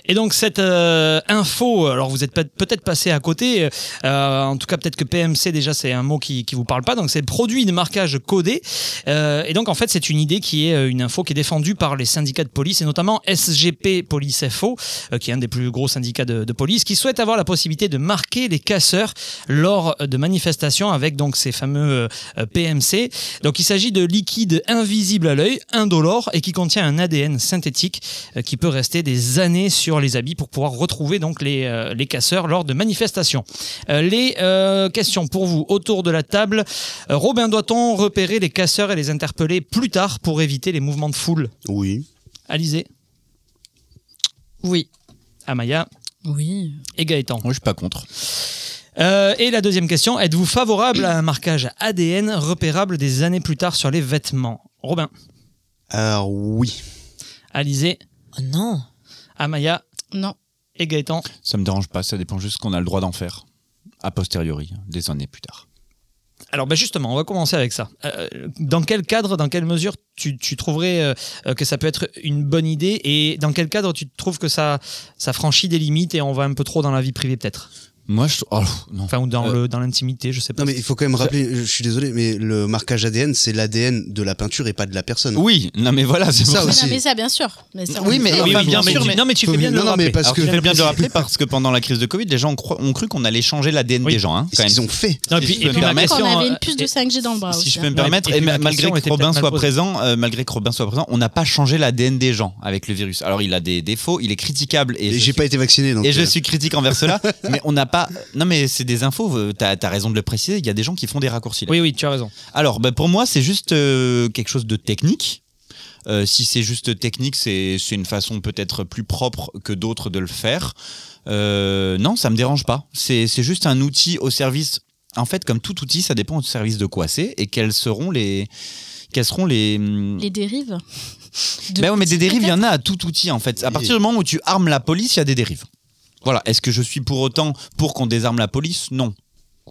S3: Et donc cette euh, info, alors vous êtes peut- peut-être passé à côté, euh, en tout cas peut-être que PMC déjà c'est un mot qui, qui vous parle pas, donc c'est produit de marquage codé. Euh, et donc en fait c'est une idée qui est euh, une info qui est défendue par les syndicats de police et notamment SGP Police FO, euh, qui est un des plus gros syndicats de, de police, qui souhaite avoir la possibilité de marquer les casseurs lors de manifestations avec donc ces fameux euh, PMC. Donc il s'agit de liquide invisible à l'œil, indolore et qui contient un ADN synthétique euh, qui peut rester des années sur les habits pour pouvoir retrouver donc les, euh, les casseurs lors de manifestations. Euh, les euh, questions pour vous autour de la table. Euh, Robin, doit-on repérer les casseurs et les interpeller plus tard pour éviter les mouvements de foule
S4: Oui.
S3: Alizé
S10: Oui.
S3: Amaya
S7: Oui.
S3: Et Gaëtan
S8: Moi, je suis pas contre.
S3: Euh, et la deuxième question, êtes-vous favorable à un marquage ADN repérable des années plus tard sur les vêtements Robin,
S4: Alors oui.
S3: Alizé
S10: Non.
S3: Amaya
S7: Non.
S3: Et Gaëtan
S8: Ça me dérange pas, ça dépend juste qu'on a le droit d'en faire. A posteriori, hein, des années plus tard.
S3: Alors ben justement, on va commencer avec ça. Euh, dans quel cadre, dans quelle mesure tu, tu trouverais euh, euh, que ça peut être une bonne idée et dans quel cadre tu trouves que ça, ça franchit des limites et on va un peu trop dans la vie privée peut-être
S8: Moi, je. oh, non.
S3: Enfin, ou dans le dans l'intimité, je sais pas.
S4: Euh, Non, mais il faut quand même rappeler, je suis désolé, mais le marquage ADN, c'est l'ADN de la peinture et pas de la personne.
S8: Oui, non, mais voilà, c'est
S4: ça
S7: Oui, non,
S4: aussi.
S7: mais ça, bien sûr. Mais ça, on
S8: Ah, Oui,
S7: le
S8: mais,
S7: sait.
S8: enfin,
S3: oui, bien
S8: bien sûr,
S3: sûr, mais- non, mais tu fais bien de le
S4: non, non, mais
S3: rappeler.
S4: parce
S8: Alors,
S4: que.
S8: tu fais bien de le rappeler parce que pendant la crise de Covid, les gens ont, cro- ont cru qu'on allait changer l'ADN des gens. Hein, quand
S4: ce
S8: même.
S4: qu'ils ont fait.
S3: Non, et
S8: Si
S3: puis-
S8: je
S3: et
S8: peux
S3: puis
S8: me
S3: ma
S8: permettre,
S7: Encore,
S3: question,
S7: on avait
S3: euh,
S7: une puce de 5G dans le bras
S8: si
S7: aussi,
S8: je peux
S7: hein.
S8: me permettre,
S3: et puis
S8: et ma-
S3: ma
S8: malgré
S3: question
S8: que
S3: était
S8: Robin
S3: peut-être mal
S8: soit
S3: posée.
S8: présent, euh, malgré que Robin soit présent, on n'a pas changé l'ADN des gens avec le virus. Alors il a des défauts, il est critiquable et,
S4: Et
S8: je
S4: j'ai
S8: suis-
S4: pas été vacciné, donc.
S8: et je
S4: euh,
S8: suis critique envers cela, mais on n'a pas. Non, mais c'est des infos, euh, t'as as raison de le préciser, il y a des gens qui font des raccourcis. là.
S3: Oui, oui, tu as raison.
S8: Alors, bah, pour moi, c'est juste euh, quelque chose de technique. Euh, si c'est juste technique, c'est c'est une façon peut-être plus propre que d'autres de le faire. Euh, non, ça me dérange pas. C'est c'est juste un outil au service. En fait, comme tout outil, ça dépend du service de quoi c'est et quels seront les. Quels seront les. hum,
S7: Les dérives. de-
S8: Ben ouais, mais des dérives, il y en a à tout outil en fait. À
S4: Oui.
S8: partir du moment où tu armes la police, il y a des dérives. Voilà. Est-ce que je suis pour autant pour qu'on désarme la police Non.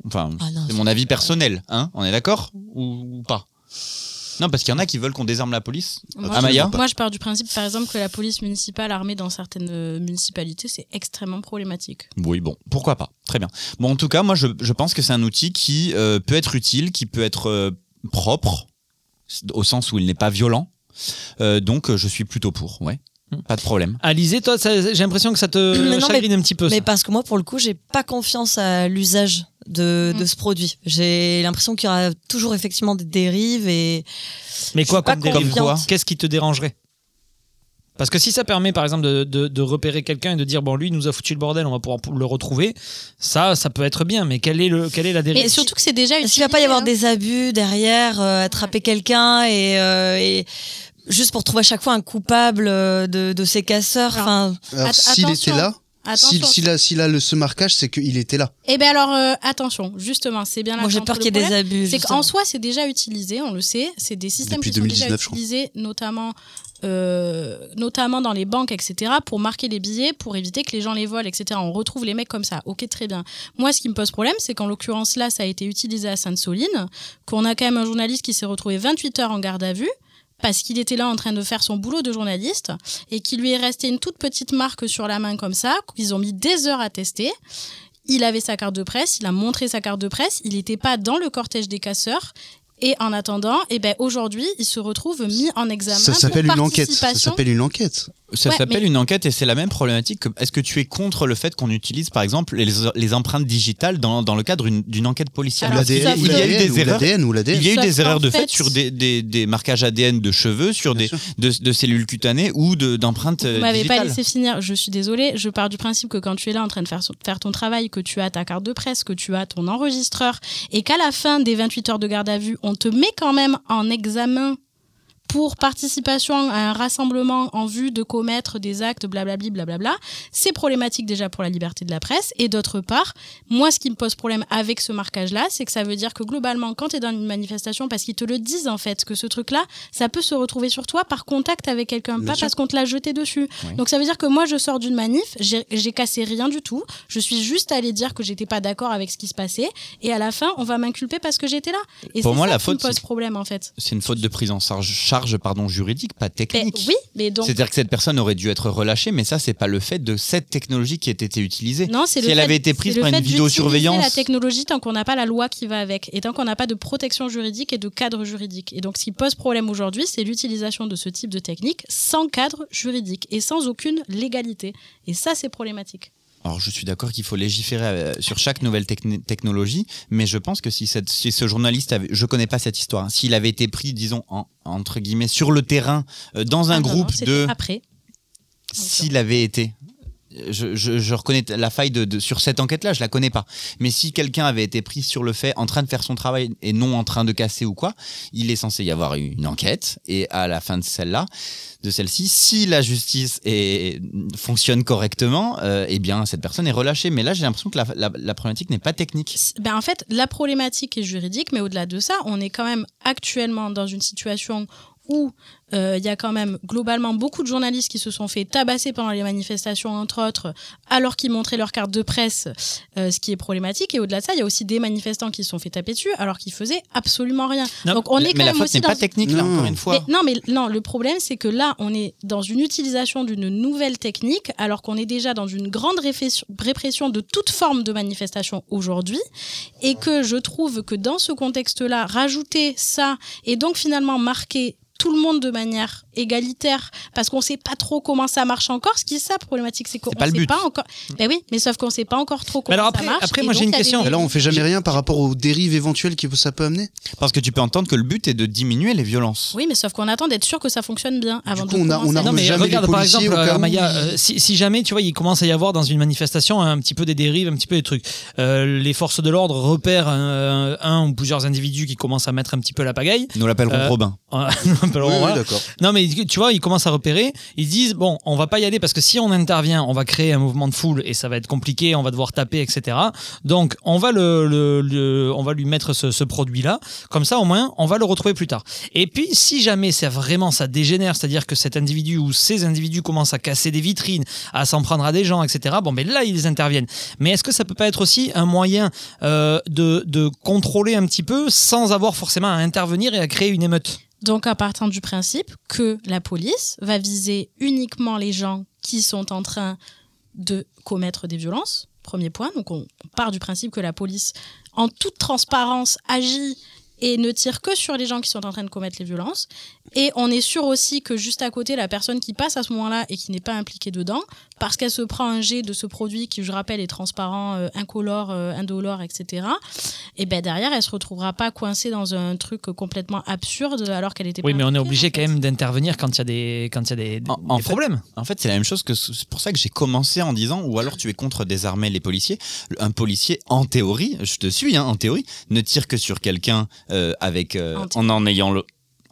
S8: Enfin,
S10: Ah non,
S8: c'est
S10: c'est-
S8: mon avis personnel, hein On est d'accord ou, ou pas Non, parce qu'il y en a qui veulent qu'on désarme la police.
S7: Moi,
S8: Ah,
S7: je-
S8: Maya
S7: Moi, je pars du principe, par exemple, que la police municipale armée dans certaines euh, municipalités, c'est extrêmement problématique.
S8: Oui, bon, pourquoi pas Très bien. Bon, en tout cas, moi, je, je pense que c'est un outil qui euh, peut être utile, qui peut être euh, propre, au sens où il n'est pas violent. Euh, donc, euh, je suis plutôt pour, ouais. Pas de problème.
S3: Alizé, toi, ça- j'ai l'impression que ça
S10: Mais
S3: te
S10: non,
S3: chagrine un petit peu. ça.
S10: Mais parce que moi, pour le coup, j'ai pas confiance à l'usage de, de
S7: Mm.
S10: ce produit. J'ai l'impression qu'il y aura toujours effectivement des dérives et je
S3: Mais quoi
S10: suis
S3: comme
S10: pas
S3: dérive
S10: confiante.
S8: quoi
S3: Qu'est-ce qui te dérangerait Parce que si ça permet, par exemple, de, de- de repérer quelqu'un et de dire bon, lui, il nous a foutu le bordel, on va pouvoir le retrouver. Ça, ça peut être bien. Mais quelle est le, quelle est la dérive
S7: Mais surtout que c'est déjà
S10: Est-ce
S7: utilisé.
S10: qu'il va pas y avoir
S7: hein.
S10: des abus derrière, euh, attraper quelqu'un et, euh, et juste pour trouver à chaque fois un coupable euh, de, de ces casseurs
S7: Alors,
S10: Enfin,
S4: Alors,
S7: Att-
S4: s'il
S7: attention.
S4: était là, s'il
S7: Attention.
S4: s'il a, s'il a le, ce marquage, c'est qu'il était là.
S7: Eh bien alors, euh, attention, justement, c'est bien là
S10: moi, j'ai
S7: que
S10: peur
S7: j'entre
S10: qu'il y ait
S7: le
S10: des
S7: problème.
S10: abus.
S7: C'est
S10: justement.
S7: qu'en soi, c'est déjà utilisé, on le sait. C'est des systèmes
S4: Depuis
S7: qui sont
S4: 2019,
S7: déjà
S4: je crois.
S7: utilisés, notamment, euh, notamment dans les banques, etc., pour marquer les billets, pour éviter que les gens les volent, etc. On retrouve les mecs comme ça. Ok, très bien. Moi, ce qui me pose problème, c'est qu'en l'occurrence, là, ça a été utilisé à Sainte-Soline, qu'on a quand même un journaliste qui s'est retrouvé 28 heures en garde à vue parce qu'il était là en train de faire son boulot de journaliste et qu'il lui est resté une toute petite marque sur la main comme ça, qu'ils ont mis des heures à tester. Il avait sa carte de presse, il a montré sa carte de presse, il n'était pas dans le cortège des casseurs. Et en attendant, eh ben aujourd'hui, il se retrouve mis en examen.
S4: Ça
S7: pour
S4: s'appelle une enquête. Ça
S7: participation.
S4: s'appelle une enquête.
S8: Ça
S7: Ouais,
S8: s'appelle
S7: mais-
S8: une enquête et c'est la même problématique que est-ce que tu es contre le fait qu'on utilise par exemple les, les empreintes digitales dans, dans le cadre d'une- d'une enquête policière
S7: Alors,
S4: Ou
S8: Parce qu'il
S7: tout à fait.
S4: l'ADN,
S8: y a eu des
S4: ou
S8: erreurs.
S4: l'ADN, ou l'ADN.
S8: Il y a eu
S7: Sauf
S8: des
S7: qu'en
S8: erreurs de fait,
S7: fait-
S8: sur des, des- des marquages ADN de cheveux, sur
S4: Bien
S8: des,
S4: sûr.
S8: de, de cellules cutanées ou de- d'empreintes euh,
S7: Vous m'avez pas
S8: digitales.
S7: laissé finir, je suis désolée. Je pars du principe que quand tu es là en train de faire, son- faire ton travail, que tu as ta carte de presse, que tu as ton enregistreur, et qu'à la fin des 28 heures de garde à vue, on te met quand même en examen pour participation à un rassemblement en vue de commettre des actes, blablabli, blablabla, c'est problématique déjà pour la liberté de la presse. Et d'autre part, moi, ce qui me pose problème avec ce marquage-là, c'est que ça veut dire que globalement, quand tu es dans une manifestation, parce qu'ils te le disent en fait, que ce truc-là, ça peut se retrouver sur toi par contact avec quelqu'un,
S4: Bien
S7: pas
S4: sûr.
S7: parce qu'on te l'a jeté dessus.
S8: Oui.
S7: Donc ça veut dire que moi, je sors d'une manif, j'ai j'ai cassé rien du tout, je suis juste allée dire que j'étais pas d'accord avec ce qui se passait, et à la fin, on va m'inculper parce que j'étais là. Et
S8: Pour
S7: c'est
S8: moi,
S7: ça
S8: la
S7: qui
S8: faute,
S7: me pose
S8: c'est-
S7: problème en fait.
S8: C'est une faute de prise en charge, charge pardon, juridique, pas
S7: Ben
S8: technique.
S7: oui, mais donc
S8: C'est-à-dire que cette personne aurait dû être relâchée, mais ça, c'est pas le fait de cette technologie qui ait été utilisée.
S7: Non, c'est
S8: Si
S7: le
S8: elle
S7: fait-
S8: avait été
S7: c'est
S8: prise
S7: le
S8: par une
S7: fait d'utiliser
S8: vidéosurveillance.
S7: La technologie, tant qu'on n'a pas la loi qui va avec, et tant qu'on n'a pas de protection juridique et de cadre juridique. Et donc, ce qui pose problème aujourd'hui, c'est l'utilisation de ce type de technique sans cadre juridique et sans aucune légalité. Et ça, c'est problématique.
S8: Alors, je suis d'accord qu'il faut légiférer euh, sur chaque nouvelle techni- technologie, mais je pense que si, cette- si ce journaliste, avait, je connais pas cette histoire, hein, s'il avait été pris, disons, en- entre guillemets, sur le terrain, euh, dans un
S7: Ah non, non,
S8: groupe
S7: c'était
S8: de.
S7: Après.
S8: S'il avait été. Je, je- je reconnais la faille de, de- sur cette enquête-là, je la connais pas. Mais si quelqu'un avait été pris sur le fait en train de faire son travail et non en train de casser ou quoi, il est censé y avoir eu une enquête. Et à la fin de celle-là, de celle-ci, si la justice est- fonctionne correctement, euh, eh bien cette personne est relâchée. Mais là, j'ai l'impression que la, la- la problématique n'est pas technique.
S7: Ben, en fait, la problématique est juridique, mais au-delà de ça, on est quand même actuellement dans une situation où euh, il y a quand même globalement beaucoup de journalistes qui se sont fait tabasser pendant les manifestations, entre autres, alors qu'ils montraient leur carte de presse, euh, ce qui est problématique. Et au-delà de ça, il y a aussi des manifestants qui se sont fait taper dessus alors qu'ils faisaient absolument rien.
S8: Non,
S7: Donc on
S8: mais
S7: est quand
S8: la
S7: même
S8: faute
S7: aussi
S8: n'est pas
S7: dans-
S8: technique, là, Non. encore une fois.
S7: Mais- non, mais non, le problème, c'est que là, on est dans une utilisation d'une nouvelle technique, alors qu'on est déjà dans une grande réfession- répression de toute forme de manifestation aujourd'hui, et que je trouve que dans ce contexte-là, rajouter ça et donc finalement marquer tout le monde de manière égalitaire parce qu'on sait pas trop comment ça marche encore ce qui est ça problématique c'est qu'on
S4: C'est pas le
S7: sait
S4: but.
S7: pas encore ben oui mais sauf qu'on sait pas encore trop comment ça marche et donc, il y a des-
S4: Là, on fait jamais rien par rapport aux dérives éventuelles que ça peut amener.
S8: Parce que tu peux entendre que le but est de diminuer les violences.
S7: oui mais sauf qu'on attend d'être sûr que ça fonctionne bien avant
S4: coup,
S7: de
S4: on a- on
S7: commencer.
S4: a-
S3: Non mais
S4: jamais
S3: regarde
S4: les
S3: par
S4: policiers
S3: exemple
S4: au cas
S3: euh,
S4: où
S3: Maya,
S4: ils-
S3: euh, si, si jamais tu vois il commence à y avoir dans une manifestation un petit peu des dérives, un petit peu des trucs, euh, les forces de l'ordre repèrent euh, un ou plusieurs individus qui commencent à mettre un petit peu la pagaille.
S8: Nous l'appellerons Robin.
S3: nous l'appellerons,
S8: Oui, oui,
S3: voilà.
S8: d'accord.
S3: Non mais tu vois ils commencent à repérer, ils disent bon on va pas y aller parce que si on intervient on va créer un mouvement de foule et ça va être compliqué, on va devoir taper etc. Donc on va le, le- le- on va lui mettre ce, produit là, comme ça au moins on va le retrouver plus tard. Et puis si jamais ça vraiment ça dégénère, c'est-à-dire que cet individu ou ces individus commencent à casser des vitrines, à s'en prendre à des gens etc. Bon mais là ils interviennent. Mais est-ce que ça peut pas être aussi un moyen euh, de, de contrôler un petit peu sans avoir forcément à intervenir et à créer une émeute?
S7: Donc, à partir du principe que la police va viser uniquement les gens qui sont en train de commettre des violences, premier point. Donc, on part du principe que la police, en toute transparence, agit et ne tire que sur les gens qui sont en train de commettre les violences. Et on est sûr aussi que juste à côté, la personne qui passe à ce moment-là et qui n'est pas impliquée dedans, parce qu'elle se prend un jet de ce produit qui, je rappelle, est transparent, euh, incolore, euh, indolore, etc., et ben derrière, elle se retrouvera pas coincée dans un truc complètement absurde alors qu'elle était
S3: Oui,
S7: pas
S3: mais on est obligé quand même d'intervenir quand il y a des, quand il y a des,
S8: en
S3: des
S8: fait-
S3: problèmes.
S8: En fait, c'est la même chose que c'est pour ça que j'ai commencé en disant ou alors tu es contre désarmer les policiers. Le- Un policier, en théorie, je te suis, hein, en théorie, ne tire que sur quelqu'un euh, avec euh,
S7: En
S8: en en ayant le.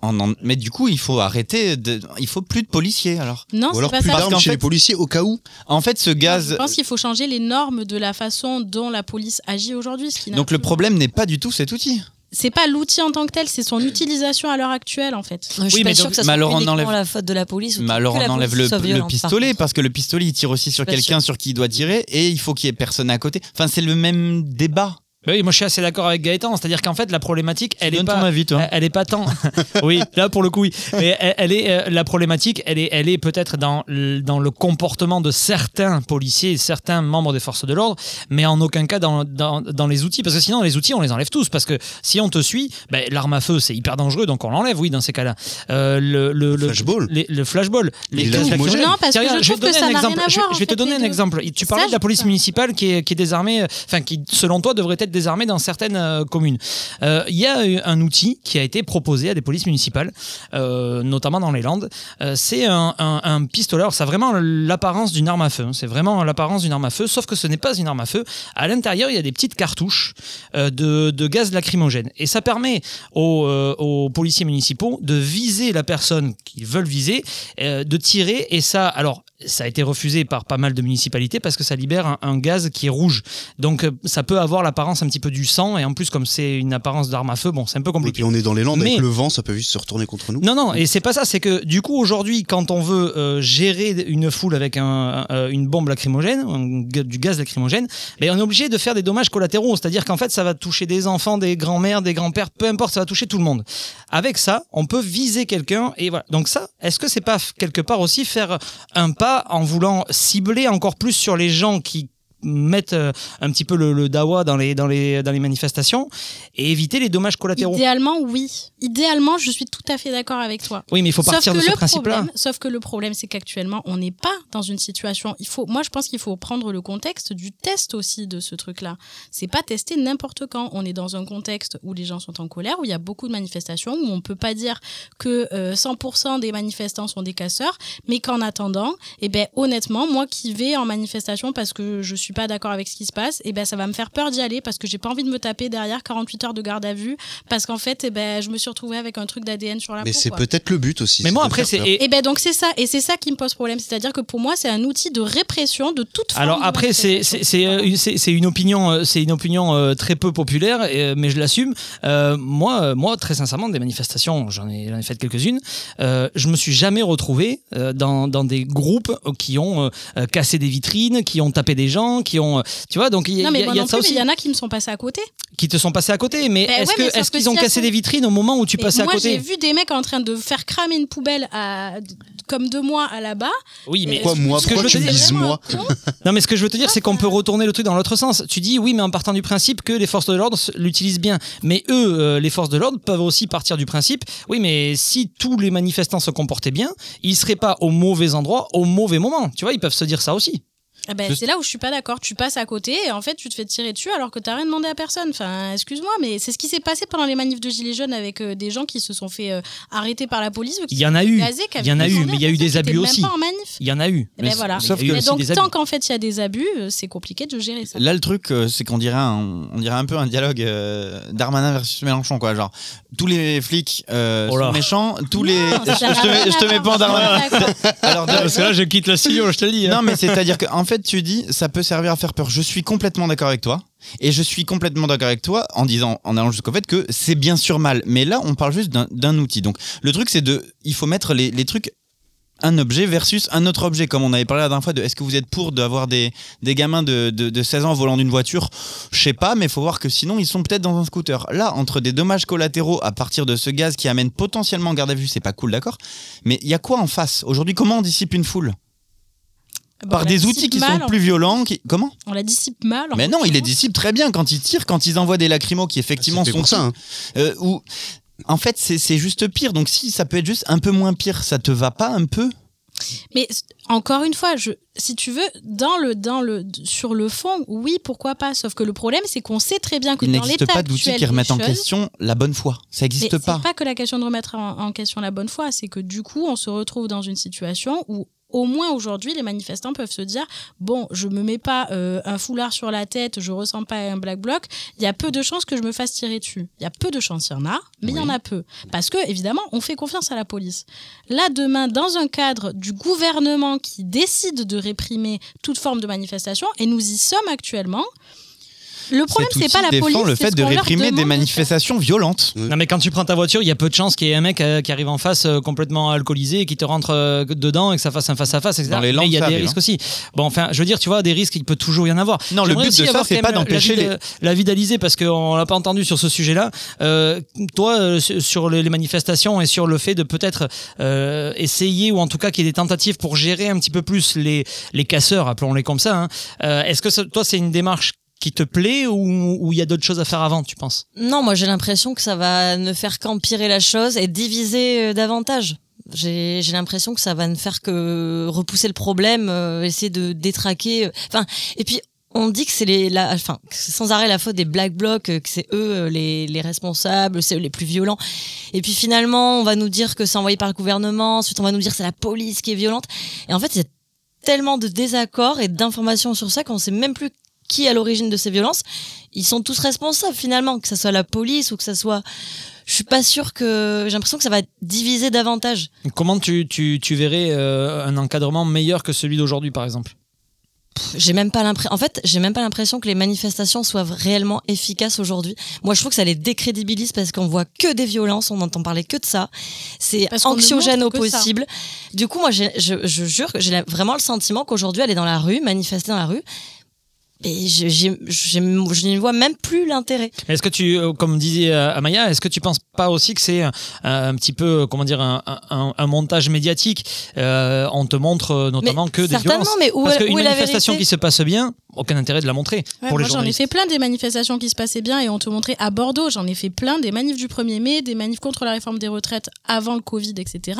S8: en en- Mais du coup, il faut arrêter. De... Il faut plus de policiers alors.
S7: Non, Ou c'est alors pas plus ça.
S4: d'armes
S8: Parce qu'en
S4: chez
S8: fait-
S4: les policiers au cas où.
S8: En fait, ce
S7: Je
S8: gaz.
S7: pense qu'il faut changer les normes de la façon dont la police agit aujourd'hui. ce qui n'a-
S8: Donc le problème n'est pas du tout cet outil.
S7: C'est pas l'outil en tant que tel, c'est son utilisation à l'heure actuelle en fait.
S10: Je suis
S8: Oui,
S10: pas
S8: mais
S10: sûre
S8: donc-
S10: que ça
S8: mais
S10: soit
S8: alors on
S10: uniquement
S8: enlève-
S10: la faute de la police. ou
S8: Mais alors
S10: que
S8: on
S10: la
S8: enlève
S10: police
S8: le,
S10: soit
S8: le
S10: violente, par
S8: pistolet parce que le pistolet il tire aussi sur
S10: Je suis pas
S8: quelqu'un
S10: sûre.
S8: sur qui il doit tirer et il faut qu'il y ait personne à côté. Enfin c'est le même débat.
S3: Bah oui, moi je suis assez d'accord avec Gaëtan, c'est-à-dire qu'en fait la problématique, elle est
S8: donnes
S3: pas,
S8: ton avis, hein. toi.
S3: elle- elle est pas tant. oui, là pour le coup, oui. Mais elle, elle est euh, la problématique, elle est, elle est peut-être dans l- dans le comportement de certains policiers, et certains membres des forces de l'ordre, mais en aucun cas dans, dans dans les outils, parce que sinon les outils on les enlève tous, parce que si on te suit, bah, l'arme à feu c'est hyper dangereux, donc on l'enlève, oui, dans ces cas-là. Euh, le, le, le flashball, le flashball, les
S4: Il est
S3: gaz
S4: homogène.
S3: lacrymogènes.
S7: Non, parce que
S3: Tiens,
S7: je trouve
S3: regarde, vais te
S7: que
S3: donner
S7: ça
S3: un
S7: n'a rien
S3: exemple.
S7: à
S3: Je-
S7: voir, en
S3: je vais te
S7: fait,
S3: donner
S7: les
S3: un
S7: deux.
S3: exemple. Tu
S7: Ça,
S3: parlais de
S7: je
S3: la police
S7: trouve ça.
S3: municipale qui est, qui est désarmée, euh, enfin qui selon toi devrait être désarmée dans certaines euh, communes. Euh, Il y a eu un outil qui a été proposé à des polices municipales, euh, notamment dans les Landes. Euh, c'est un, un- un pistolet. Alors ça a vraiment l'apparence d'une arme à feu. hein. C'est vraiment l'apparence d'une arme à feu, sauf que ce n'est pas une arme à feu. À l'intérieur, il y a des petites cartouches euh, de, de gaz lacrymogène. Et ça permet aux, euh, aux policiers municipaux de viser la personne qu'ils veulent viser, euh, de tirer. Et ça, alors, ça a été refusé par pas mal de municipalités parce que ça libère un, un gaz qui est rouge. Donc, euh, ça peut avoir l'apparence un petit peu du sang. Et en plus, comme c'est une apparence d'arme à feu, bon, c'est un peu
S4: Et
S3: compliqué.
S4: puis on est dans les Landes
S3: Mais-
S4: avec le vent, ça peut vite se retourner contre nous.
S3: Non, non, et c'est pas ça. C'est que du coup, aujourd'hui, quand on veut euh, gérer une foule avec un- un- une bombe lacrymogène, un ga- du gaz lacrymogène, mais on est obligé de faire des dommages collatéraux. C'est-à-dire qu'en fait, ça va toucher des enfants, des grands-mères, des grands-pères, peu importe, ça va toucher tout le monde. Avec ça, on peut viser quelqu'un. Et voilà. Donc, ça, est-ce que c'est pas f- quelque part aussi faire un pas en voulant cibler encore plus sur les gens qui mettent euh, un petit peu le, le dawa dans les, dans, les, dans les manifestations et éviter les dommages collatéraux
S7: Idéalement, oui. Idéalement, je suis tout à fait d'accord avec toi.
S3: Oui, mais il faut
S7: Sauf
S3: partir
S7: que
S3: de ce
S7: le
S3: principe-là.
S7: problème- Sauf que le problème, c'est qu'actuellement, on n'est pas dans une situation. Il faut, moi, je pense qu'il faut prendre le contexte du test aussi de ce truc-là. C'est pas tester n'importe quand. On est dans un contexte où les gens sont en colère, où il y a beaucoup de manifestations, où on peut pas dire que euh, 100% des manifestants sont des casseurs, mais qu'en attendant, eh ben, honnêtement, moi qui vais en manifestation parce que je suis suis pas d'accord avec ce qui se passe, et ben ça va me faire peur d'y aller parce que j'ai pas envie de me taper derrière 48 heures de garde à vue parce qu'en fait, eh ben je me suis retrouvée avec un truc d'ADN sur la
S4: Mais
S7: peau,
S4: c'est
S7: quoi.
S4: peut-être le but aussi.
S3: Mais moi, après,
S4: de
S3: c'est-
S4: faire peur.
S7: Et ben donc c'est ça, et c'est ça qui me pose problème, c'est-à-dire que pour moi c'est un outil de répression de toute forme.
S3: Alors
S7: de
S3: après, c'est c'est- c'est, euh, une- c'est- c'est une opinion, euh, c'est une opinion euh, très peu populaire, et, euh, mais je l'assume. Euh, moi, euh, moi, très sincèrement, des manifestations, j'en ai, j'en ai fait quelques-unes. euh, je me suis jamais retrouvé euh, dans, dans des groupes qui ont euh, euh, cassé des vitrines, qui ont tapé des gens, qui ont, euh, tu vois. Donc il y a,
S7: Non mais
S3: il y a-
S7: moi
S3: il y a
S7: non
S3: ça
S7: plus, mais
S3: aussi
S7: il y en a qui me sont passés à côté.
S3: qui te sont passés à côté. Mais
S7: Ben
S3: est-ce
S7: ouais, mais
S3: que
S7: sauf
S3: est-ce
S7: que
S3: qu'ils
S7: si
S3: ont
S7: elles
S3: cassé
S7: sont-
S3: des vitrines au moment où tu
S7: Mais
S3: passais
S7: moi,
S3: à côté
S7: j'ai vu des mecs en train de faire cramer une poubelle à comme deux mois à là-bas.
S3: Oui, mais
S4: Pourquoi moi
S3: ce que je veux
S4: Pourquoi tu
S3: te
S4: me
S3: dire-
S4: dises moi
S3: Non, mais ce que je veux te dire, c'est qu'on peut retourner le truc dans l'autre sens. Tu dis oui, mais en partant du principe que les forces de l'ordre s- l'utilisent bien. Mais eux, euh, les forces de l'ordre peuvent aussi partir du principe oui, mais si tous les manifestants se comportaient bien, ils seraient pas au mauvais endroit, au mauvais moment. Tu vois, ils peuvent se dire ça aussi.
S7: Ah ben,
S3: Je-
S7: C'est là où je suis pas d'accord. Tu passes à côté et en fait tu te fais tirer dessus alors que t'as rien demandé à personne. Enfin, excuse-moi, mais c'est ce qui s'est passé pendant les manifs de Gilets jaunes avec euh, des gens qui se sont fait euh, arrêter par la police. ou qui
S3: Il y en a
S7: se sont
S3: eu.
S7: fait gazer, qui
S3: Il y en a
S7: avaient
S3: eu,
S7: demandé
S3: mais il y a
S7: à
S3: eu
S7: personne,
S3: des
S7: qui
S3: abus
S7: étaient même
S3: aussi.
S7: pas en manif.
S3: Il y en a eu.
S7: Eh ben voilà.
S8: sauf
S7: Et
S8: que-
S7: donc
S8: des
S7: tant qu'en fait il y a des abus, euh, c'est compliqué de gérer ça.
S8: Là, le truc, euh, c'est qu'on dirait, un, on dirait un peu un dialogue euh, Darmanin versus Mélenchon, quoi. Genre, tous les flics euh,
S3: Oh là.
S8: sont méchants, tous les.
S7: Non,
S8: je,
S7: ça n'a
S8: je te
S7: rien
S8: mets, je te
S7: à
S8: mets
S7: voir,
S8: pas en
S7: ça n'a
S8: Darmanin.
S7: rien à voir.
S8: Alors,
S3: Parce que là, je quitte la studio, je te le dis. hein.
S8: Non, mais c'est-à-dire qu'en fait, tu dis, ça peut servir à faire peur. Je suis complètement d'accord avec toi. Et je suis complètement d'accord avec toi en disant, en allant jusqu'au fait que c'est bien sûr mal. Mais là, on parle juste d'un- d'un outil. Donc, le truc, c'est de. Il faut mettre les, les trucs. Un objet versus un autre objet, comme on avait parlé la dernière fois de est-ce que vous êtes pour d'avoir des, des gamins de, de, de 16 ans volant d'une voiture Je sais pas, mais faut voir que sinon ils sont peut-être dans un scooter. Là, entre des dommages collatéraux à partir de ce gaz qui amène potentiellement en garde à vue, c'est pas cool, d'accord Mais il y a quoi en face Aujourd'hui, comment on dissipe une foule
S7: Ah Bon, on
S8: par
S7: la
S8: des
S7: dissipe
S8: outils qui
S7: mal,
S8: sont
S7: en
S8: plus violents. qui- Comment
S7: On la dissipe mal. en
S8: Mais
S7: fait.
S8: non, il les dissipe très bien quand ils tirent, quand ils envoient des lacrymos qui effectivement
S4: C'était
S8: sont
S4: pour ça, hein.
S8: Euh, ou en fait c'est- c'est juste pire. Donc si ça peut être juste un peu moins pire, ça te va pas un peu
S7: Mais s- encore une fois, je, si tu veux, dans le, dans le, sur le fond, oui, pourquoi pas. Sauf que le problème, c'est qu'on sait très bien que
S8: Il
S7: dans
S8: n'existe
S7: l'état
S8: pas
S7: actuel
S8: d'outils qui
S7: des
S8: remettent en
S7: choses,
S8: question la bonne foi. Ça
S7: mais
S8: n'existe
S7: c'est
S8: pas.
S7: pas que la question de remettre en, en question la bonne foi, c'est que du coup, on se retrouve dans une situation où au moins aujourd'hui, les manifestants peuvent se dire bon, je me mets pas euh, un foulard sur la tête, je ressens pas un black bloc. Il y a peu de chances que je me fasse tirer dessus. Il y a peu de chances, il y en a, mais il y en a peu parce que évidemment, on fait confiance à la police. Là, demain, dans un cadre du gouvernement qui décide de réprimer toute forme de manifestation, et nous y sommes actuellement. Le problème,
S8: Cet
S7: c'est pas
S8: outil
S7: la
S8: défend
S7: police,
S8: le
S7: c'est
S8: fait
S7: ce
S8: de
S7: qu'on leur
S8: réprimer des
S7: demande.
S8: manifestations violentes.
S3: Non mais quand tu prends ta voiture, il y a peu de chances qu'il y ait un mec euh, qui arrive en face euh, complètement alcoolisé et qui te rentre euh, dedans et que ça fasse un face à face, etc.
S8: Dans les Landes,
S3: mais il y a
S8: ça
S3: des
S8: arrive,
S3: risques
S8: hein.
S3: aussi. Bon, enfin, je veux dire, tu vois, des risques, il peut toujours y en avoir.
S8: Non, le
S3: J'aimerais
S8: but de
S3: aussi
S8: ça,
S3: avoir
S8: c'est
S3: quand
S8: pas
S3: même, euh,
S8: d'empêcher
S3: la vie de-
S8: les-
S3: la vie d'Alizé parce qu'on l'a pas entendu sur ce sujet-là. Euh, toi, euh, sur- sur les les manifestations et sur le fait de peut-être euh, essayer ou en tout cas qu'il y ait des tentatives pour gérer un petit peu plus les, les casseurs, appelons-les comme ça. hein. Euh, Est-ce que ça- toi, c'est une démarche qui te plaît ou ou il y a d'autres choses à faire avant, tu penses
S10: Non, moi j'ai l'impression que ça va ne faire qu'empirer la chose et diviser euh, davantage. J'ai j'ai l'impression que ça va ne faire que repousser le problème, euh, essayer de détraquer. euh, Enfin, et puis on dit que c'est les, la, enfin, que c'est sans arrêt la faute des black blocs, euh, que c'est eux euh, les, les responsables, c'est eux les plus violents. Et puis finalement, on va nous dire que c'est envoyé par le gouvernement. Ensuite, on va nous dire que c'est la police qui est violente. Et en fait, il y a tellement de désaccords et d'informations sur ça qu'on sait même plus qui est à l'origine de ces violences ils sont tous responsables finalement, que ça soit la police ou que ça soit. Je suis pas sûre que j'ai l'impression que ça va diviser davantage.
S3: Comment tu, tu, tu verrais euh, un encadrement meilleur que celui d'aujourd'hui, par exemple
S10: Pff, J'ai même pas l'impression. En fait, j'ai même pas l'impression que les manifestations soient réellement efficaces aujourd'hui. Moi, je trouve que ça les décrédibilise parce qu'on voit que des violences, on n'entend parler que de ça. C'est
S7: Parce qu'on ne
S10: anxiogène au
S7: montre que ça.
S10: possible. Du coup, moi, j'ai- je, je jure que j'ai la- vraiment le sentiment qu'aujourd'hui, aller dans la rue, manifester dans la rue, et je, j'ai- j'ai- je n'y vois même plus l'intérêt.
S3: Est-ce que tu, euh, comme disait euh, Amaya, est-ce que tu penses pas aussi que c'est euh, un petit peu, euh, comment dire, un, un- un montage médiatique Euh, On te montre euh, notamment
S10: Mais
S3: que des
S10: certainement,
S3: violences.
S10: mais où
S3: Parce
S10: est-
S3: qu'une
S10: où est la
S3: manifestation
S10: vérité
S3: qui se passe bien, aucun intérêt de la montrer
S7: Ouais,
S3: pour
S7: moi,
S3: les
S7: j'en ai
S3: journalistes.
S7: fait plein des manifestations qui se passaient bien et on te montrait à Bordeaux. J'en ai fait plein des manifs du 1er mai, des manifs contre la réforme des retraites avant le Covid, etc.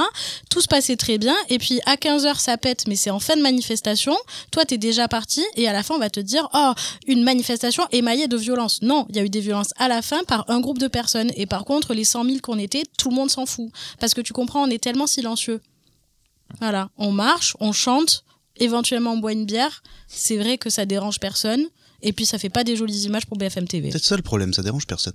S7: Tout se passait très bien. Et puis, à 15h, ça pète, mais c'est en fin de manifestation. Toi, t'es déjà parti et à la fin, on va te dire, oh, une manifestation émaillée de violences. Non, il y a eu des violences à la fin par un groupe de personnes. Et par contre, les 100 000 qu'on était, tout le monde s'en fout. Parce que tu comprends, on est tellement silencieux. Voilà, on marche, on chante. éventuellement on boit une bière, c'est vrai que ça dérange personne. Et puis ça fait pas des jolies images pour BFM TV.
S4: Peut-être ça le problème, ça dérange personne.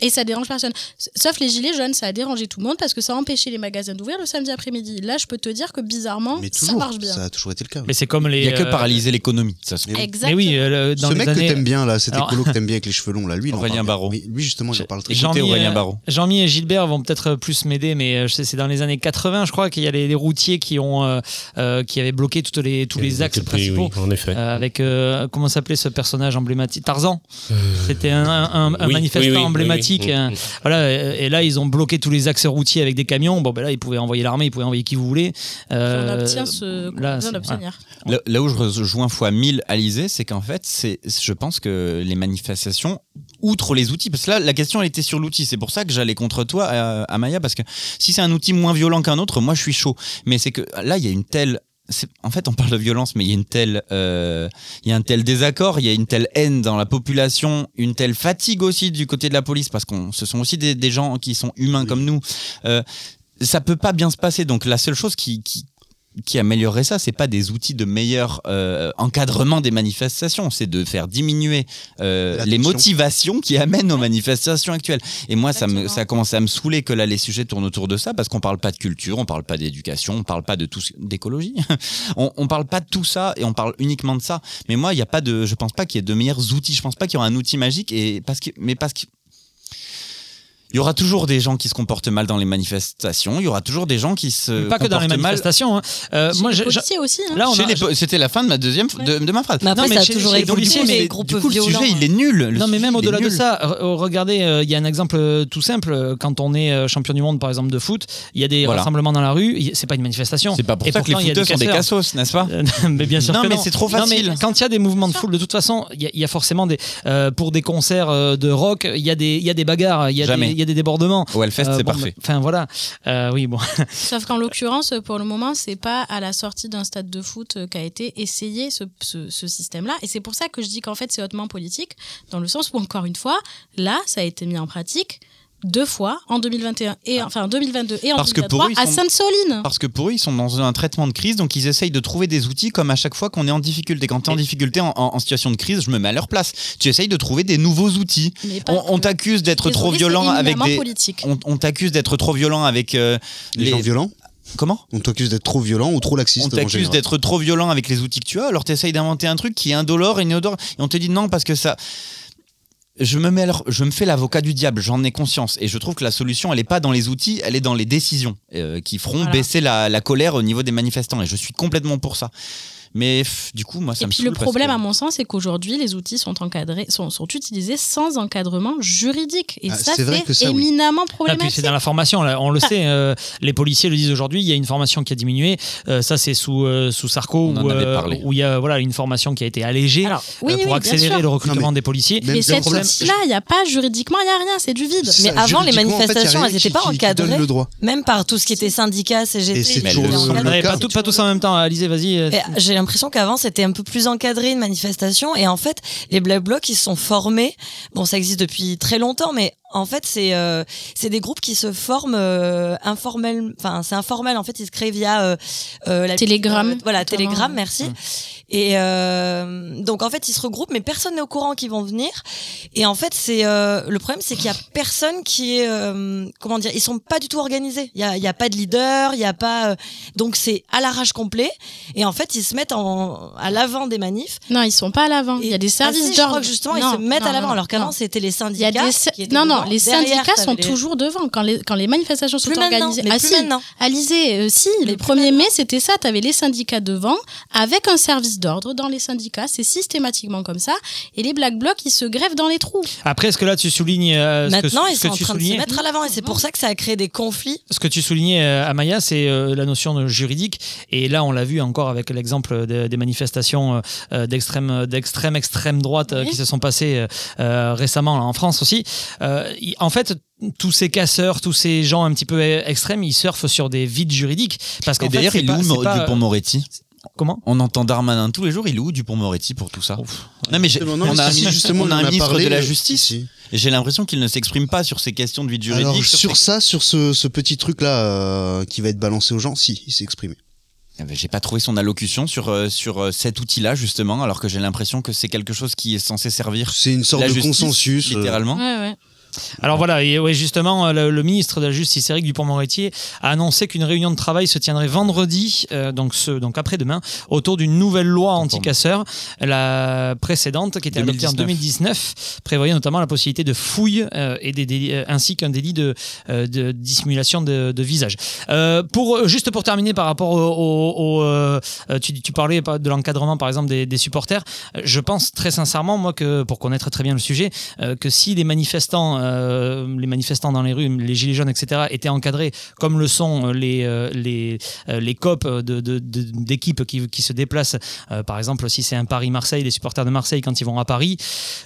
S7: Et ça dérange personne. S- Sauf les gilets jaunes, ça a dérangé tout le monde parce que ça a empêché les magasins d'ouvrir le samedi après-midi. Là, je peux te dire que bizarrement,
S4: Mais
S7: ça
S4: toujours,
S7: marche bien.
S4: ça a toujours été le cas.
S3: Mais c'est comme les.
S8: Il y a que
S3: euh,
S8: paralyser l'économie, ça se
S7: Exactement.
S3: Mais oui, euh, le- dans
S4: Ce
S3: les
S4: mec
S3: années-
S4: que t'aimes bien là, cet
S3: Alors-
S4: écolo que t'aimes bien avec les cheveux longs là, lui, il en
S8: Aurélien
S4: parle bien.
S8: Barraud.
S4: Oui, Lui justement, j'en parle très bien.
S3: Jean-Mi,
S8: Aurélien
S3: euh,
S8: Barraud.
S3: Jean-Mi et Gilbert vont peut-être plus m'aider, mais euh, je sais, c'est dans les années 80, je crois, qu'il y a les, les routiers qui ont euh, euh, qui avaient bloqué toutes les, tous les axes
S5: Quel prix,
S3: principaux.
S5: oui, en effet.
S3: Euh, avec euh, comment s'appelait ce personnage emblématique Tarzan.
S8: Euh,
S3: C'était un, Euh, un- un
S5: oui,
S3: manifestant
S5: oui, oui, oui,
S3: emblématique.
S5: oui.
S3: hein. Voilà, euh, et là ils ont bloqué tous les axes routiers avec des camions. Bon, ben là ils pouvaient envoyer l'armée, ils pouvaient envoyer qui vous voulez.
S7: On
S3: Euh,
S7: obtient ce qu'on
S3: là,
S7: vient
S3: c'est-
S7: d'obtenir.
S8: Là, là où je rejoins fois 1000 Alizé, c'est qu'en fait, c'est, je pense que les manifestations, outre les outils, parce que là, la question elle était sur l'outil. C'est pour ça que j'allais contre toi, euh, Amaya, parce que si c'est un outil moins violent qu'un autre, moi je suis chaud. Mais c'est que là, il y a une telle. c'est- en fait, on parle de violence, mais il y a une telle, euh, il y a un tel désaccord, il y a une telle haine dans la population, une telle fatigue aussi du côté de la police, parce qu'on, ce sont aussi des, des gens qui sont humains comme nous. Euh, ça peut pas bien se passer. Donc la seule chose qui, qui, qui améliorerait ça, c'est pas des outils de meilleur euh, encadrement des manifestations, c'est de faire diminuer euh,
S4: La
S8: les
S4: tension.
S8: motivations qui amènent aux manifestations actuelles. Et moi, ça, me,
S7: Exactement.
S8: ça a commencé à me saouler que là, les sujets tournent autour de ça, parce qu'on parle pas de culture, on parle pas d'éducation, on parle pas de tout ce- d'écologie, on, on parle pas de tout ça et on parle uniquement de ça. Mais moi, il y a pas de, je pense pas qu'il y ait de meilleurs outils. Je pense pas qu'il y aura un outil magique. Et parce que, mais parce que il y aura toujours des gens qui se comportent mal dans les manifestations. Il y aura toujours des gens qui se
S3: Pas que dans les
S8: comportent mal.
S3: manifestations. hein. Euh,
S7: Chez
S3: moi,
S7: les
S3: j'ai- j'ai-
S7: policiers aussi. hein.
S3: là, on
S8: Chez
S3: a-
S8: les po- C'était la fin de ma deuxième de, de ma phrase.
S10: Mais après, ça a
S8: chez-
S10: toujours
S8: chez les
S10: été le
S8: policiers,
S10: coup,
S8: mais
S10: les groupes
S8: du coup,
S10: violents,
S8: le sujet,
S10: hein.
S8: il est nul. Le
S3: non, mais
S8: sujet,
S3: même
S8: il est
S3: au-delà de
S8: nul.
S3: ça, re- regardez, euh, il y a un exemple euh, tout simple. euh, Quand on est euh, champion du monde, par exemple, de foot, il y a des
S8: Voilà.
S3: rassemblements dans la rue, il- c'est pas une manifestation.
S8: C'est pas pour
S3: Et
S8: ça que les
S3: pourtant, il y a
S8: footeux sont des
S3: casseurs.
S8: cassos, n'est-ce pas
S3: Euh, mais bien sûr
S8: Non,
S3: que
S8: mais c'est trop
S3: Non, mais
S8: facile.
S3: quand il y a des mouvements de foule, de toute façon, il y, a- il y a forcément des. euh, pour des concerts euh, de rock, il y, a des- il y a des bagarres, il y, a des-
S8: Jamais.
S3: il y a des débordements.
S8: Au Hellfest,
S3: Euh,
S8: c'est
S3: bon,
S8: parfait.
S3: bah, Enfin, voilà. Euh, oui, bon.
S7: Sauf qu'en l'occurrence, pour le moment, c'est pas à la sortie d'un stade de foot euh, qu'a été essayé ce, ce- ce système-là. Et c'est pour ça que je dis qu'en fait, c'est hautement politique, dans le sens où, encore une fois, là, ça a été mis en pratique deux fois, en 2021 et enfin en 2022 et en
S8: Ah. Parce que pour
S7: 2023,
S8: eux, ils
S7: à
S8: sont- Ah.
S7: Sainte-Soline.
S8: Parce que pour eux, ils sont dans un traitement de crise, donc ils essayent de trouver des outils comme à chaque fois qu'on est en difficulté. Quand tu es en difficulté, en, en- en situation de crise, je me mets à leur place. Tu essayes de trouver des nouveaux outils.
S7: Mais pas
S8: On, on
S7: que.
S8: t'accuse d'être
S7: Désolée,
S8: trop
S7: c'est
S8: violent avec
S7: éminemment
S8: des. Oh,
S7: politique.
S8: On, on t'accuse d'être trop violent avec euh,
S4: Les gens violents,
S8: Comment
S4: on t'accuse d'être trop violent ou trop laxiste.
S8: on
S4: en
S8: t'accuse
S4: général.
S8: d'être trop violent avec les outils que tu as, alors t'essayes d'inventer un truc qui est indolore et inodore, et on te dit non parce que ça. Je me, mets à leur- je me fais l'avocat du diable, j'en ai conscience. Et je trouve que la solution, elle n'est pas dans les outils, elle est dans les décisions euh, qui feront
S7: Voilà.
S8: baisser la, la colère au niveau des manifestants. Et je suis complètement pour ça. Mais pff, du coup, moi, ça
S7: Et
S8: me
S7: puis le
S8: saoule parce
S7: problème,
S8: que-
S7: à mon sens, c'est qu'aujourd'hui, les outils sont encadrés, sont, sont utilisés sans encadrement juridique. Et
S4: Ah,
S7: ça,
S4: c'est vrai que
S7: c'est
S4: ça, oui.
S7: éminemment
S3: Ah, puis c'est
S7: problématique.
S3: dans la formation, là, on le
S10: Ah.
S3: sait. euh, les policiers le disent aujourd'hui, il y a une formation qui a diminué. Euh, ça, c'est sous, euh, sous Sarko,
S8: On en
S3: où,
S8: avait
S3: euh,
S8: parlé.
S3: où il y a voilà, une formation qui a été allégée
S7: Alors, oui,
S3: euh,
S7: oui,
S3: pour
S7: bien
S3: accélérer
S7: sûr.
S3: le recrutement
S4: Non, mais-
S3: des policiers.
S4: Même
S7: Mais
S4: le
S7: cet
S4: problème-
S7: outil-là, il n'y a pas juridiquement, il n'y a rien, c'est du vide.
S4: C'est
S10: Mais
S4: ça,
S10: avant, les
S4: juridiquement, en fait,
S10: manifestations,
S4: y a
S10: elles
S4: rien
S10: étaient pas
S4: qui- qui donne
S10: encadrées.
S4: le droit.
S10: Même par tout ce qui était syndicat, CGT.
S4: Et c'est
S10: mais
S4: toujours
S10: elles étaient
S4: le-
S10: encadrées.
S3: Ouais,
S4: cas.
S3: pas, tout- pas tous en même temps, Alizé, vas-y. euh,
S10: Et J'ai l'impression qu'avant c'était un peu plus encadré une manifestation et en fait les Black Blocs ils se sont formés. Bon ça existe depuis très longtemps mais en fait c'est euh, c'est des groupes qui se forment euh, informel enfin c'est informel en fait ils se créent via euh, euh, la
S7: Telegram,
S10: euh, voilà
S7: notamment.
S10: Telegram merci. Et euh, donc en fait ils se regroupent mais personne n'est au courant qu'ils vont venir et en fait c'est euh, le problème c'est qu'il y a personne qui est euh, comment dire ils sont pas du tout organisés. Il y a, il y a pas de leader, il y a pas euh, donc c'est à l'arrache complet et en fait, ils se mettent en, à l'avant des manifs.
S7: Non, ils sont pas à l'avant. Il y a des
S10: Ah si,
S7: services
S10: je
S7: d'ordre.
S10: crois que justement,
S7: Non,
S10: ils se mettent
S7: non,
S10: à l'avant.
S7: non,
S10: Alors qu'avant,
S7: non.
S10: c'était les
S7: Il y a
S10: syndicats.
S7: des
S10: qui étaient
S7: non non
S10: devant.
S7: les
S10: Derrière,
S7: syndicats
S10: t'avais
S7: sont
S10: les-
S7: toujours devant quand les quand les manifestations sont
S10: Plus maintenant,
S7: organisées
S10: mais
S7: ah
S10: plus
S7: si
S10: maintenant.
S7: Alizé euh, si
S10: Mais
S7: le
S10: plus
S7: 1er mai c'était ça t'avais les syndicats devant avec un service d'ordre dans les syndicats c'est systématiquement comme ça et les black blocs ils se grèvent dans les trous
S3: Après, est-ce que là, tu soulignes euh, ce que,
S10: Maintenant, ils
S3: ce que
S10: sont en
S3: tu
S10: train de se
S3: soulignais
S10: mettre à l'avant et c'est pour ça que ça a créé des conflits.
S3: ce que tu soulignais, euh, Amaya, c'est euh, la notion de juridique. Et là, on l'a vu encore avec l'exemple de- des manifestations euh, euh, d'extrême, d'extrême, extrême droite euh,
S7: Oui.
S3: qui se sont passées euh, euh, récemment là, en France aussi. Euh, y- en fait, tous ces casseurs, tous ces gens un petit peu euh, extrêmes, ils surfent sur des vides juridiques. Parce qu'en
S8: Et
S3: fait,
S8: d'ailleurs,
S3: c'est
S8: il est
S3: pas-
S8: où
S3: c'est pas- euh,
S8: Dupont Moretti
S3: Comment
S8: On entend Darmanin tous les jours, il est où Dupont Moretti pour tout ça Non, mais j'ai-
S4: Justement, non,
S8: on, a un,
S4: si,
S8: mi-
S4: justement,
S8: on a un
S4: on en a
S8: ministre
S4: parlé,
S8: de la
S4: euh,
S8: justice.
S4: si.
S8: Et J'ai l'impression qu'il ne s'exprime pas sur ces questions de vide juridique.
S4: Alors
S8: sur ces-
S4: euh, sur ça, sur ce, ce petit truc là qui va être balancé aux gens, si, il s'est exprimé.
S8: Eh ben, J'ai pas trouvé son allocution sur, euh, sur euh, cet outil-là, justement, alors que j'ai l'impression que c'est quelque chose qui est censé servir.
S4: C'est une sorte de consensus, euh.
S8: Littéralement.
S3: Mmh. Alors voilà, et ouais, justement, euh, le, le ministre de la Justice, Éric Dupont-Moretti, a annoncé qu'une réunion de travail se tiendrait vendredi, euh, donc, ce, donc après-demain, autour d'une nouvelle loi anti-casseur. La précédente, qui était adoptée en 2019, prévoyait notamment la possibilité de fouilles euh, et des délits- euh, ainsi qu'un délit de, euh, de dissimulation de, de visage. Euh, pour, juste pour terminer par rapport au. au- au, euh, euh, tu, tu parlais pas de l'encadrement, par exemple, des, des supporters. Euh, Je pense très sincèrement, moi, que pour connaître très bien le sujet, euh, que si les manifestants, euh, les manifestants dans les rues, les gilets jaunes, etc., étaient encadrés comme le sont euh, les euh, les euh, les copes de de- de- d'équipes qui, qui se déplacent, euh, par exemple, si c'est un Paris-Marseille, les supporters de Marseille quand ils vont à Paris,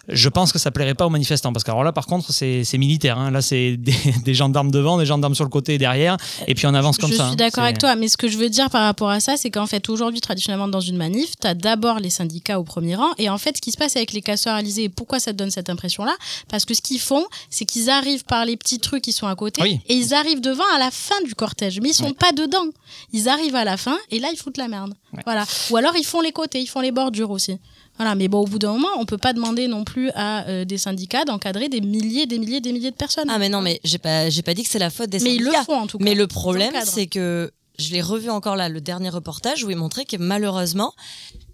S3: je pense que ça plairait pas aux manifestants parce que alors là, par contre, c'est c'est militaire. hein. Là, c'est des, des gendarmes devant, des gendarmes sur le côté et derrière, et puis on avance comme
S7: je
S3: ça.
S7: suis
S3: hein.
S7: d'accord avec
S3: C'est-
S7: toi, mais ce que je veux dire par rapport à ça, c'est qu'en fait, aujourd'hui, traditionnellement, dans une manif, tu as d'abord les syndicats au premier rang. Et en fait, ce qui se passe avec les casseurs alizés, et pourquoi ça te donne cette impression-là Parce que ce qu'ils font, c'est qu'ils arrivent par les petits trucs qui sont à côté
S3: Oui.
S7: et ils arrivent devant à la fin du cortège, mais ils sont pas dedans. Ils arrivent à la fin et là, ils foutent la merde. Voilà. Ou alors, ils font les côtés, ils font les bordures aussi. Voilà, mais bon, au bout d'un moment, on peut pas demander non plus à euh, des syndicats d'encadrer des milliers, des milliers, des milliers de personnes.
S10: Ah mais non, mais j'ai pas, j'ai pas dit que c'est la faute des
S7: Mais ils le
S10: syndicats.
S7: font, en tout cas.
S10: Mais
S7: Ils
S10: le problème,
S7: encadrent.
S10: c'est que je l'ai revu encore là, le dernier reportage où il montrait que malheureusement,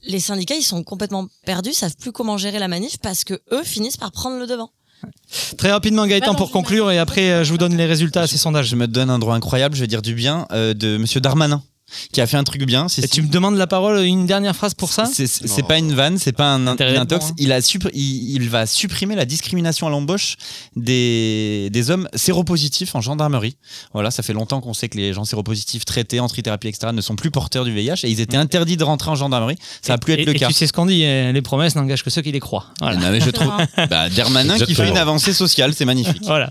S10: les syndicats, ils sont complètement perdus, savent plus comment gérer la manif parce que eux finissent par prendre le devant.
S3: Très rapidement,
S7: Bah
S3: Gaëtan, pour conclure, et après, euh, je vous donne les résultats à ces sondages.
S8: Je me donne un droit incroyable, je vais dire du bien, euh, de monsieur Darmanin, qui a fait un truc bien.
S3: Et tu me demandes la parole une dernière phrase pour ça
S8: C'est c'est pas une vanne, c'est pas un, un intox.
S3: hein.
S8: Il, a suppr- il, il va supprimer la discrimination à l'embauche des, des hommes séropositifs en gendarmerie. Voilà, ça fait longtemps qu'on sait que les gens séropositifs traités en trithérapie, etc., ne sont plus porteurs du VIH et ils étaient interdits de rentrer en gendarmerie. Ça a plus
S3: Mmh. et,
S8: être le
S3: et
S8: cas.
S3: tu sais ce qu'on dit, euh, les promesses n'engagent que ceux qui les croient. Voilà.
S8: Non, mais je trouve. bah, Dermanin qui fait
S3: Exactement.
S8: une avancée sociale, c'est magnifique.
S3: Voilà.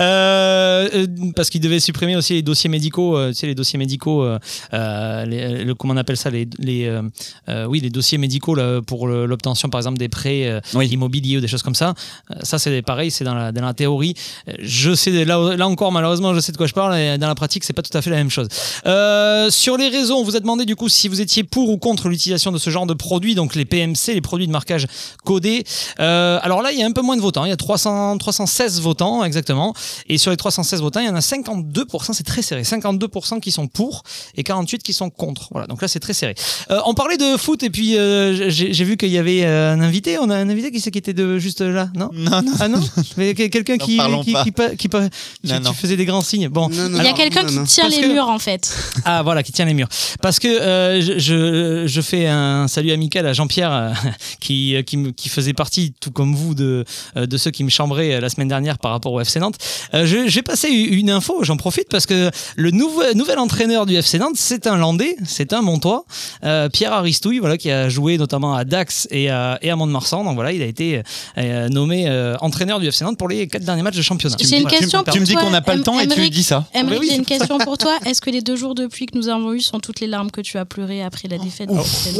S3: Euh, euh, parce qu'ils devaient supprimer aussi les dossiers médicaux, euh, tu sais, les dossiers médicaux, euh, euh, les- le- comment on appelle ça, les, les, euh, euh, oui, les dossiers médicaux là, pour le- l'obtention, par exemple, des prêts euh, immobiliers ou des choses comme ça. Euh, ça, c'est pareil, c'est dans la, dans la théorie. Euh, Je sais, là, là encore, malheureusement, je sais de quoi je parle, et dans la pratique, c'est pas tout à fait la même chose. Euh, sur les réseaux, on vous a demandé du coup si vous étiez pour ou contre l'utilisation de ce genre de produits, donc les PMC, les produits de marquage codé. Euh, alors là, il y a un peu moins de votants, il y a 300, 316 votants exactement. Et sur les 316 votants, il y en a 52%, c'est très serré, 52% qui sont pour et 48 qui sont contre. Voilà, donc là c'est très serré. Euh, on parlait de foot et puis euh, j'ai j'ai vu qu'il y avait euh, un invité, on a un invité qui, c'est qui était de, juste là, non
S8: Non, non.
S3: Ah non Mais que- Quelqu'un
S8: Non,
S3: qui,
S8: parlons
S3: qui,
S8: pas.
S3: qui pa- qui pa- tu,
S8: Non,
S3: tu
S8: non.
S3: faisais des grands signes. Bon,
S7: Il y a quelqu'un qui tient
S3: Parce
S7: les
S3: que-
S7: murs, en fait.
S3: ah voilà, qui tient les murs. Parce que euh, je, je, je fais un salut amical à Jean-Pierre euh, qui, euh, qui, me- qui faisait partie, tout comme vous, de, euh, de ceux qui me chambraient euh, la semaine dernière par rapport au FC Nantes. Euh, je, je vais passer une info, j'en profite, parce que le nouvel, nouvel entraîneur du FC Nantes, c'est un Landais, c'est un Montois, euh, Pierre Aristouille, voilà, qui a joué notamment à Dax et à, et à Mont-de-Marsan. Donc voilà, il a été euh, nommé euh, entraîneur du FC Nantes pour les quatre derniers matchs de championnat.
S7: J'ai une question pour toi, Em- Emeric- Emeric,
S3: Ah, Mais oui,
S7: j'ai
S3: c'est
S7: une
S3: pour ça.
S7: question pour toi. Est-ce que les deux jours de pluie que nous avons eus sont toutes les larmes que tu as pleurées après la défaite
S3: Oh.
S7: de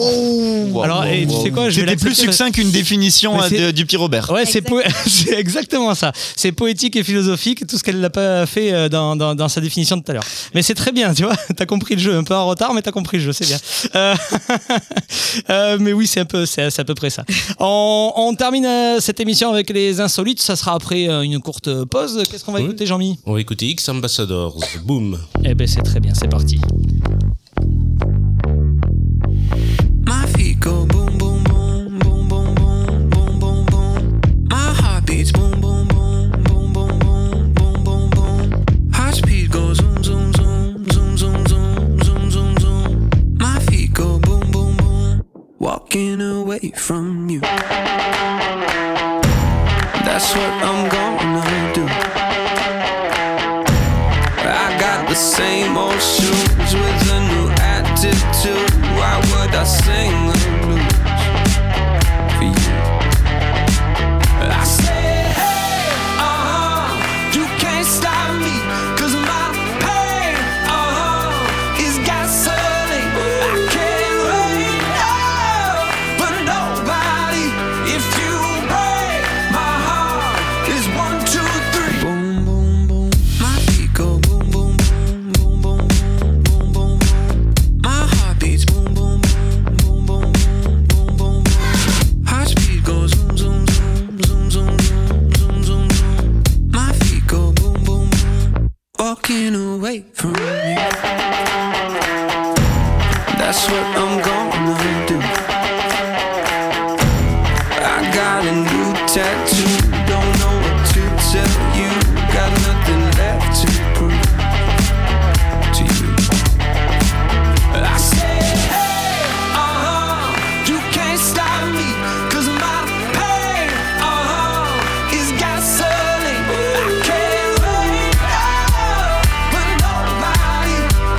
S7: l'Ukraine
S3: Alors, et tu sais quoi, je vais
S8: C'était plus
S3: l'accepter,
S8: succinct
S3: parce-
S8: qu'une définition
S3: Mais
S8: euh,
S3: c'est-
S8: de- du petit Robert.
S3: Ouais, c'est po- c'est exactement ça. C'est poétique et philosophique, tout ce qu'elle n'a pas fait euh, dans, dans- dans sa définition de tout à l'heure. Mais c'est très bien, tu vois. T'as compris le jeu, un peu en retard, mais t'as compris le jeu, c'est bien. Euh, euh, mais oui, c'est un peu, c'est c'est à peu près ça. On, on termine euh, cette émission avec les insolites. Ça sera après euh, une courte pause. Qu'est-ce qu'on va écouter, Jean-Mi
S5: On va écouter X Ambassadors. Boom.
S3: Eh ben, c'est très bien. C'est parti.
S13: My feet go boom boom boom boom boom boom boom boom boom. My heart beats boom boom boom boom boom boom boom boom boom. Heart speed goes zoom zoom zoom zoom zoom zoom zoom zoom zoom. My feet go boom boom boom. Walking away from you. That's what I'm gonna do. I got the same old shoes with a new attitude. Why would I sing the blues for you? I said, hey, uh huh, you can't stop me, cause my pain, uh huh, is gasoline. I can't wait, oh, but nobody, if you break my heart, is one, two, three. Boom, boom, boom, my feet go boom, boom, boom, boom, boom, boom, boom, boom. My heart beats walking away from you. That's what I'm gonna do. I got a new tattoo. Don't know what to tell you. Got nothing left to prove to you. I say, hey, uh huh. You can't stop me. Cause my pain, uh huh, is gasoline. I can't wait. Oh, but nobody,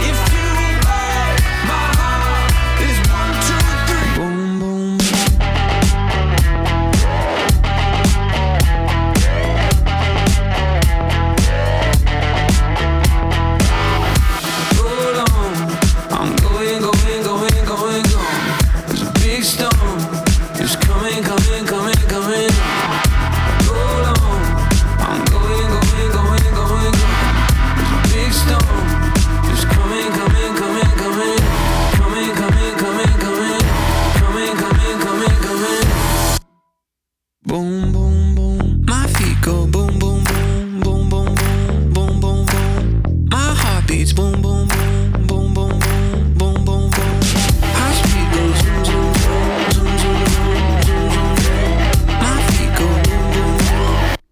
S13: if you wait, my heart is one, two, three. Boom, boom. Hold on, I'm going, going, going, going, going. There's a big storm, it's coming, coming, coming, coming. Hold on, I'm going, going, going, going, going. There's a big storm, it's coming, coming, coming, coming, coming, coming, coming, coming, coming, coming, coming, coming. Boom, boom, boom. My feet go boom, boom, boom, boom, boom, boom, boom, boom, boom. My heart beats boom, boom, boom.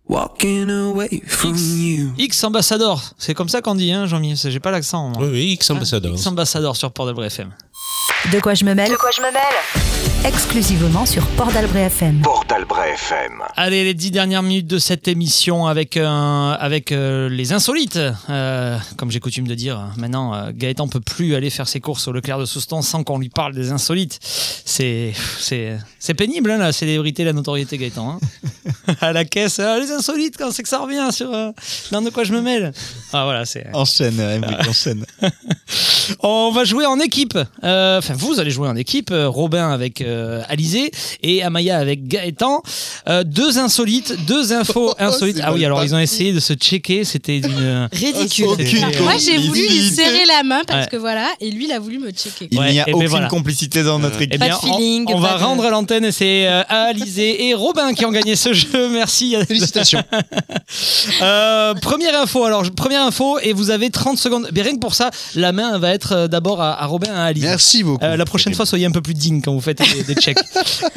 S13: Walking away from you.
S3: X Ambassador, c'est comme ça qu'on dit, hein, Jean-Mi c'est- J'ai pas l'accent. Oui, oui, X Ambassador. X Ambassador sur Port d'Albret FM.
S2: De quoi je me mêle De quoi je me mêle Exclusivement sur Port d'Albret FM.
S9: Port d'Albret FM.
S3: Allez, les dix dernières minutes de cette émission avec, un- avec euh, les insolites. Euh, comme j'ai coutume de dire, maintenant, euh, Gaëtan peut plus aller faire ses courses au Leclerc de Soustans sans qu'on lui parle des insolites. C'est c'est- c'est pénible, hein, la célébrité, la notoriété, Gaëtan. hein. à la caisse, ah, les insolites, quand c'est que ça revient sur... euh, dans de quoi je me mêle Ah voilà, c'est...
S14: Enchaîne, euh, Emmerich,
S8: Ah.
S14: enchaîne.
S3: On va jouer en équipe. Euh, Enfin, vous allez jouer en équipe. euh, Robin avec euh, Alizé et Amaya avec Gaëtan. Euh, deux insolites, deux infos
S7: Oh,
S3: insolites. Ah oui, alors ils ont essayé de se checker. C'était d'une euh,
S10: Ridicule.
S3: C'était-
S7: Alors, moi, j'ai voulu lui serrer la main parce
S3: Ouais.
S7: que voilà, et lui, il a voulu me checker.
S3: Ouais, eh ben voilà.
S8: Euh,
S7: notre équipe.
S3: Eh
S7: Pas
S3: bien,
S7: de feeling,
S3: on, on
S7: pas
S3: va
S7: de-
S3: rendre à l'antenne et c'est euh, Alizé et Robin qui ont gagné ce jeu. Merci. Félicitations. première info, alors je- première info et vous avez 30 secondes. Mais rien que pour ça, la main va être euh, d'abord à, à Robin et à Alizé. Merci beaucoup.
S8: Euh,
S3: Euh, la prochaine fois, soyez un peu plus digne quand vous faites des, des checks.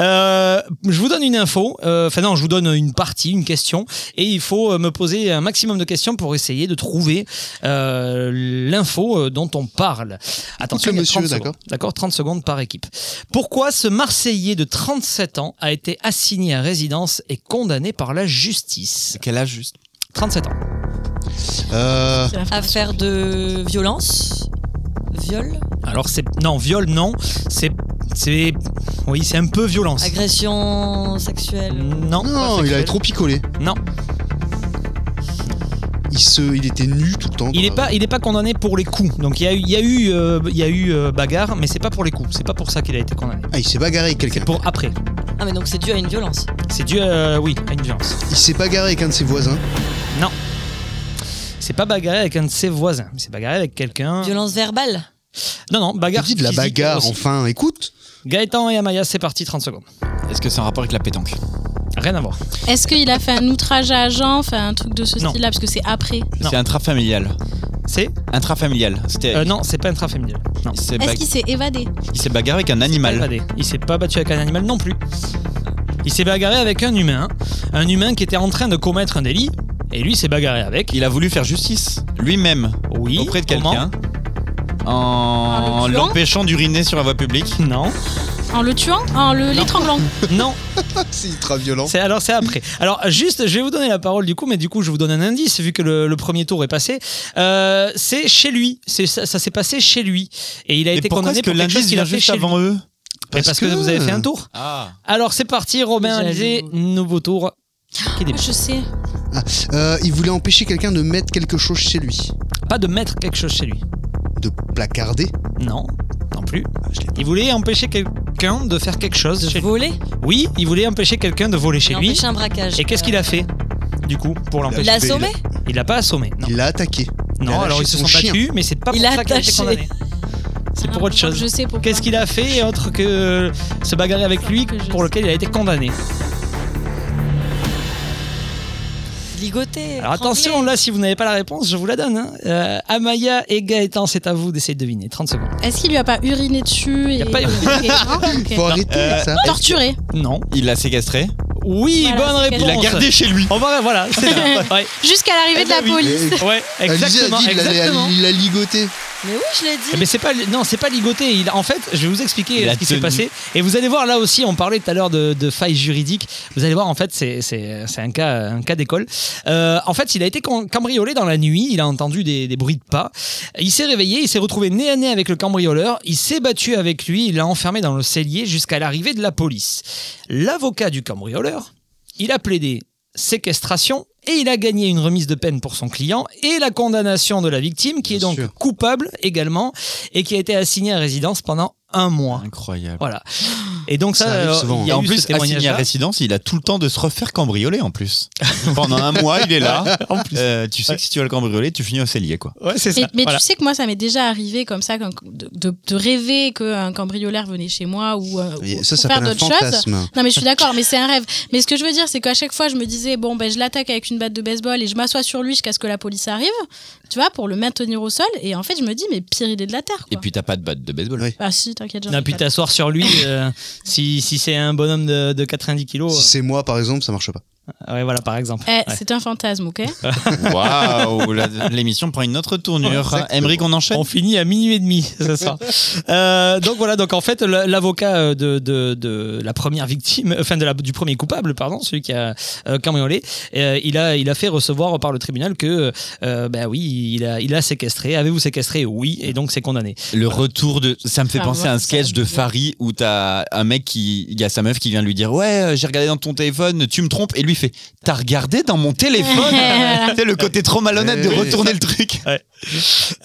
S3: Euh, je vous donne une info, euh, enfin non, je vous donne une partie, une question et il faut euh, me poser un maximum de questions pour essayer de trouver euh, l'info euh, dont on parle. Attention,
S4: le
S3: il y a
S4: monsieur,
S3: 30 secondes.
S4: d'accord.
S3: D'accord, 30 secondes par équipe. Pourquoi ce Marseillais de 37 ans a été assigné à résidence et condamné par la justice
S8: Quel âge juste
S3: 37 ans.
S4: Euh,
S10: Affaire de violence Viol
S3: Alors c'est non viol non, c'est c'est oui c'est un peu violence.
S10: Ah, Agression sexuelle
S3: Non.
S4: Non, Ah, il avait trop picolé.
S3: Bah, Non.
S4: Il, se, il était nu tout le temps.
S3: Il n'est pas, il est pas condamné pour les coups. Donc il y a eu, il y a eu, euh, il y a eu euh, bagarre, mais c'est pas pour les coups. C'est pas pour ça qu'il a été condamné.
S4: Ah, il s'est bagarré avec quelqu'un.
S3: Pour après.
S10: Ah, mais donc c'est dû à une violence.
S3: C'est dû, euh, oui, à une violence.
S4: Il s'est bagarré avec un de ses voisins.
S3: Non. C'est pas bagarré avec un de ses voisins. mais C'est bagarré avec quelqu'un.
S10: Violence verbale
S3: Non, non, bagarre.
S4: Dis de la
S3: physique
S4: bagarre,
S3: aussi.
S4: enfin, écoute.
S3: Gaëtan et Amaya, c'est parti, 30 secondes.
S8: Est-ce que c'est un rapport avec la pétanque
S3: Rien à voir.
S7: Est-ce qu'il a fait un outrage à agent, enfin un truc de ce
S8: Non.
S7: style-là, parce que c'est après
S8: C'est intrafamilial.
S3: C'est
S8: Intrafamilial.
S4: Eh
S8: C'était.
S3: Euh, non, c'est pas intrafamilial. Non.
S8: Il s'est
S7: Est-ce
S8: bag-
S7: qu'il s'est évadé
S8: il s'est bagarré avec un animal.
S3: Regardez, il s'est pas battu avec un animal non plus. Il s'est bagarré avec un humain. Un humain qui était en train de commettre un délit. Et lui s'est bagarré avec.
S8: Il a voulu faire justice lui-même.
S3: Oui.
S8: Auprès de quelqu'un. En
S7: En le tuant
S8: l'empêchant d'uriner sur la voie publique.
S3: Non.
S7: En le tuant En le- l'étranglant
S3: Non.
S4: c'est ultra violent.
S3: C'est, alors c'est après. Alors juste, je vais vous donner la parole du coup, mais du coup je vous donne un indice vu que le, le premier tour est passé. Euh, c'est chez lui. C'est, ça, ça s'est passé chez lui. Et il a
S8: Mais
S3: été
S8: pourquoi
S3: condamné
S8: est-ce que
S3: pour quelque
S8: l'indice
S3: chose qu'il
S8: vient
S3: a fait
S8: juste
S3: chez
S8: avant
S3: lui.
S8: eux
S3: Mais
S8: Parce
S3: parce que...
S8: que-
S3: vous avez fait un tour.
S8: Ah.
S3: Alors c'est parti, Robin,
S8: J'avoue.
S3: Alizé, nouveau tour. Qui débute
S7: Je sais.
S4: Ah, euh, il voulait empêcher quelqu'un de mettre quelque chose chez lui.
S3: Pas de mettre quelque chose chez lui.
S4: De placarder
S3: Non, non plus.
S8: Ah,
S3: Il voulait empêcher quelqu'un de faire quelque chose. chez voler Oui, il voulait empêcher quelqu'un de voler chez
S10: Il a
S3: lui.
S10: empêché un braquage.
S3: Et qu'est-ce qu'il a fait du coup pour l'empêcher
S10: Il l'a assommé
S3: Il l'a pas assommé. Non. Il
S4: l'a attaqué.
S3: Non,
S4: lâché
S3: alors ils se
S4: son
S3: sont
S4: chien.
S3: battus, mais c'est pas pour
S10: Il a
S3: ça qu'il a été
S10: attaché.
S3: condamné. C'est pour autre chose.
S7: Je sais pourquoi.
S3: Qu'est-ce qu'il a fait autre que se bagarrer avec lui pour lequel il a été condamné
S10: ligoté.
S3: Alors attention, là, si vous n'avez pas la réponse, je vous la donne. hein. Euh, Amaya et Gaëtan, c'est à vous d'essayer de deviner. 30 secondes.
S7: Est-ce qu'il lui a pas uriné dessus et...
S3: a pas-
S7: et- non Ok.
S3: Faut arrêter,
S7: Euh,
S3: ça.
S7: Torturé.
S3: Non.
S8: Il l'a séquestré.
S3: Oui,
S7: Voilà,
S3: bonne
S7: c'est
S3: réponse.
S7: quel- Il l'a
S8: gardé chez lui.
S3: On va, voilà, c'est ça. Ouais.
S7: Jusqu'à l'arrivée de la
S3: Eh ben oui.
S7: police.
S3: Ouais,
S4: Elle disait, elle
S3: exactement.
S4: dit, il l'a-
S3: exactement.
S4: il l'a ligoté.
S10: Mais oui, je l'ai dit.
S3: Eh, Mais c'est pas non, c'est pas ligoté. Il, en fait, je vais vous expliquer
S4: Il a
S3: ce qui s'est
S4: tenu.
S3: passé. Et vous allez voir là aussi, on parlait tout à l'heure de, de failles juridiques. Vous allez voir, en fait, c'est c'est- c'est un cas un cas d'école. Euh, en fait, il a été cam- cambriolé dans la nuit. Il a entendu des, des bruits de pas. Il s'est réveillé. Il s'est retrouvé nez à nez avec le cambrioleur. Il s'est battu avec lui. Il l'a enfermé dans le cellier jusqu'à l'arrivée de la police. L'avocat du cambrioleur, il a plaidé séquestration et il a gagné une remise de peine pour son client et la condamnation de la victime qui est donc coupable également et qui a été assignée à résidence pendant un mois.
S8: Incroyable.
S3: Voilà. Et donc ça, euh, il y a
S8: en
S3: eu ce
S8: plus, assigné à
S3: témoignage-là.
S8: résidence, il a tout le temps de se refaire cambrioler en plus. Pendant un mois, il est là.
S3: En plus.
S8: Euh, tu sais que si tu vas le cambrioler, tu finis au cellier quoi.
S3: Ouais, c'est
S7: Mais, mais tu sais que moi, ça m'est déjà arrivé comme ça, qu'un- de, de- de rêver qu'un cambriolaire venait chez moi ou euh,
S4: Et
S7: ou-
S4: ça
S7: pour
S4: s'appelle
S7: faire
S4: un
S7: d'autres choses.
S4: fantasme.
S7: Non, mais je suis d'accord, mais c'est un rêve. Mais ce que je veux dire, c'est qu'à chaque fois, je me disais, bon, ben, je l'attaque avec une batte de baseball et je m'assois sur lui jusqu'à ce que la police arrive, tu vois, pour le maintenir au sol. Et en fait, je me dis, mais pire idée de la Terre.
S8: Et puis t'as pas de batte de baseball.
S7: Ah si, t'inquiète, j'en ai
S3: Non, puis
S7: pas.
S3: t'asseoir sur lui, euh, si, si c'est un bonhomme de, de 90 kilos. Si
S4: c'est moi, par exemple, ça marche pas.
S3: Ouais, voilà, par exemple.
S7: Eh,
S3: Ouais.
S7: c'est un fantasme, ok
S8: Waouh, la- l'émission prend une autre tournure.
S3: Exactement.
S8: Emmerich, on enchaîne.
S3: On finit à minuit et demi, ce soir. Euh, donc voilà, donc en fait, le- l'avocat euh, de, de, de la première victime, enfin de la, du premier coupable, pardon, celui qui a euh, cambriolé, euh, il, a, il a fait recevoir par le tribunal que, euh, ben oui, il a, il a séquestré. Avez-vous séquestré Oui, et donc c'est condamné.
S8: Le retour de. Ça me fait
S3: Ah,
S8: penser à
S3: ouais,
S8: un
S3: ça
S8: sketch
S3: me
S8: de
S3: dit.
S8: Farid où t'as un mec qui. Il y a sa meuf qui vient lui dire Ouais, euh, j'ai regardé dans ton téléphone, tu me trompes. Et lui fait T'as regardé dans mon téléphone C'est le côté trop malhonnête de
S3: Eh oui.
S8: retourner le truc.
S3: Ouais.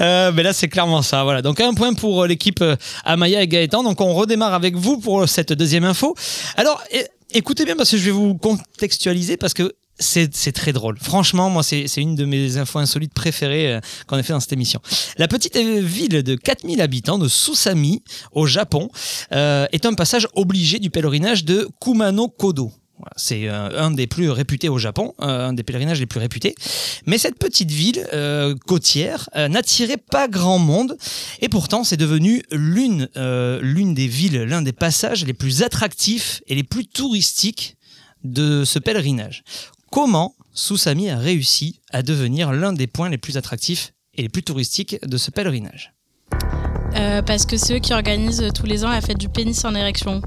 S3: Euh, mais là, c'est clairement ça. Voilà. Donc, un point pour euh, l'équipe euh, Amaya et Gaëtan. Donc, on redémarre avec vous pour euh, cette deuxième info. Alors, é- écoutez bien parce que je vais vous contextualiser parce que c'est c'est très drôle. Franchement, moi, c'est c'est une de mes infos insolites préférées euh, qu'on ait fait dans cette émission. La petite euh, ville de 4000 habitants de Susami, au Japon, euh, est un passage obligé du pèlerinage de Kumano Kodo. Voilà, C'est euh, un des plus réputés au Japon, euh, un des pèlerinages les plus réputés. Mais cette petite ville euh, côtière euh, n'attirait pas grand monde et pourtant c'est devenu l'une euh, l'une des villes, l'un des passages les plus attractifs et les plus touristiques de ce pèlerinage. Comment Susami a réussi à devenir l'un des points les plus attractifs et les plus touristiques de ce pèlerinage
S7: Euh, parce que c'est eux qui organisent euh, tous les ans la fête du pénis en érection.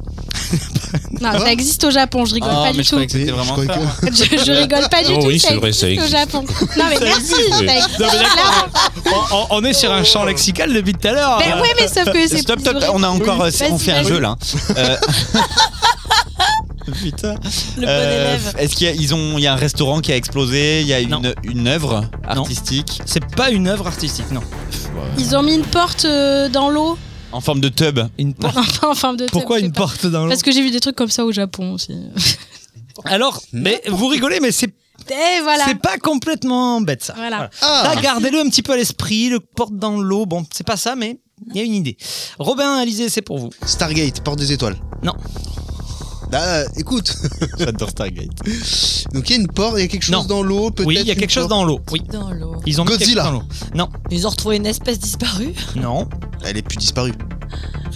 S4: Ah
S7: non, ça existe au Japon, je rigole
S5: Ah,
S7: pas
S5: mais
S7: du
S5: je
S7: tout.
S5: croyais que c'était vraiment ça.
S7: Je, je rigole pas du
S5: Oh
S7: tout.
S5: oui,
S7: ça
S5: c'est vrai, ça
S7: existe
S5: existe.
S7: au Japon. Non, mais
S3: Ça
S7: merci,
S3: existe.
S7: ça
S3: Oui.
S7: existe.
S3: Non, mais d'accord.
S7: clairement.
S3: on, on- on est sur un champ lexical depuis tout à l'heure.
S7: Ben ouais, mais sauf que c'est
S8: Stop,
S7: plus
S8: stop,
S7: horrible.
S8: on a encore.
S7: Oui.
S8: c'est- on
S7: Vas-y,
S8: fait un
S7: vas-y.
S8: jeu là. Euh, Putain.
S7: Le bon
S8: Euh,
S7: élève.
S8: Est-ce qu'il y a, ils ont, il y a un restaurant qui a explosé Il y a une, une œuvre artistique
S3: C'est pas une œuvre artistique, non.
S7: Ils ont mis une porte euh, dans l'eau.
S8: En forme de tub.
S3: Une porte.
S7: Enfin, en forme de tête,
S3: Pourquoi
S7: je sais
S3: une
S7: pas.
S3: porte dans l'eau
S7: Parce que j'ai vu des trucs comme ça au Japon aussi.
S3: Alors, mais vous rigolez, mais c'est
S7: Et voilà.
S3: C'est pas complètement bête ça.
S7: Voilà.
S4: Ah.
S3: Voilà. Ça, gardez-le un petit peu à l'esprit, le porte dans l'eau. Bon, c'est pas ça, mais il y a une idée. Robin, Alizé, c'est pour vous.
S4: Stargate, porte des étoiles.
S3: Non.
S4: Bah, écoute.
S8: J'adore Stargate.
S4: Donc il y a une porte, il y a quelque chose
S3: Non.
S4: dans l'eau, peut-être.
S3: Oui, il y a quelque chose dans l'eau. Oui.
S10: Dans l'eau.
S3: Ils ont mis quelque chose dans l'eau. Non.
S10: Ils ont retrouvé une espèce disparue,
S3: Non.
S4: Elle est plus disparue.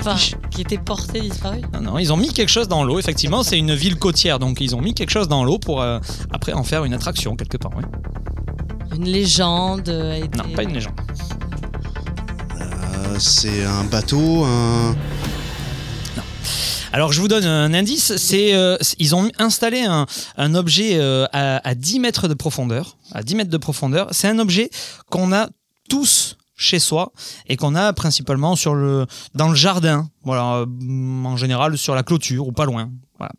S10: enfin, qui était portée disparue.
S3: Non, non, ils ont mis quelque chose dans l'eau. Effectivement, c'est une ville côtière, donc ils ont mis quelque chose dans l'eau pour euh, après en faire une attraction quelque part. ouais.
S10: Une légende a été.
S3: Non, pas une légende.
S4: Euh, c'est un bateau, un.
S3: Alors je vous donne un indice, c'est euh, c'est- ils ont installé un, un objet euh, à, à 10 mètres de profondeur, à 10 mètres de profondeur. C'est un objet qu'on a tous chez soi et qu'on a principalement sur le dans le jardin, voilà, euh, en général sur la clôture ou pas loin. Voilà.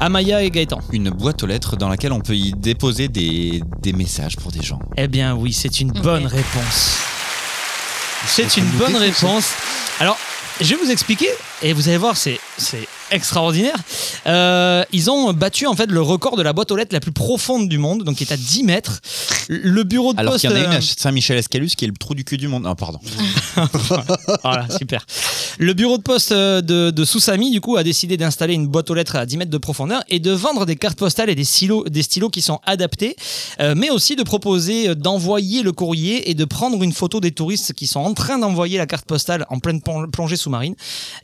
S3: Amaya et Gaëtan.
S8: Une boîte aux lettres dans laquelle on peut y déposer des, des messages pour des gens.
S3: Eh bien oui, c'est une bonne réponse. C'est une
S8: nous
S3: bonne
S8: défoncer.
S3: réponse. Alors, je vais vous expliquer, et vous allez voir, c'est c'est extraordinaire. Euh, ils ont battu en fait le record de la boîte aux lettres la plus profonde du monde, donc qui est à 10 mètres. Le bureau de
S8: Alors
S3: poste...
S8: qu'il y en a une
S3: euh,
S8: à Saint-Michel-Escalus qui est le trou du cul du monde. Non, pardon.
S3: voilà, Ah, super. Le bureau de poste euh, de, de Sousami, du coup, a décidé d'installer une boîte aux lettres à 10 mètres de profondeur et de vendre des cartes postales et des, silos, des stylos qui sont adaptés, euh, mais aussi de proposer euh, d'envoyer le courrier et de prendre une photo des touristes qui sont en train d'envoyer la carte postale en pleine plon- plongée sous-marine.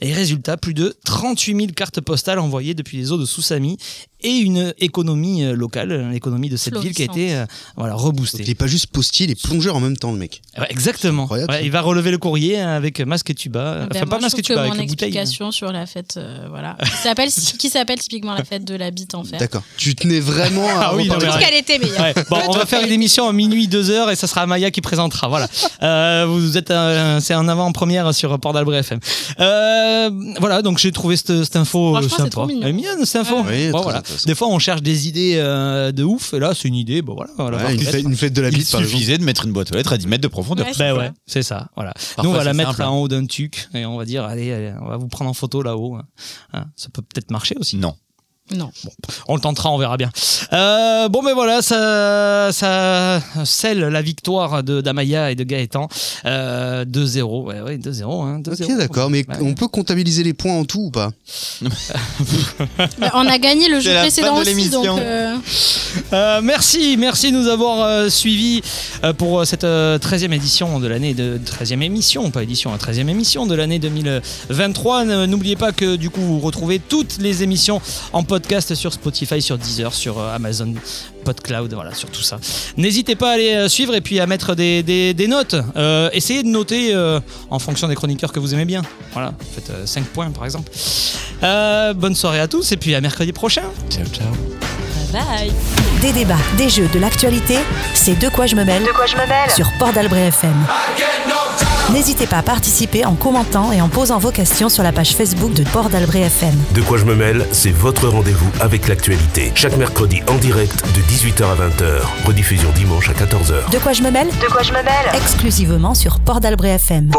S3: Et résultat, plus de 38 000 cartes postales envoyées depuis les eaux de Sousami et une économie euh, locale, l'économie de cette ville qui a été euh, voilà, reboostée.
S4: il est pas juste postier, il est plongeur en même temps, le mec.
S3: Ouais, exactement. Ouais, il va relever le courrier hein, avec masque et tuba.
S7: Ben,
S3: enfin,
S7: moi,
S3: pas
S7: je
S3: masque
S7: trouve
S3: et tuba,
S7: que
S3: avec
S7: mon
S3: une bouteille. hein.
S7: explication sur la fête, euh, voilà, qui s'appelle qui s'appelle typiquement la fête de la bite en fer.
S4: Tu tenais vraiment à.
S3: Ah oui, non,
S7: Je
S3: mais
S7: trouve
S3: ouais.
S7: qu'elle était meilleure.
S3: Ouais. Bon, on va faire une émission à minuit, 2 heures et ça sera Maya qui présentera. Voilà. Euh, vous êtes, un- c'est en avant-première sur Port d'Albret FM. Euh, voilà, donc j'ai trouvé cette, cette info euh,
S13: Franchement, c'est
S3: sympa.
S13: trop mignon.
S3: Elle est mignonne, cette info.
S4: Ouais. Oui,
S3: Bon,
S4: très
S3: voilà.
S4: intéressant.
S3: Des fois, on cherche des idées euh, de ouf. Et là, c'est une idée. Bon, voilà. on va la
S8: Ouais,
S3: voir
S8: une
S3: peut-être.
S8: fête- une fête de la bite, par exemple.
S3: de mettre une boîte aux lettres à 10 mètres de profondeur.
S8: Ouais,
S7: Bah,
S8: c'est
S3: ben
S8: ça.
S3: ouais, c'est ça. Voilà.
S8: Parfois,
S3: Nous, on va la
S8: c'est
S3: mettre
S8: simple, hein.
S3: en haut d'un tuc et on va dire, allez, allez, on va vous prendre en photo là-haut. Hein, Ça peut peut-être marcher aussi. Non.
S7: Non.
S3: On le tentera, on verra bien. Euh, bon, ben voilà, ça, ça scelle la victoire de d'Amaya et de Gaëtan. Euh, 2-0, ouais, ouais, 2-0. Hein, 2-0.
S4: Ok, d'accord, mais
S3: Ouais.
S4: on peut comptabiliser les points en tout ou pas
S7: Ben, on a gagné le jeu
S4: C'est la
S7: précédent
S4: fin de
S7: aussi, donc
S4: l'émission.
S7: euh,
S3: Euh, merci, merci de nous avoir euh, suivis euh, pour euh, cette euh, 13e édition de l'année de 13e émission, pas édition, hein, 13e émission de l'année 2023. Ne- N'oubliez pas que du coup vous retrouvez toutes les émissions en podcast sur Spotify, sur Deezer, sur euh, Amazon PodCloud, voilà, sur tout ça. N'hésitez pas à aller euh, suivre et puis à mettre des, des- des notes. Euh, essayez de noter euh, en fonction des chroniqueurs que vous aimez bien. Voilà, faites 5 points par exemple. Euh, bonne soirée à tous et puis à mercredi prochain. Ciao ciao.
S10: Ah, Bye.
S2: Des débats, des jeux, de l'actualité, c'est De quoi je me mêle. De quoi je me mêle. Sur Port d'Albret FM. N'hésitez pas à participer en commentant et en posant vos questions sur la page Facebook de Port d'Albret FM.
S6: De quoi je me mêle, c'est votre rendez-vous avec l'actualité. Chaque mercredi en direct de 18h à 20h. Rediffusion dimanche à 14h.
S2: De quoi je me mêle De quoi je me mêle Exclusivement sur Port d'Albret FM.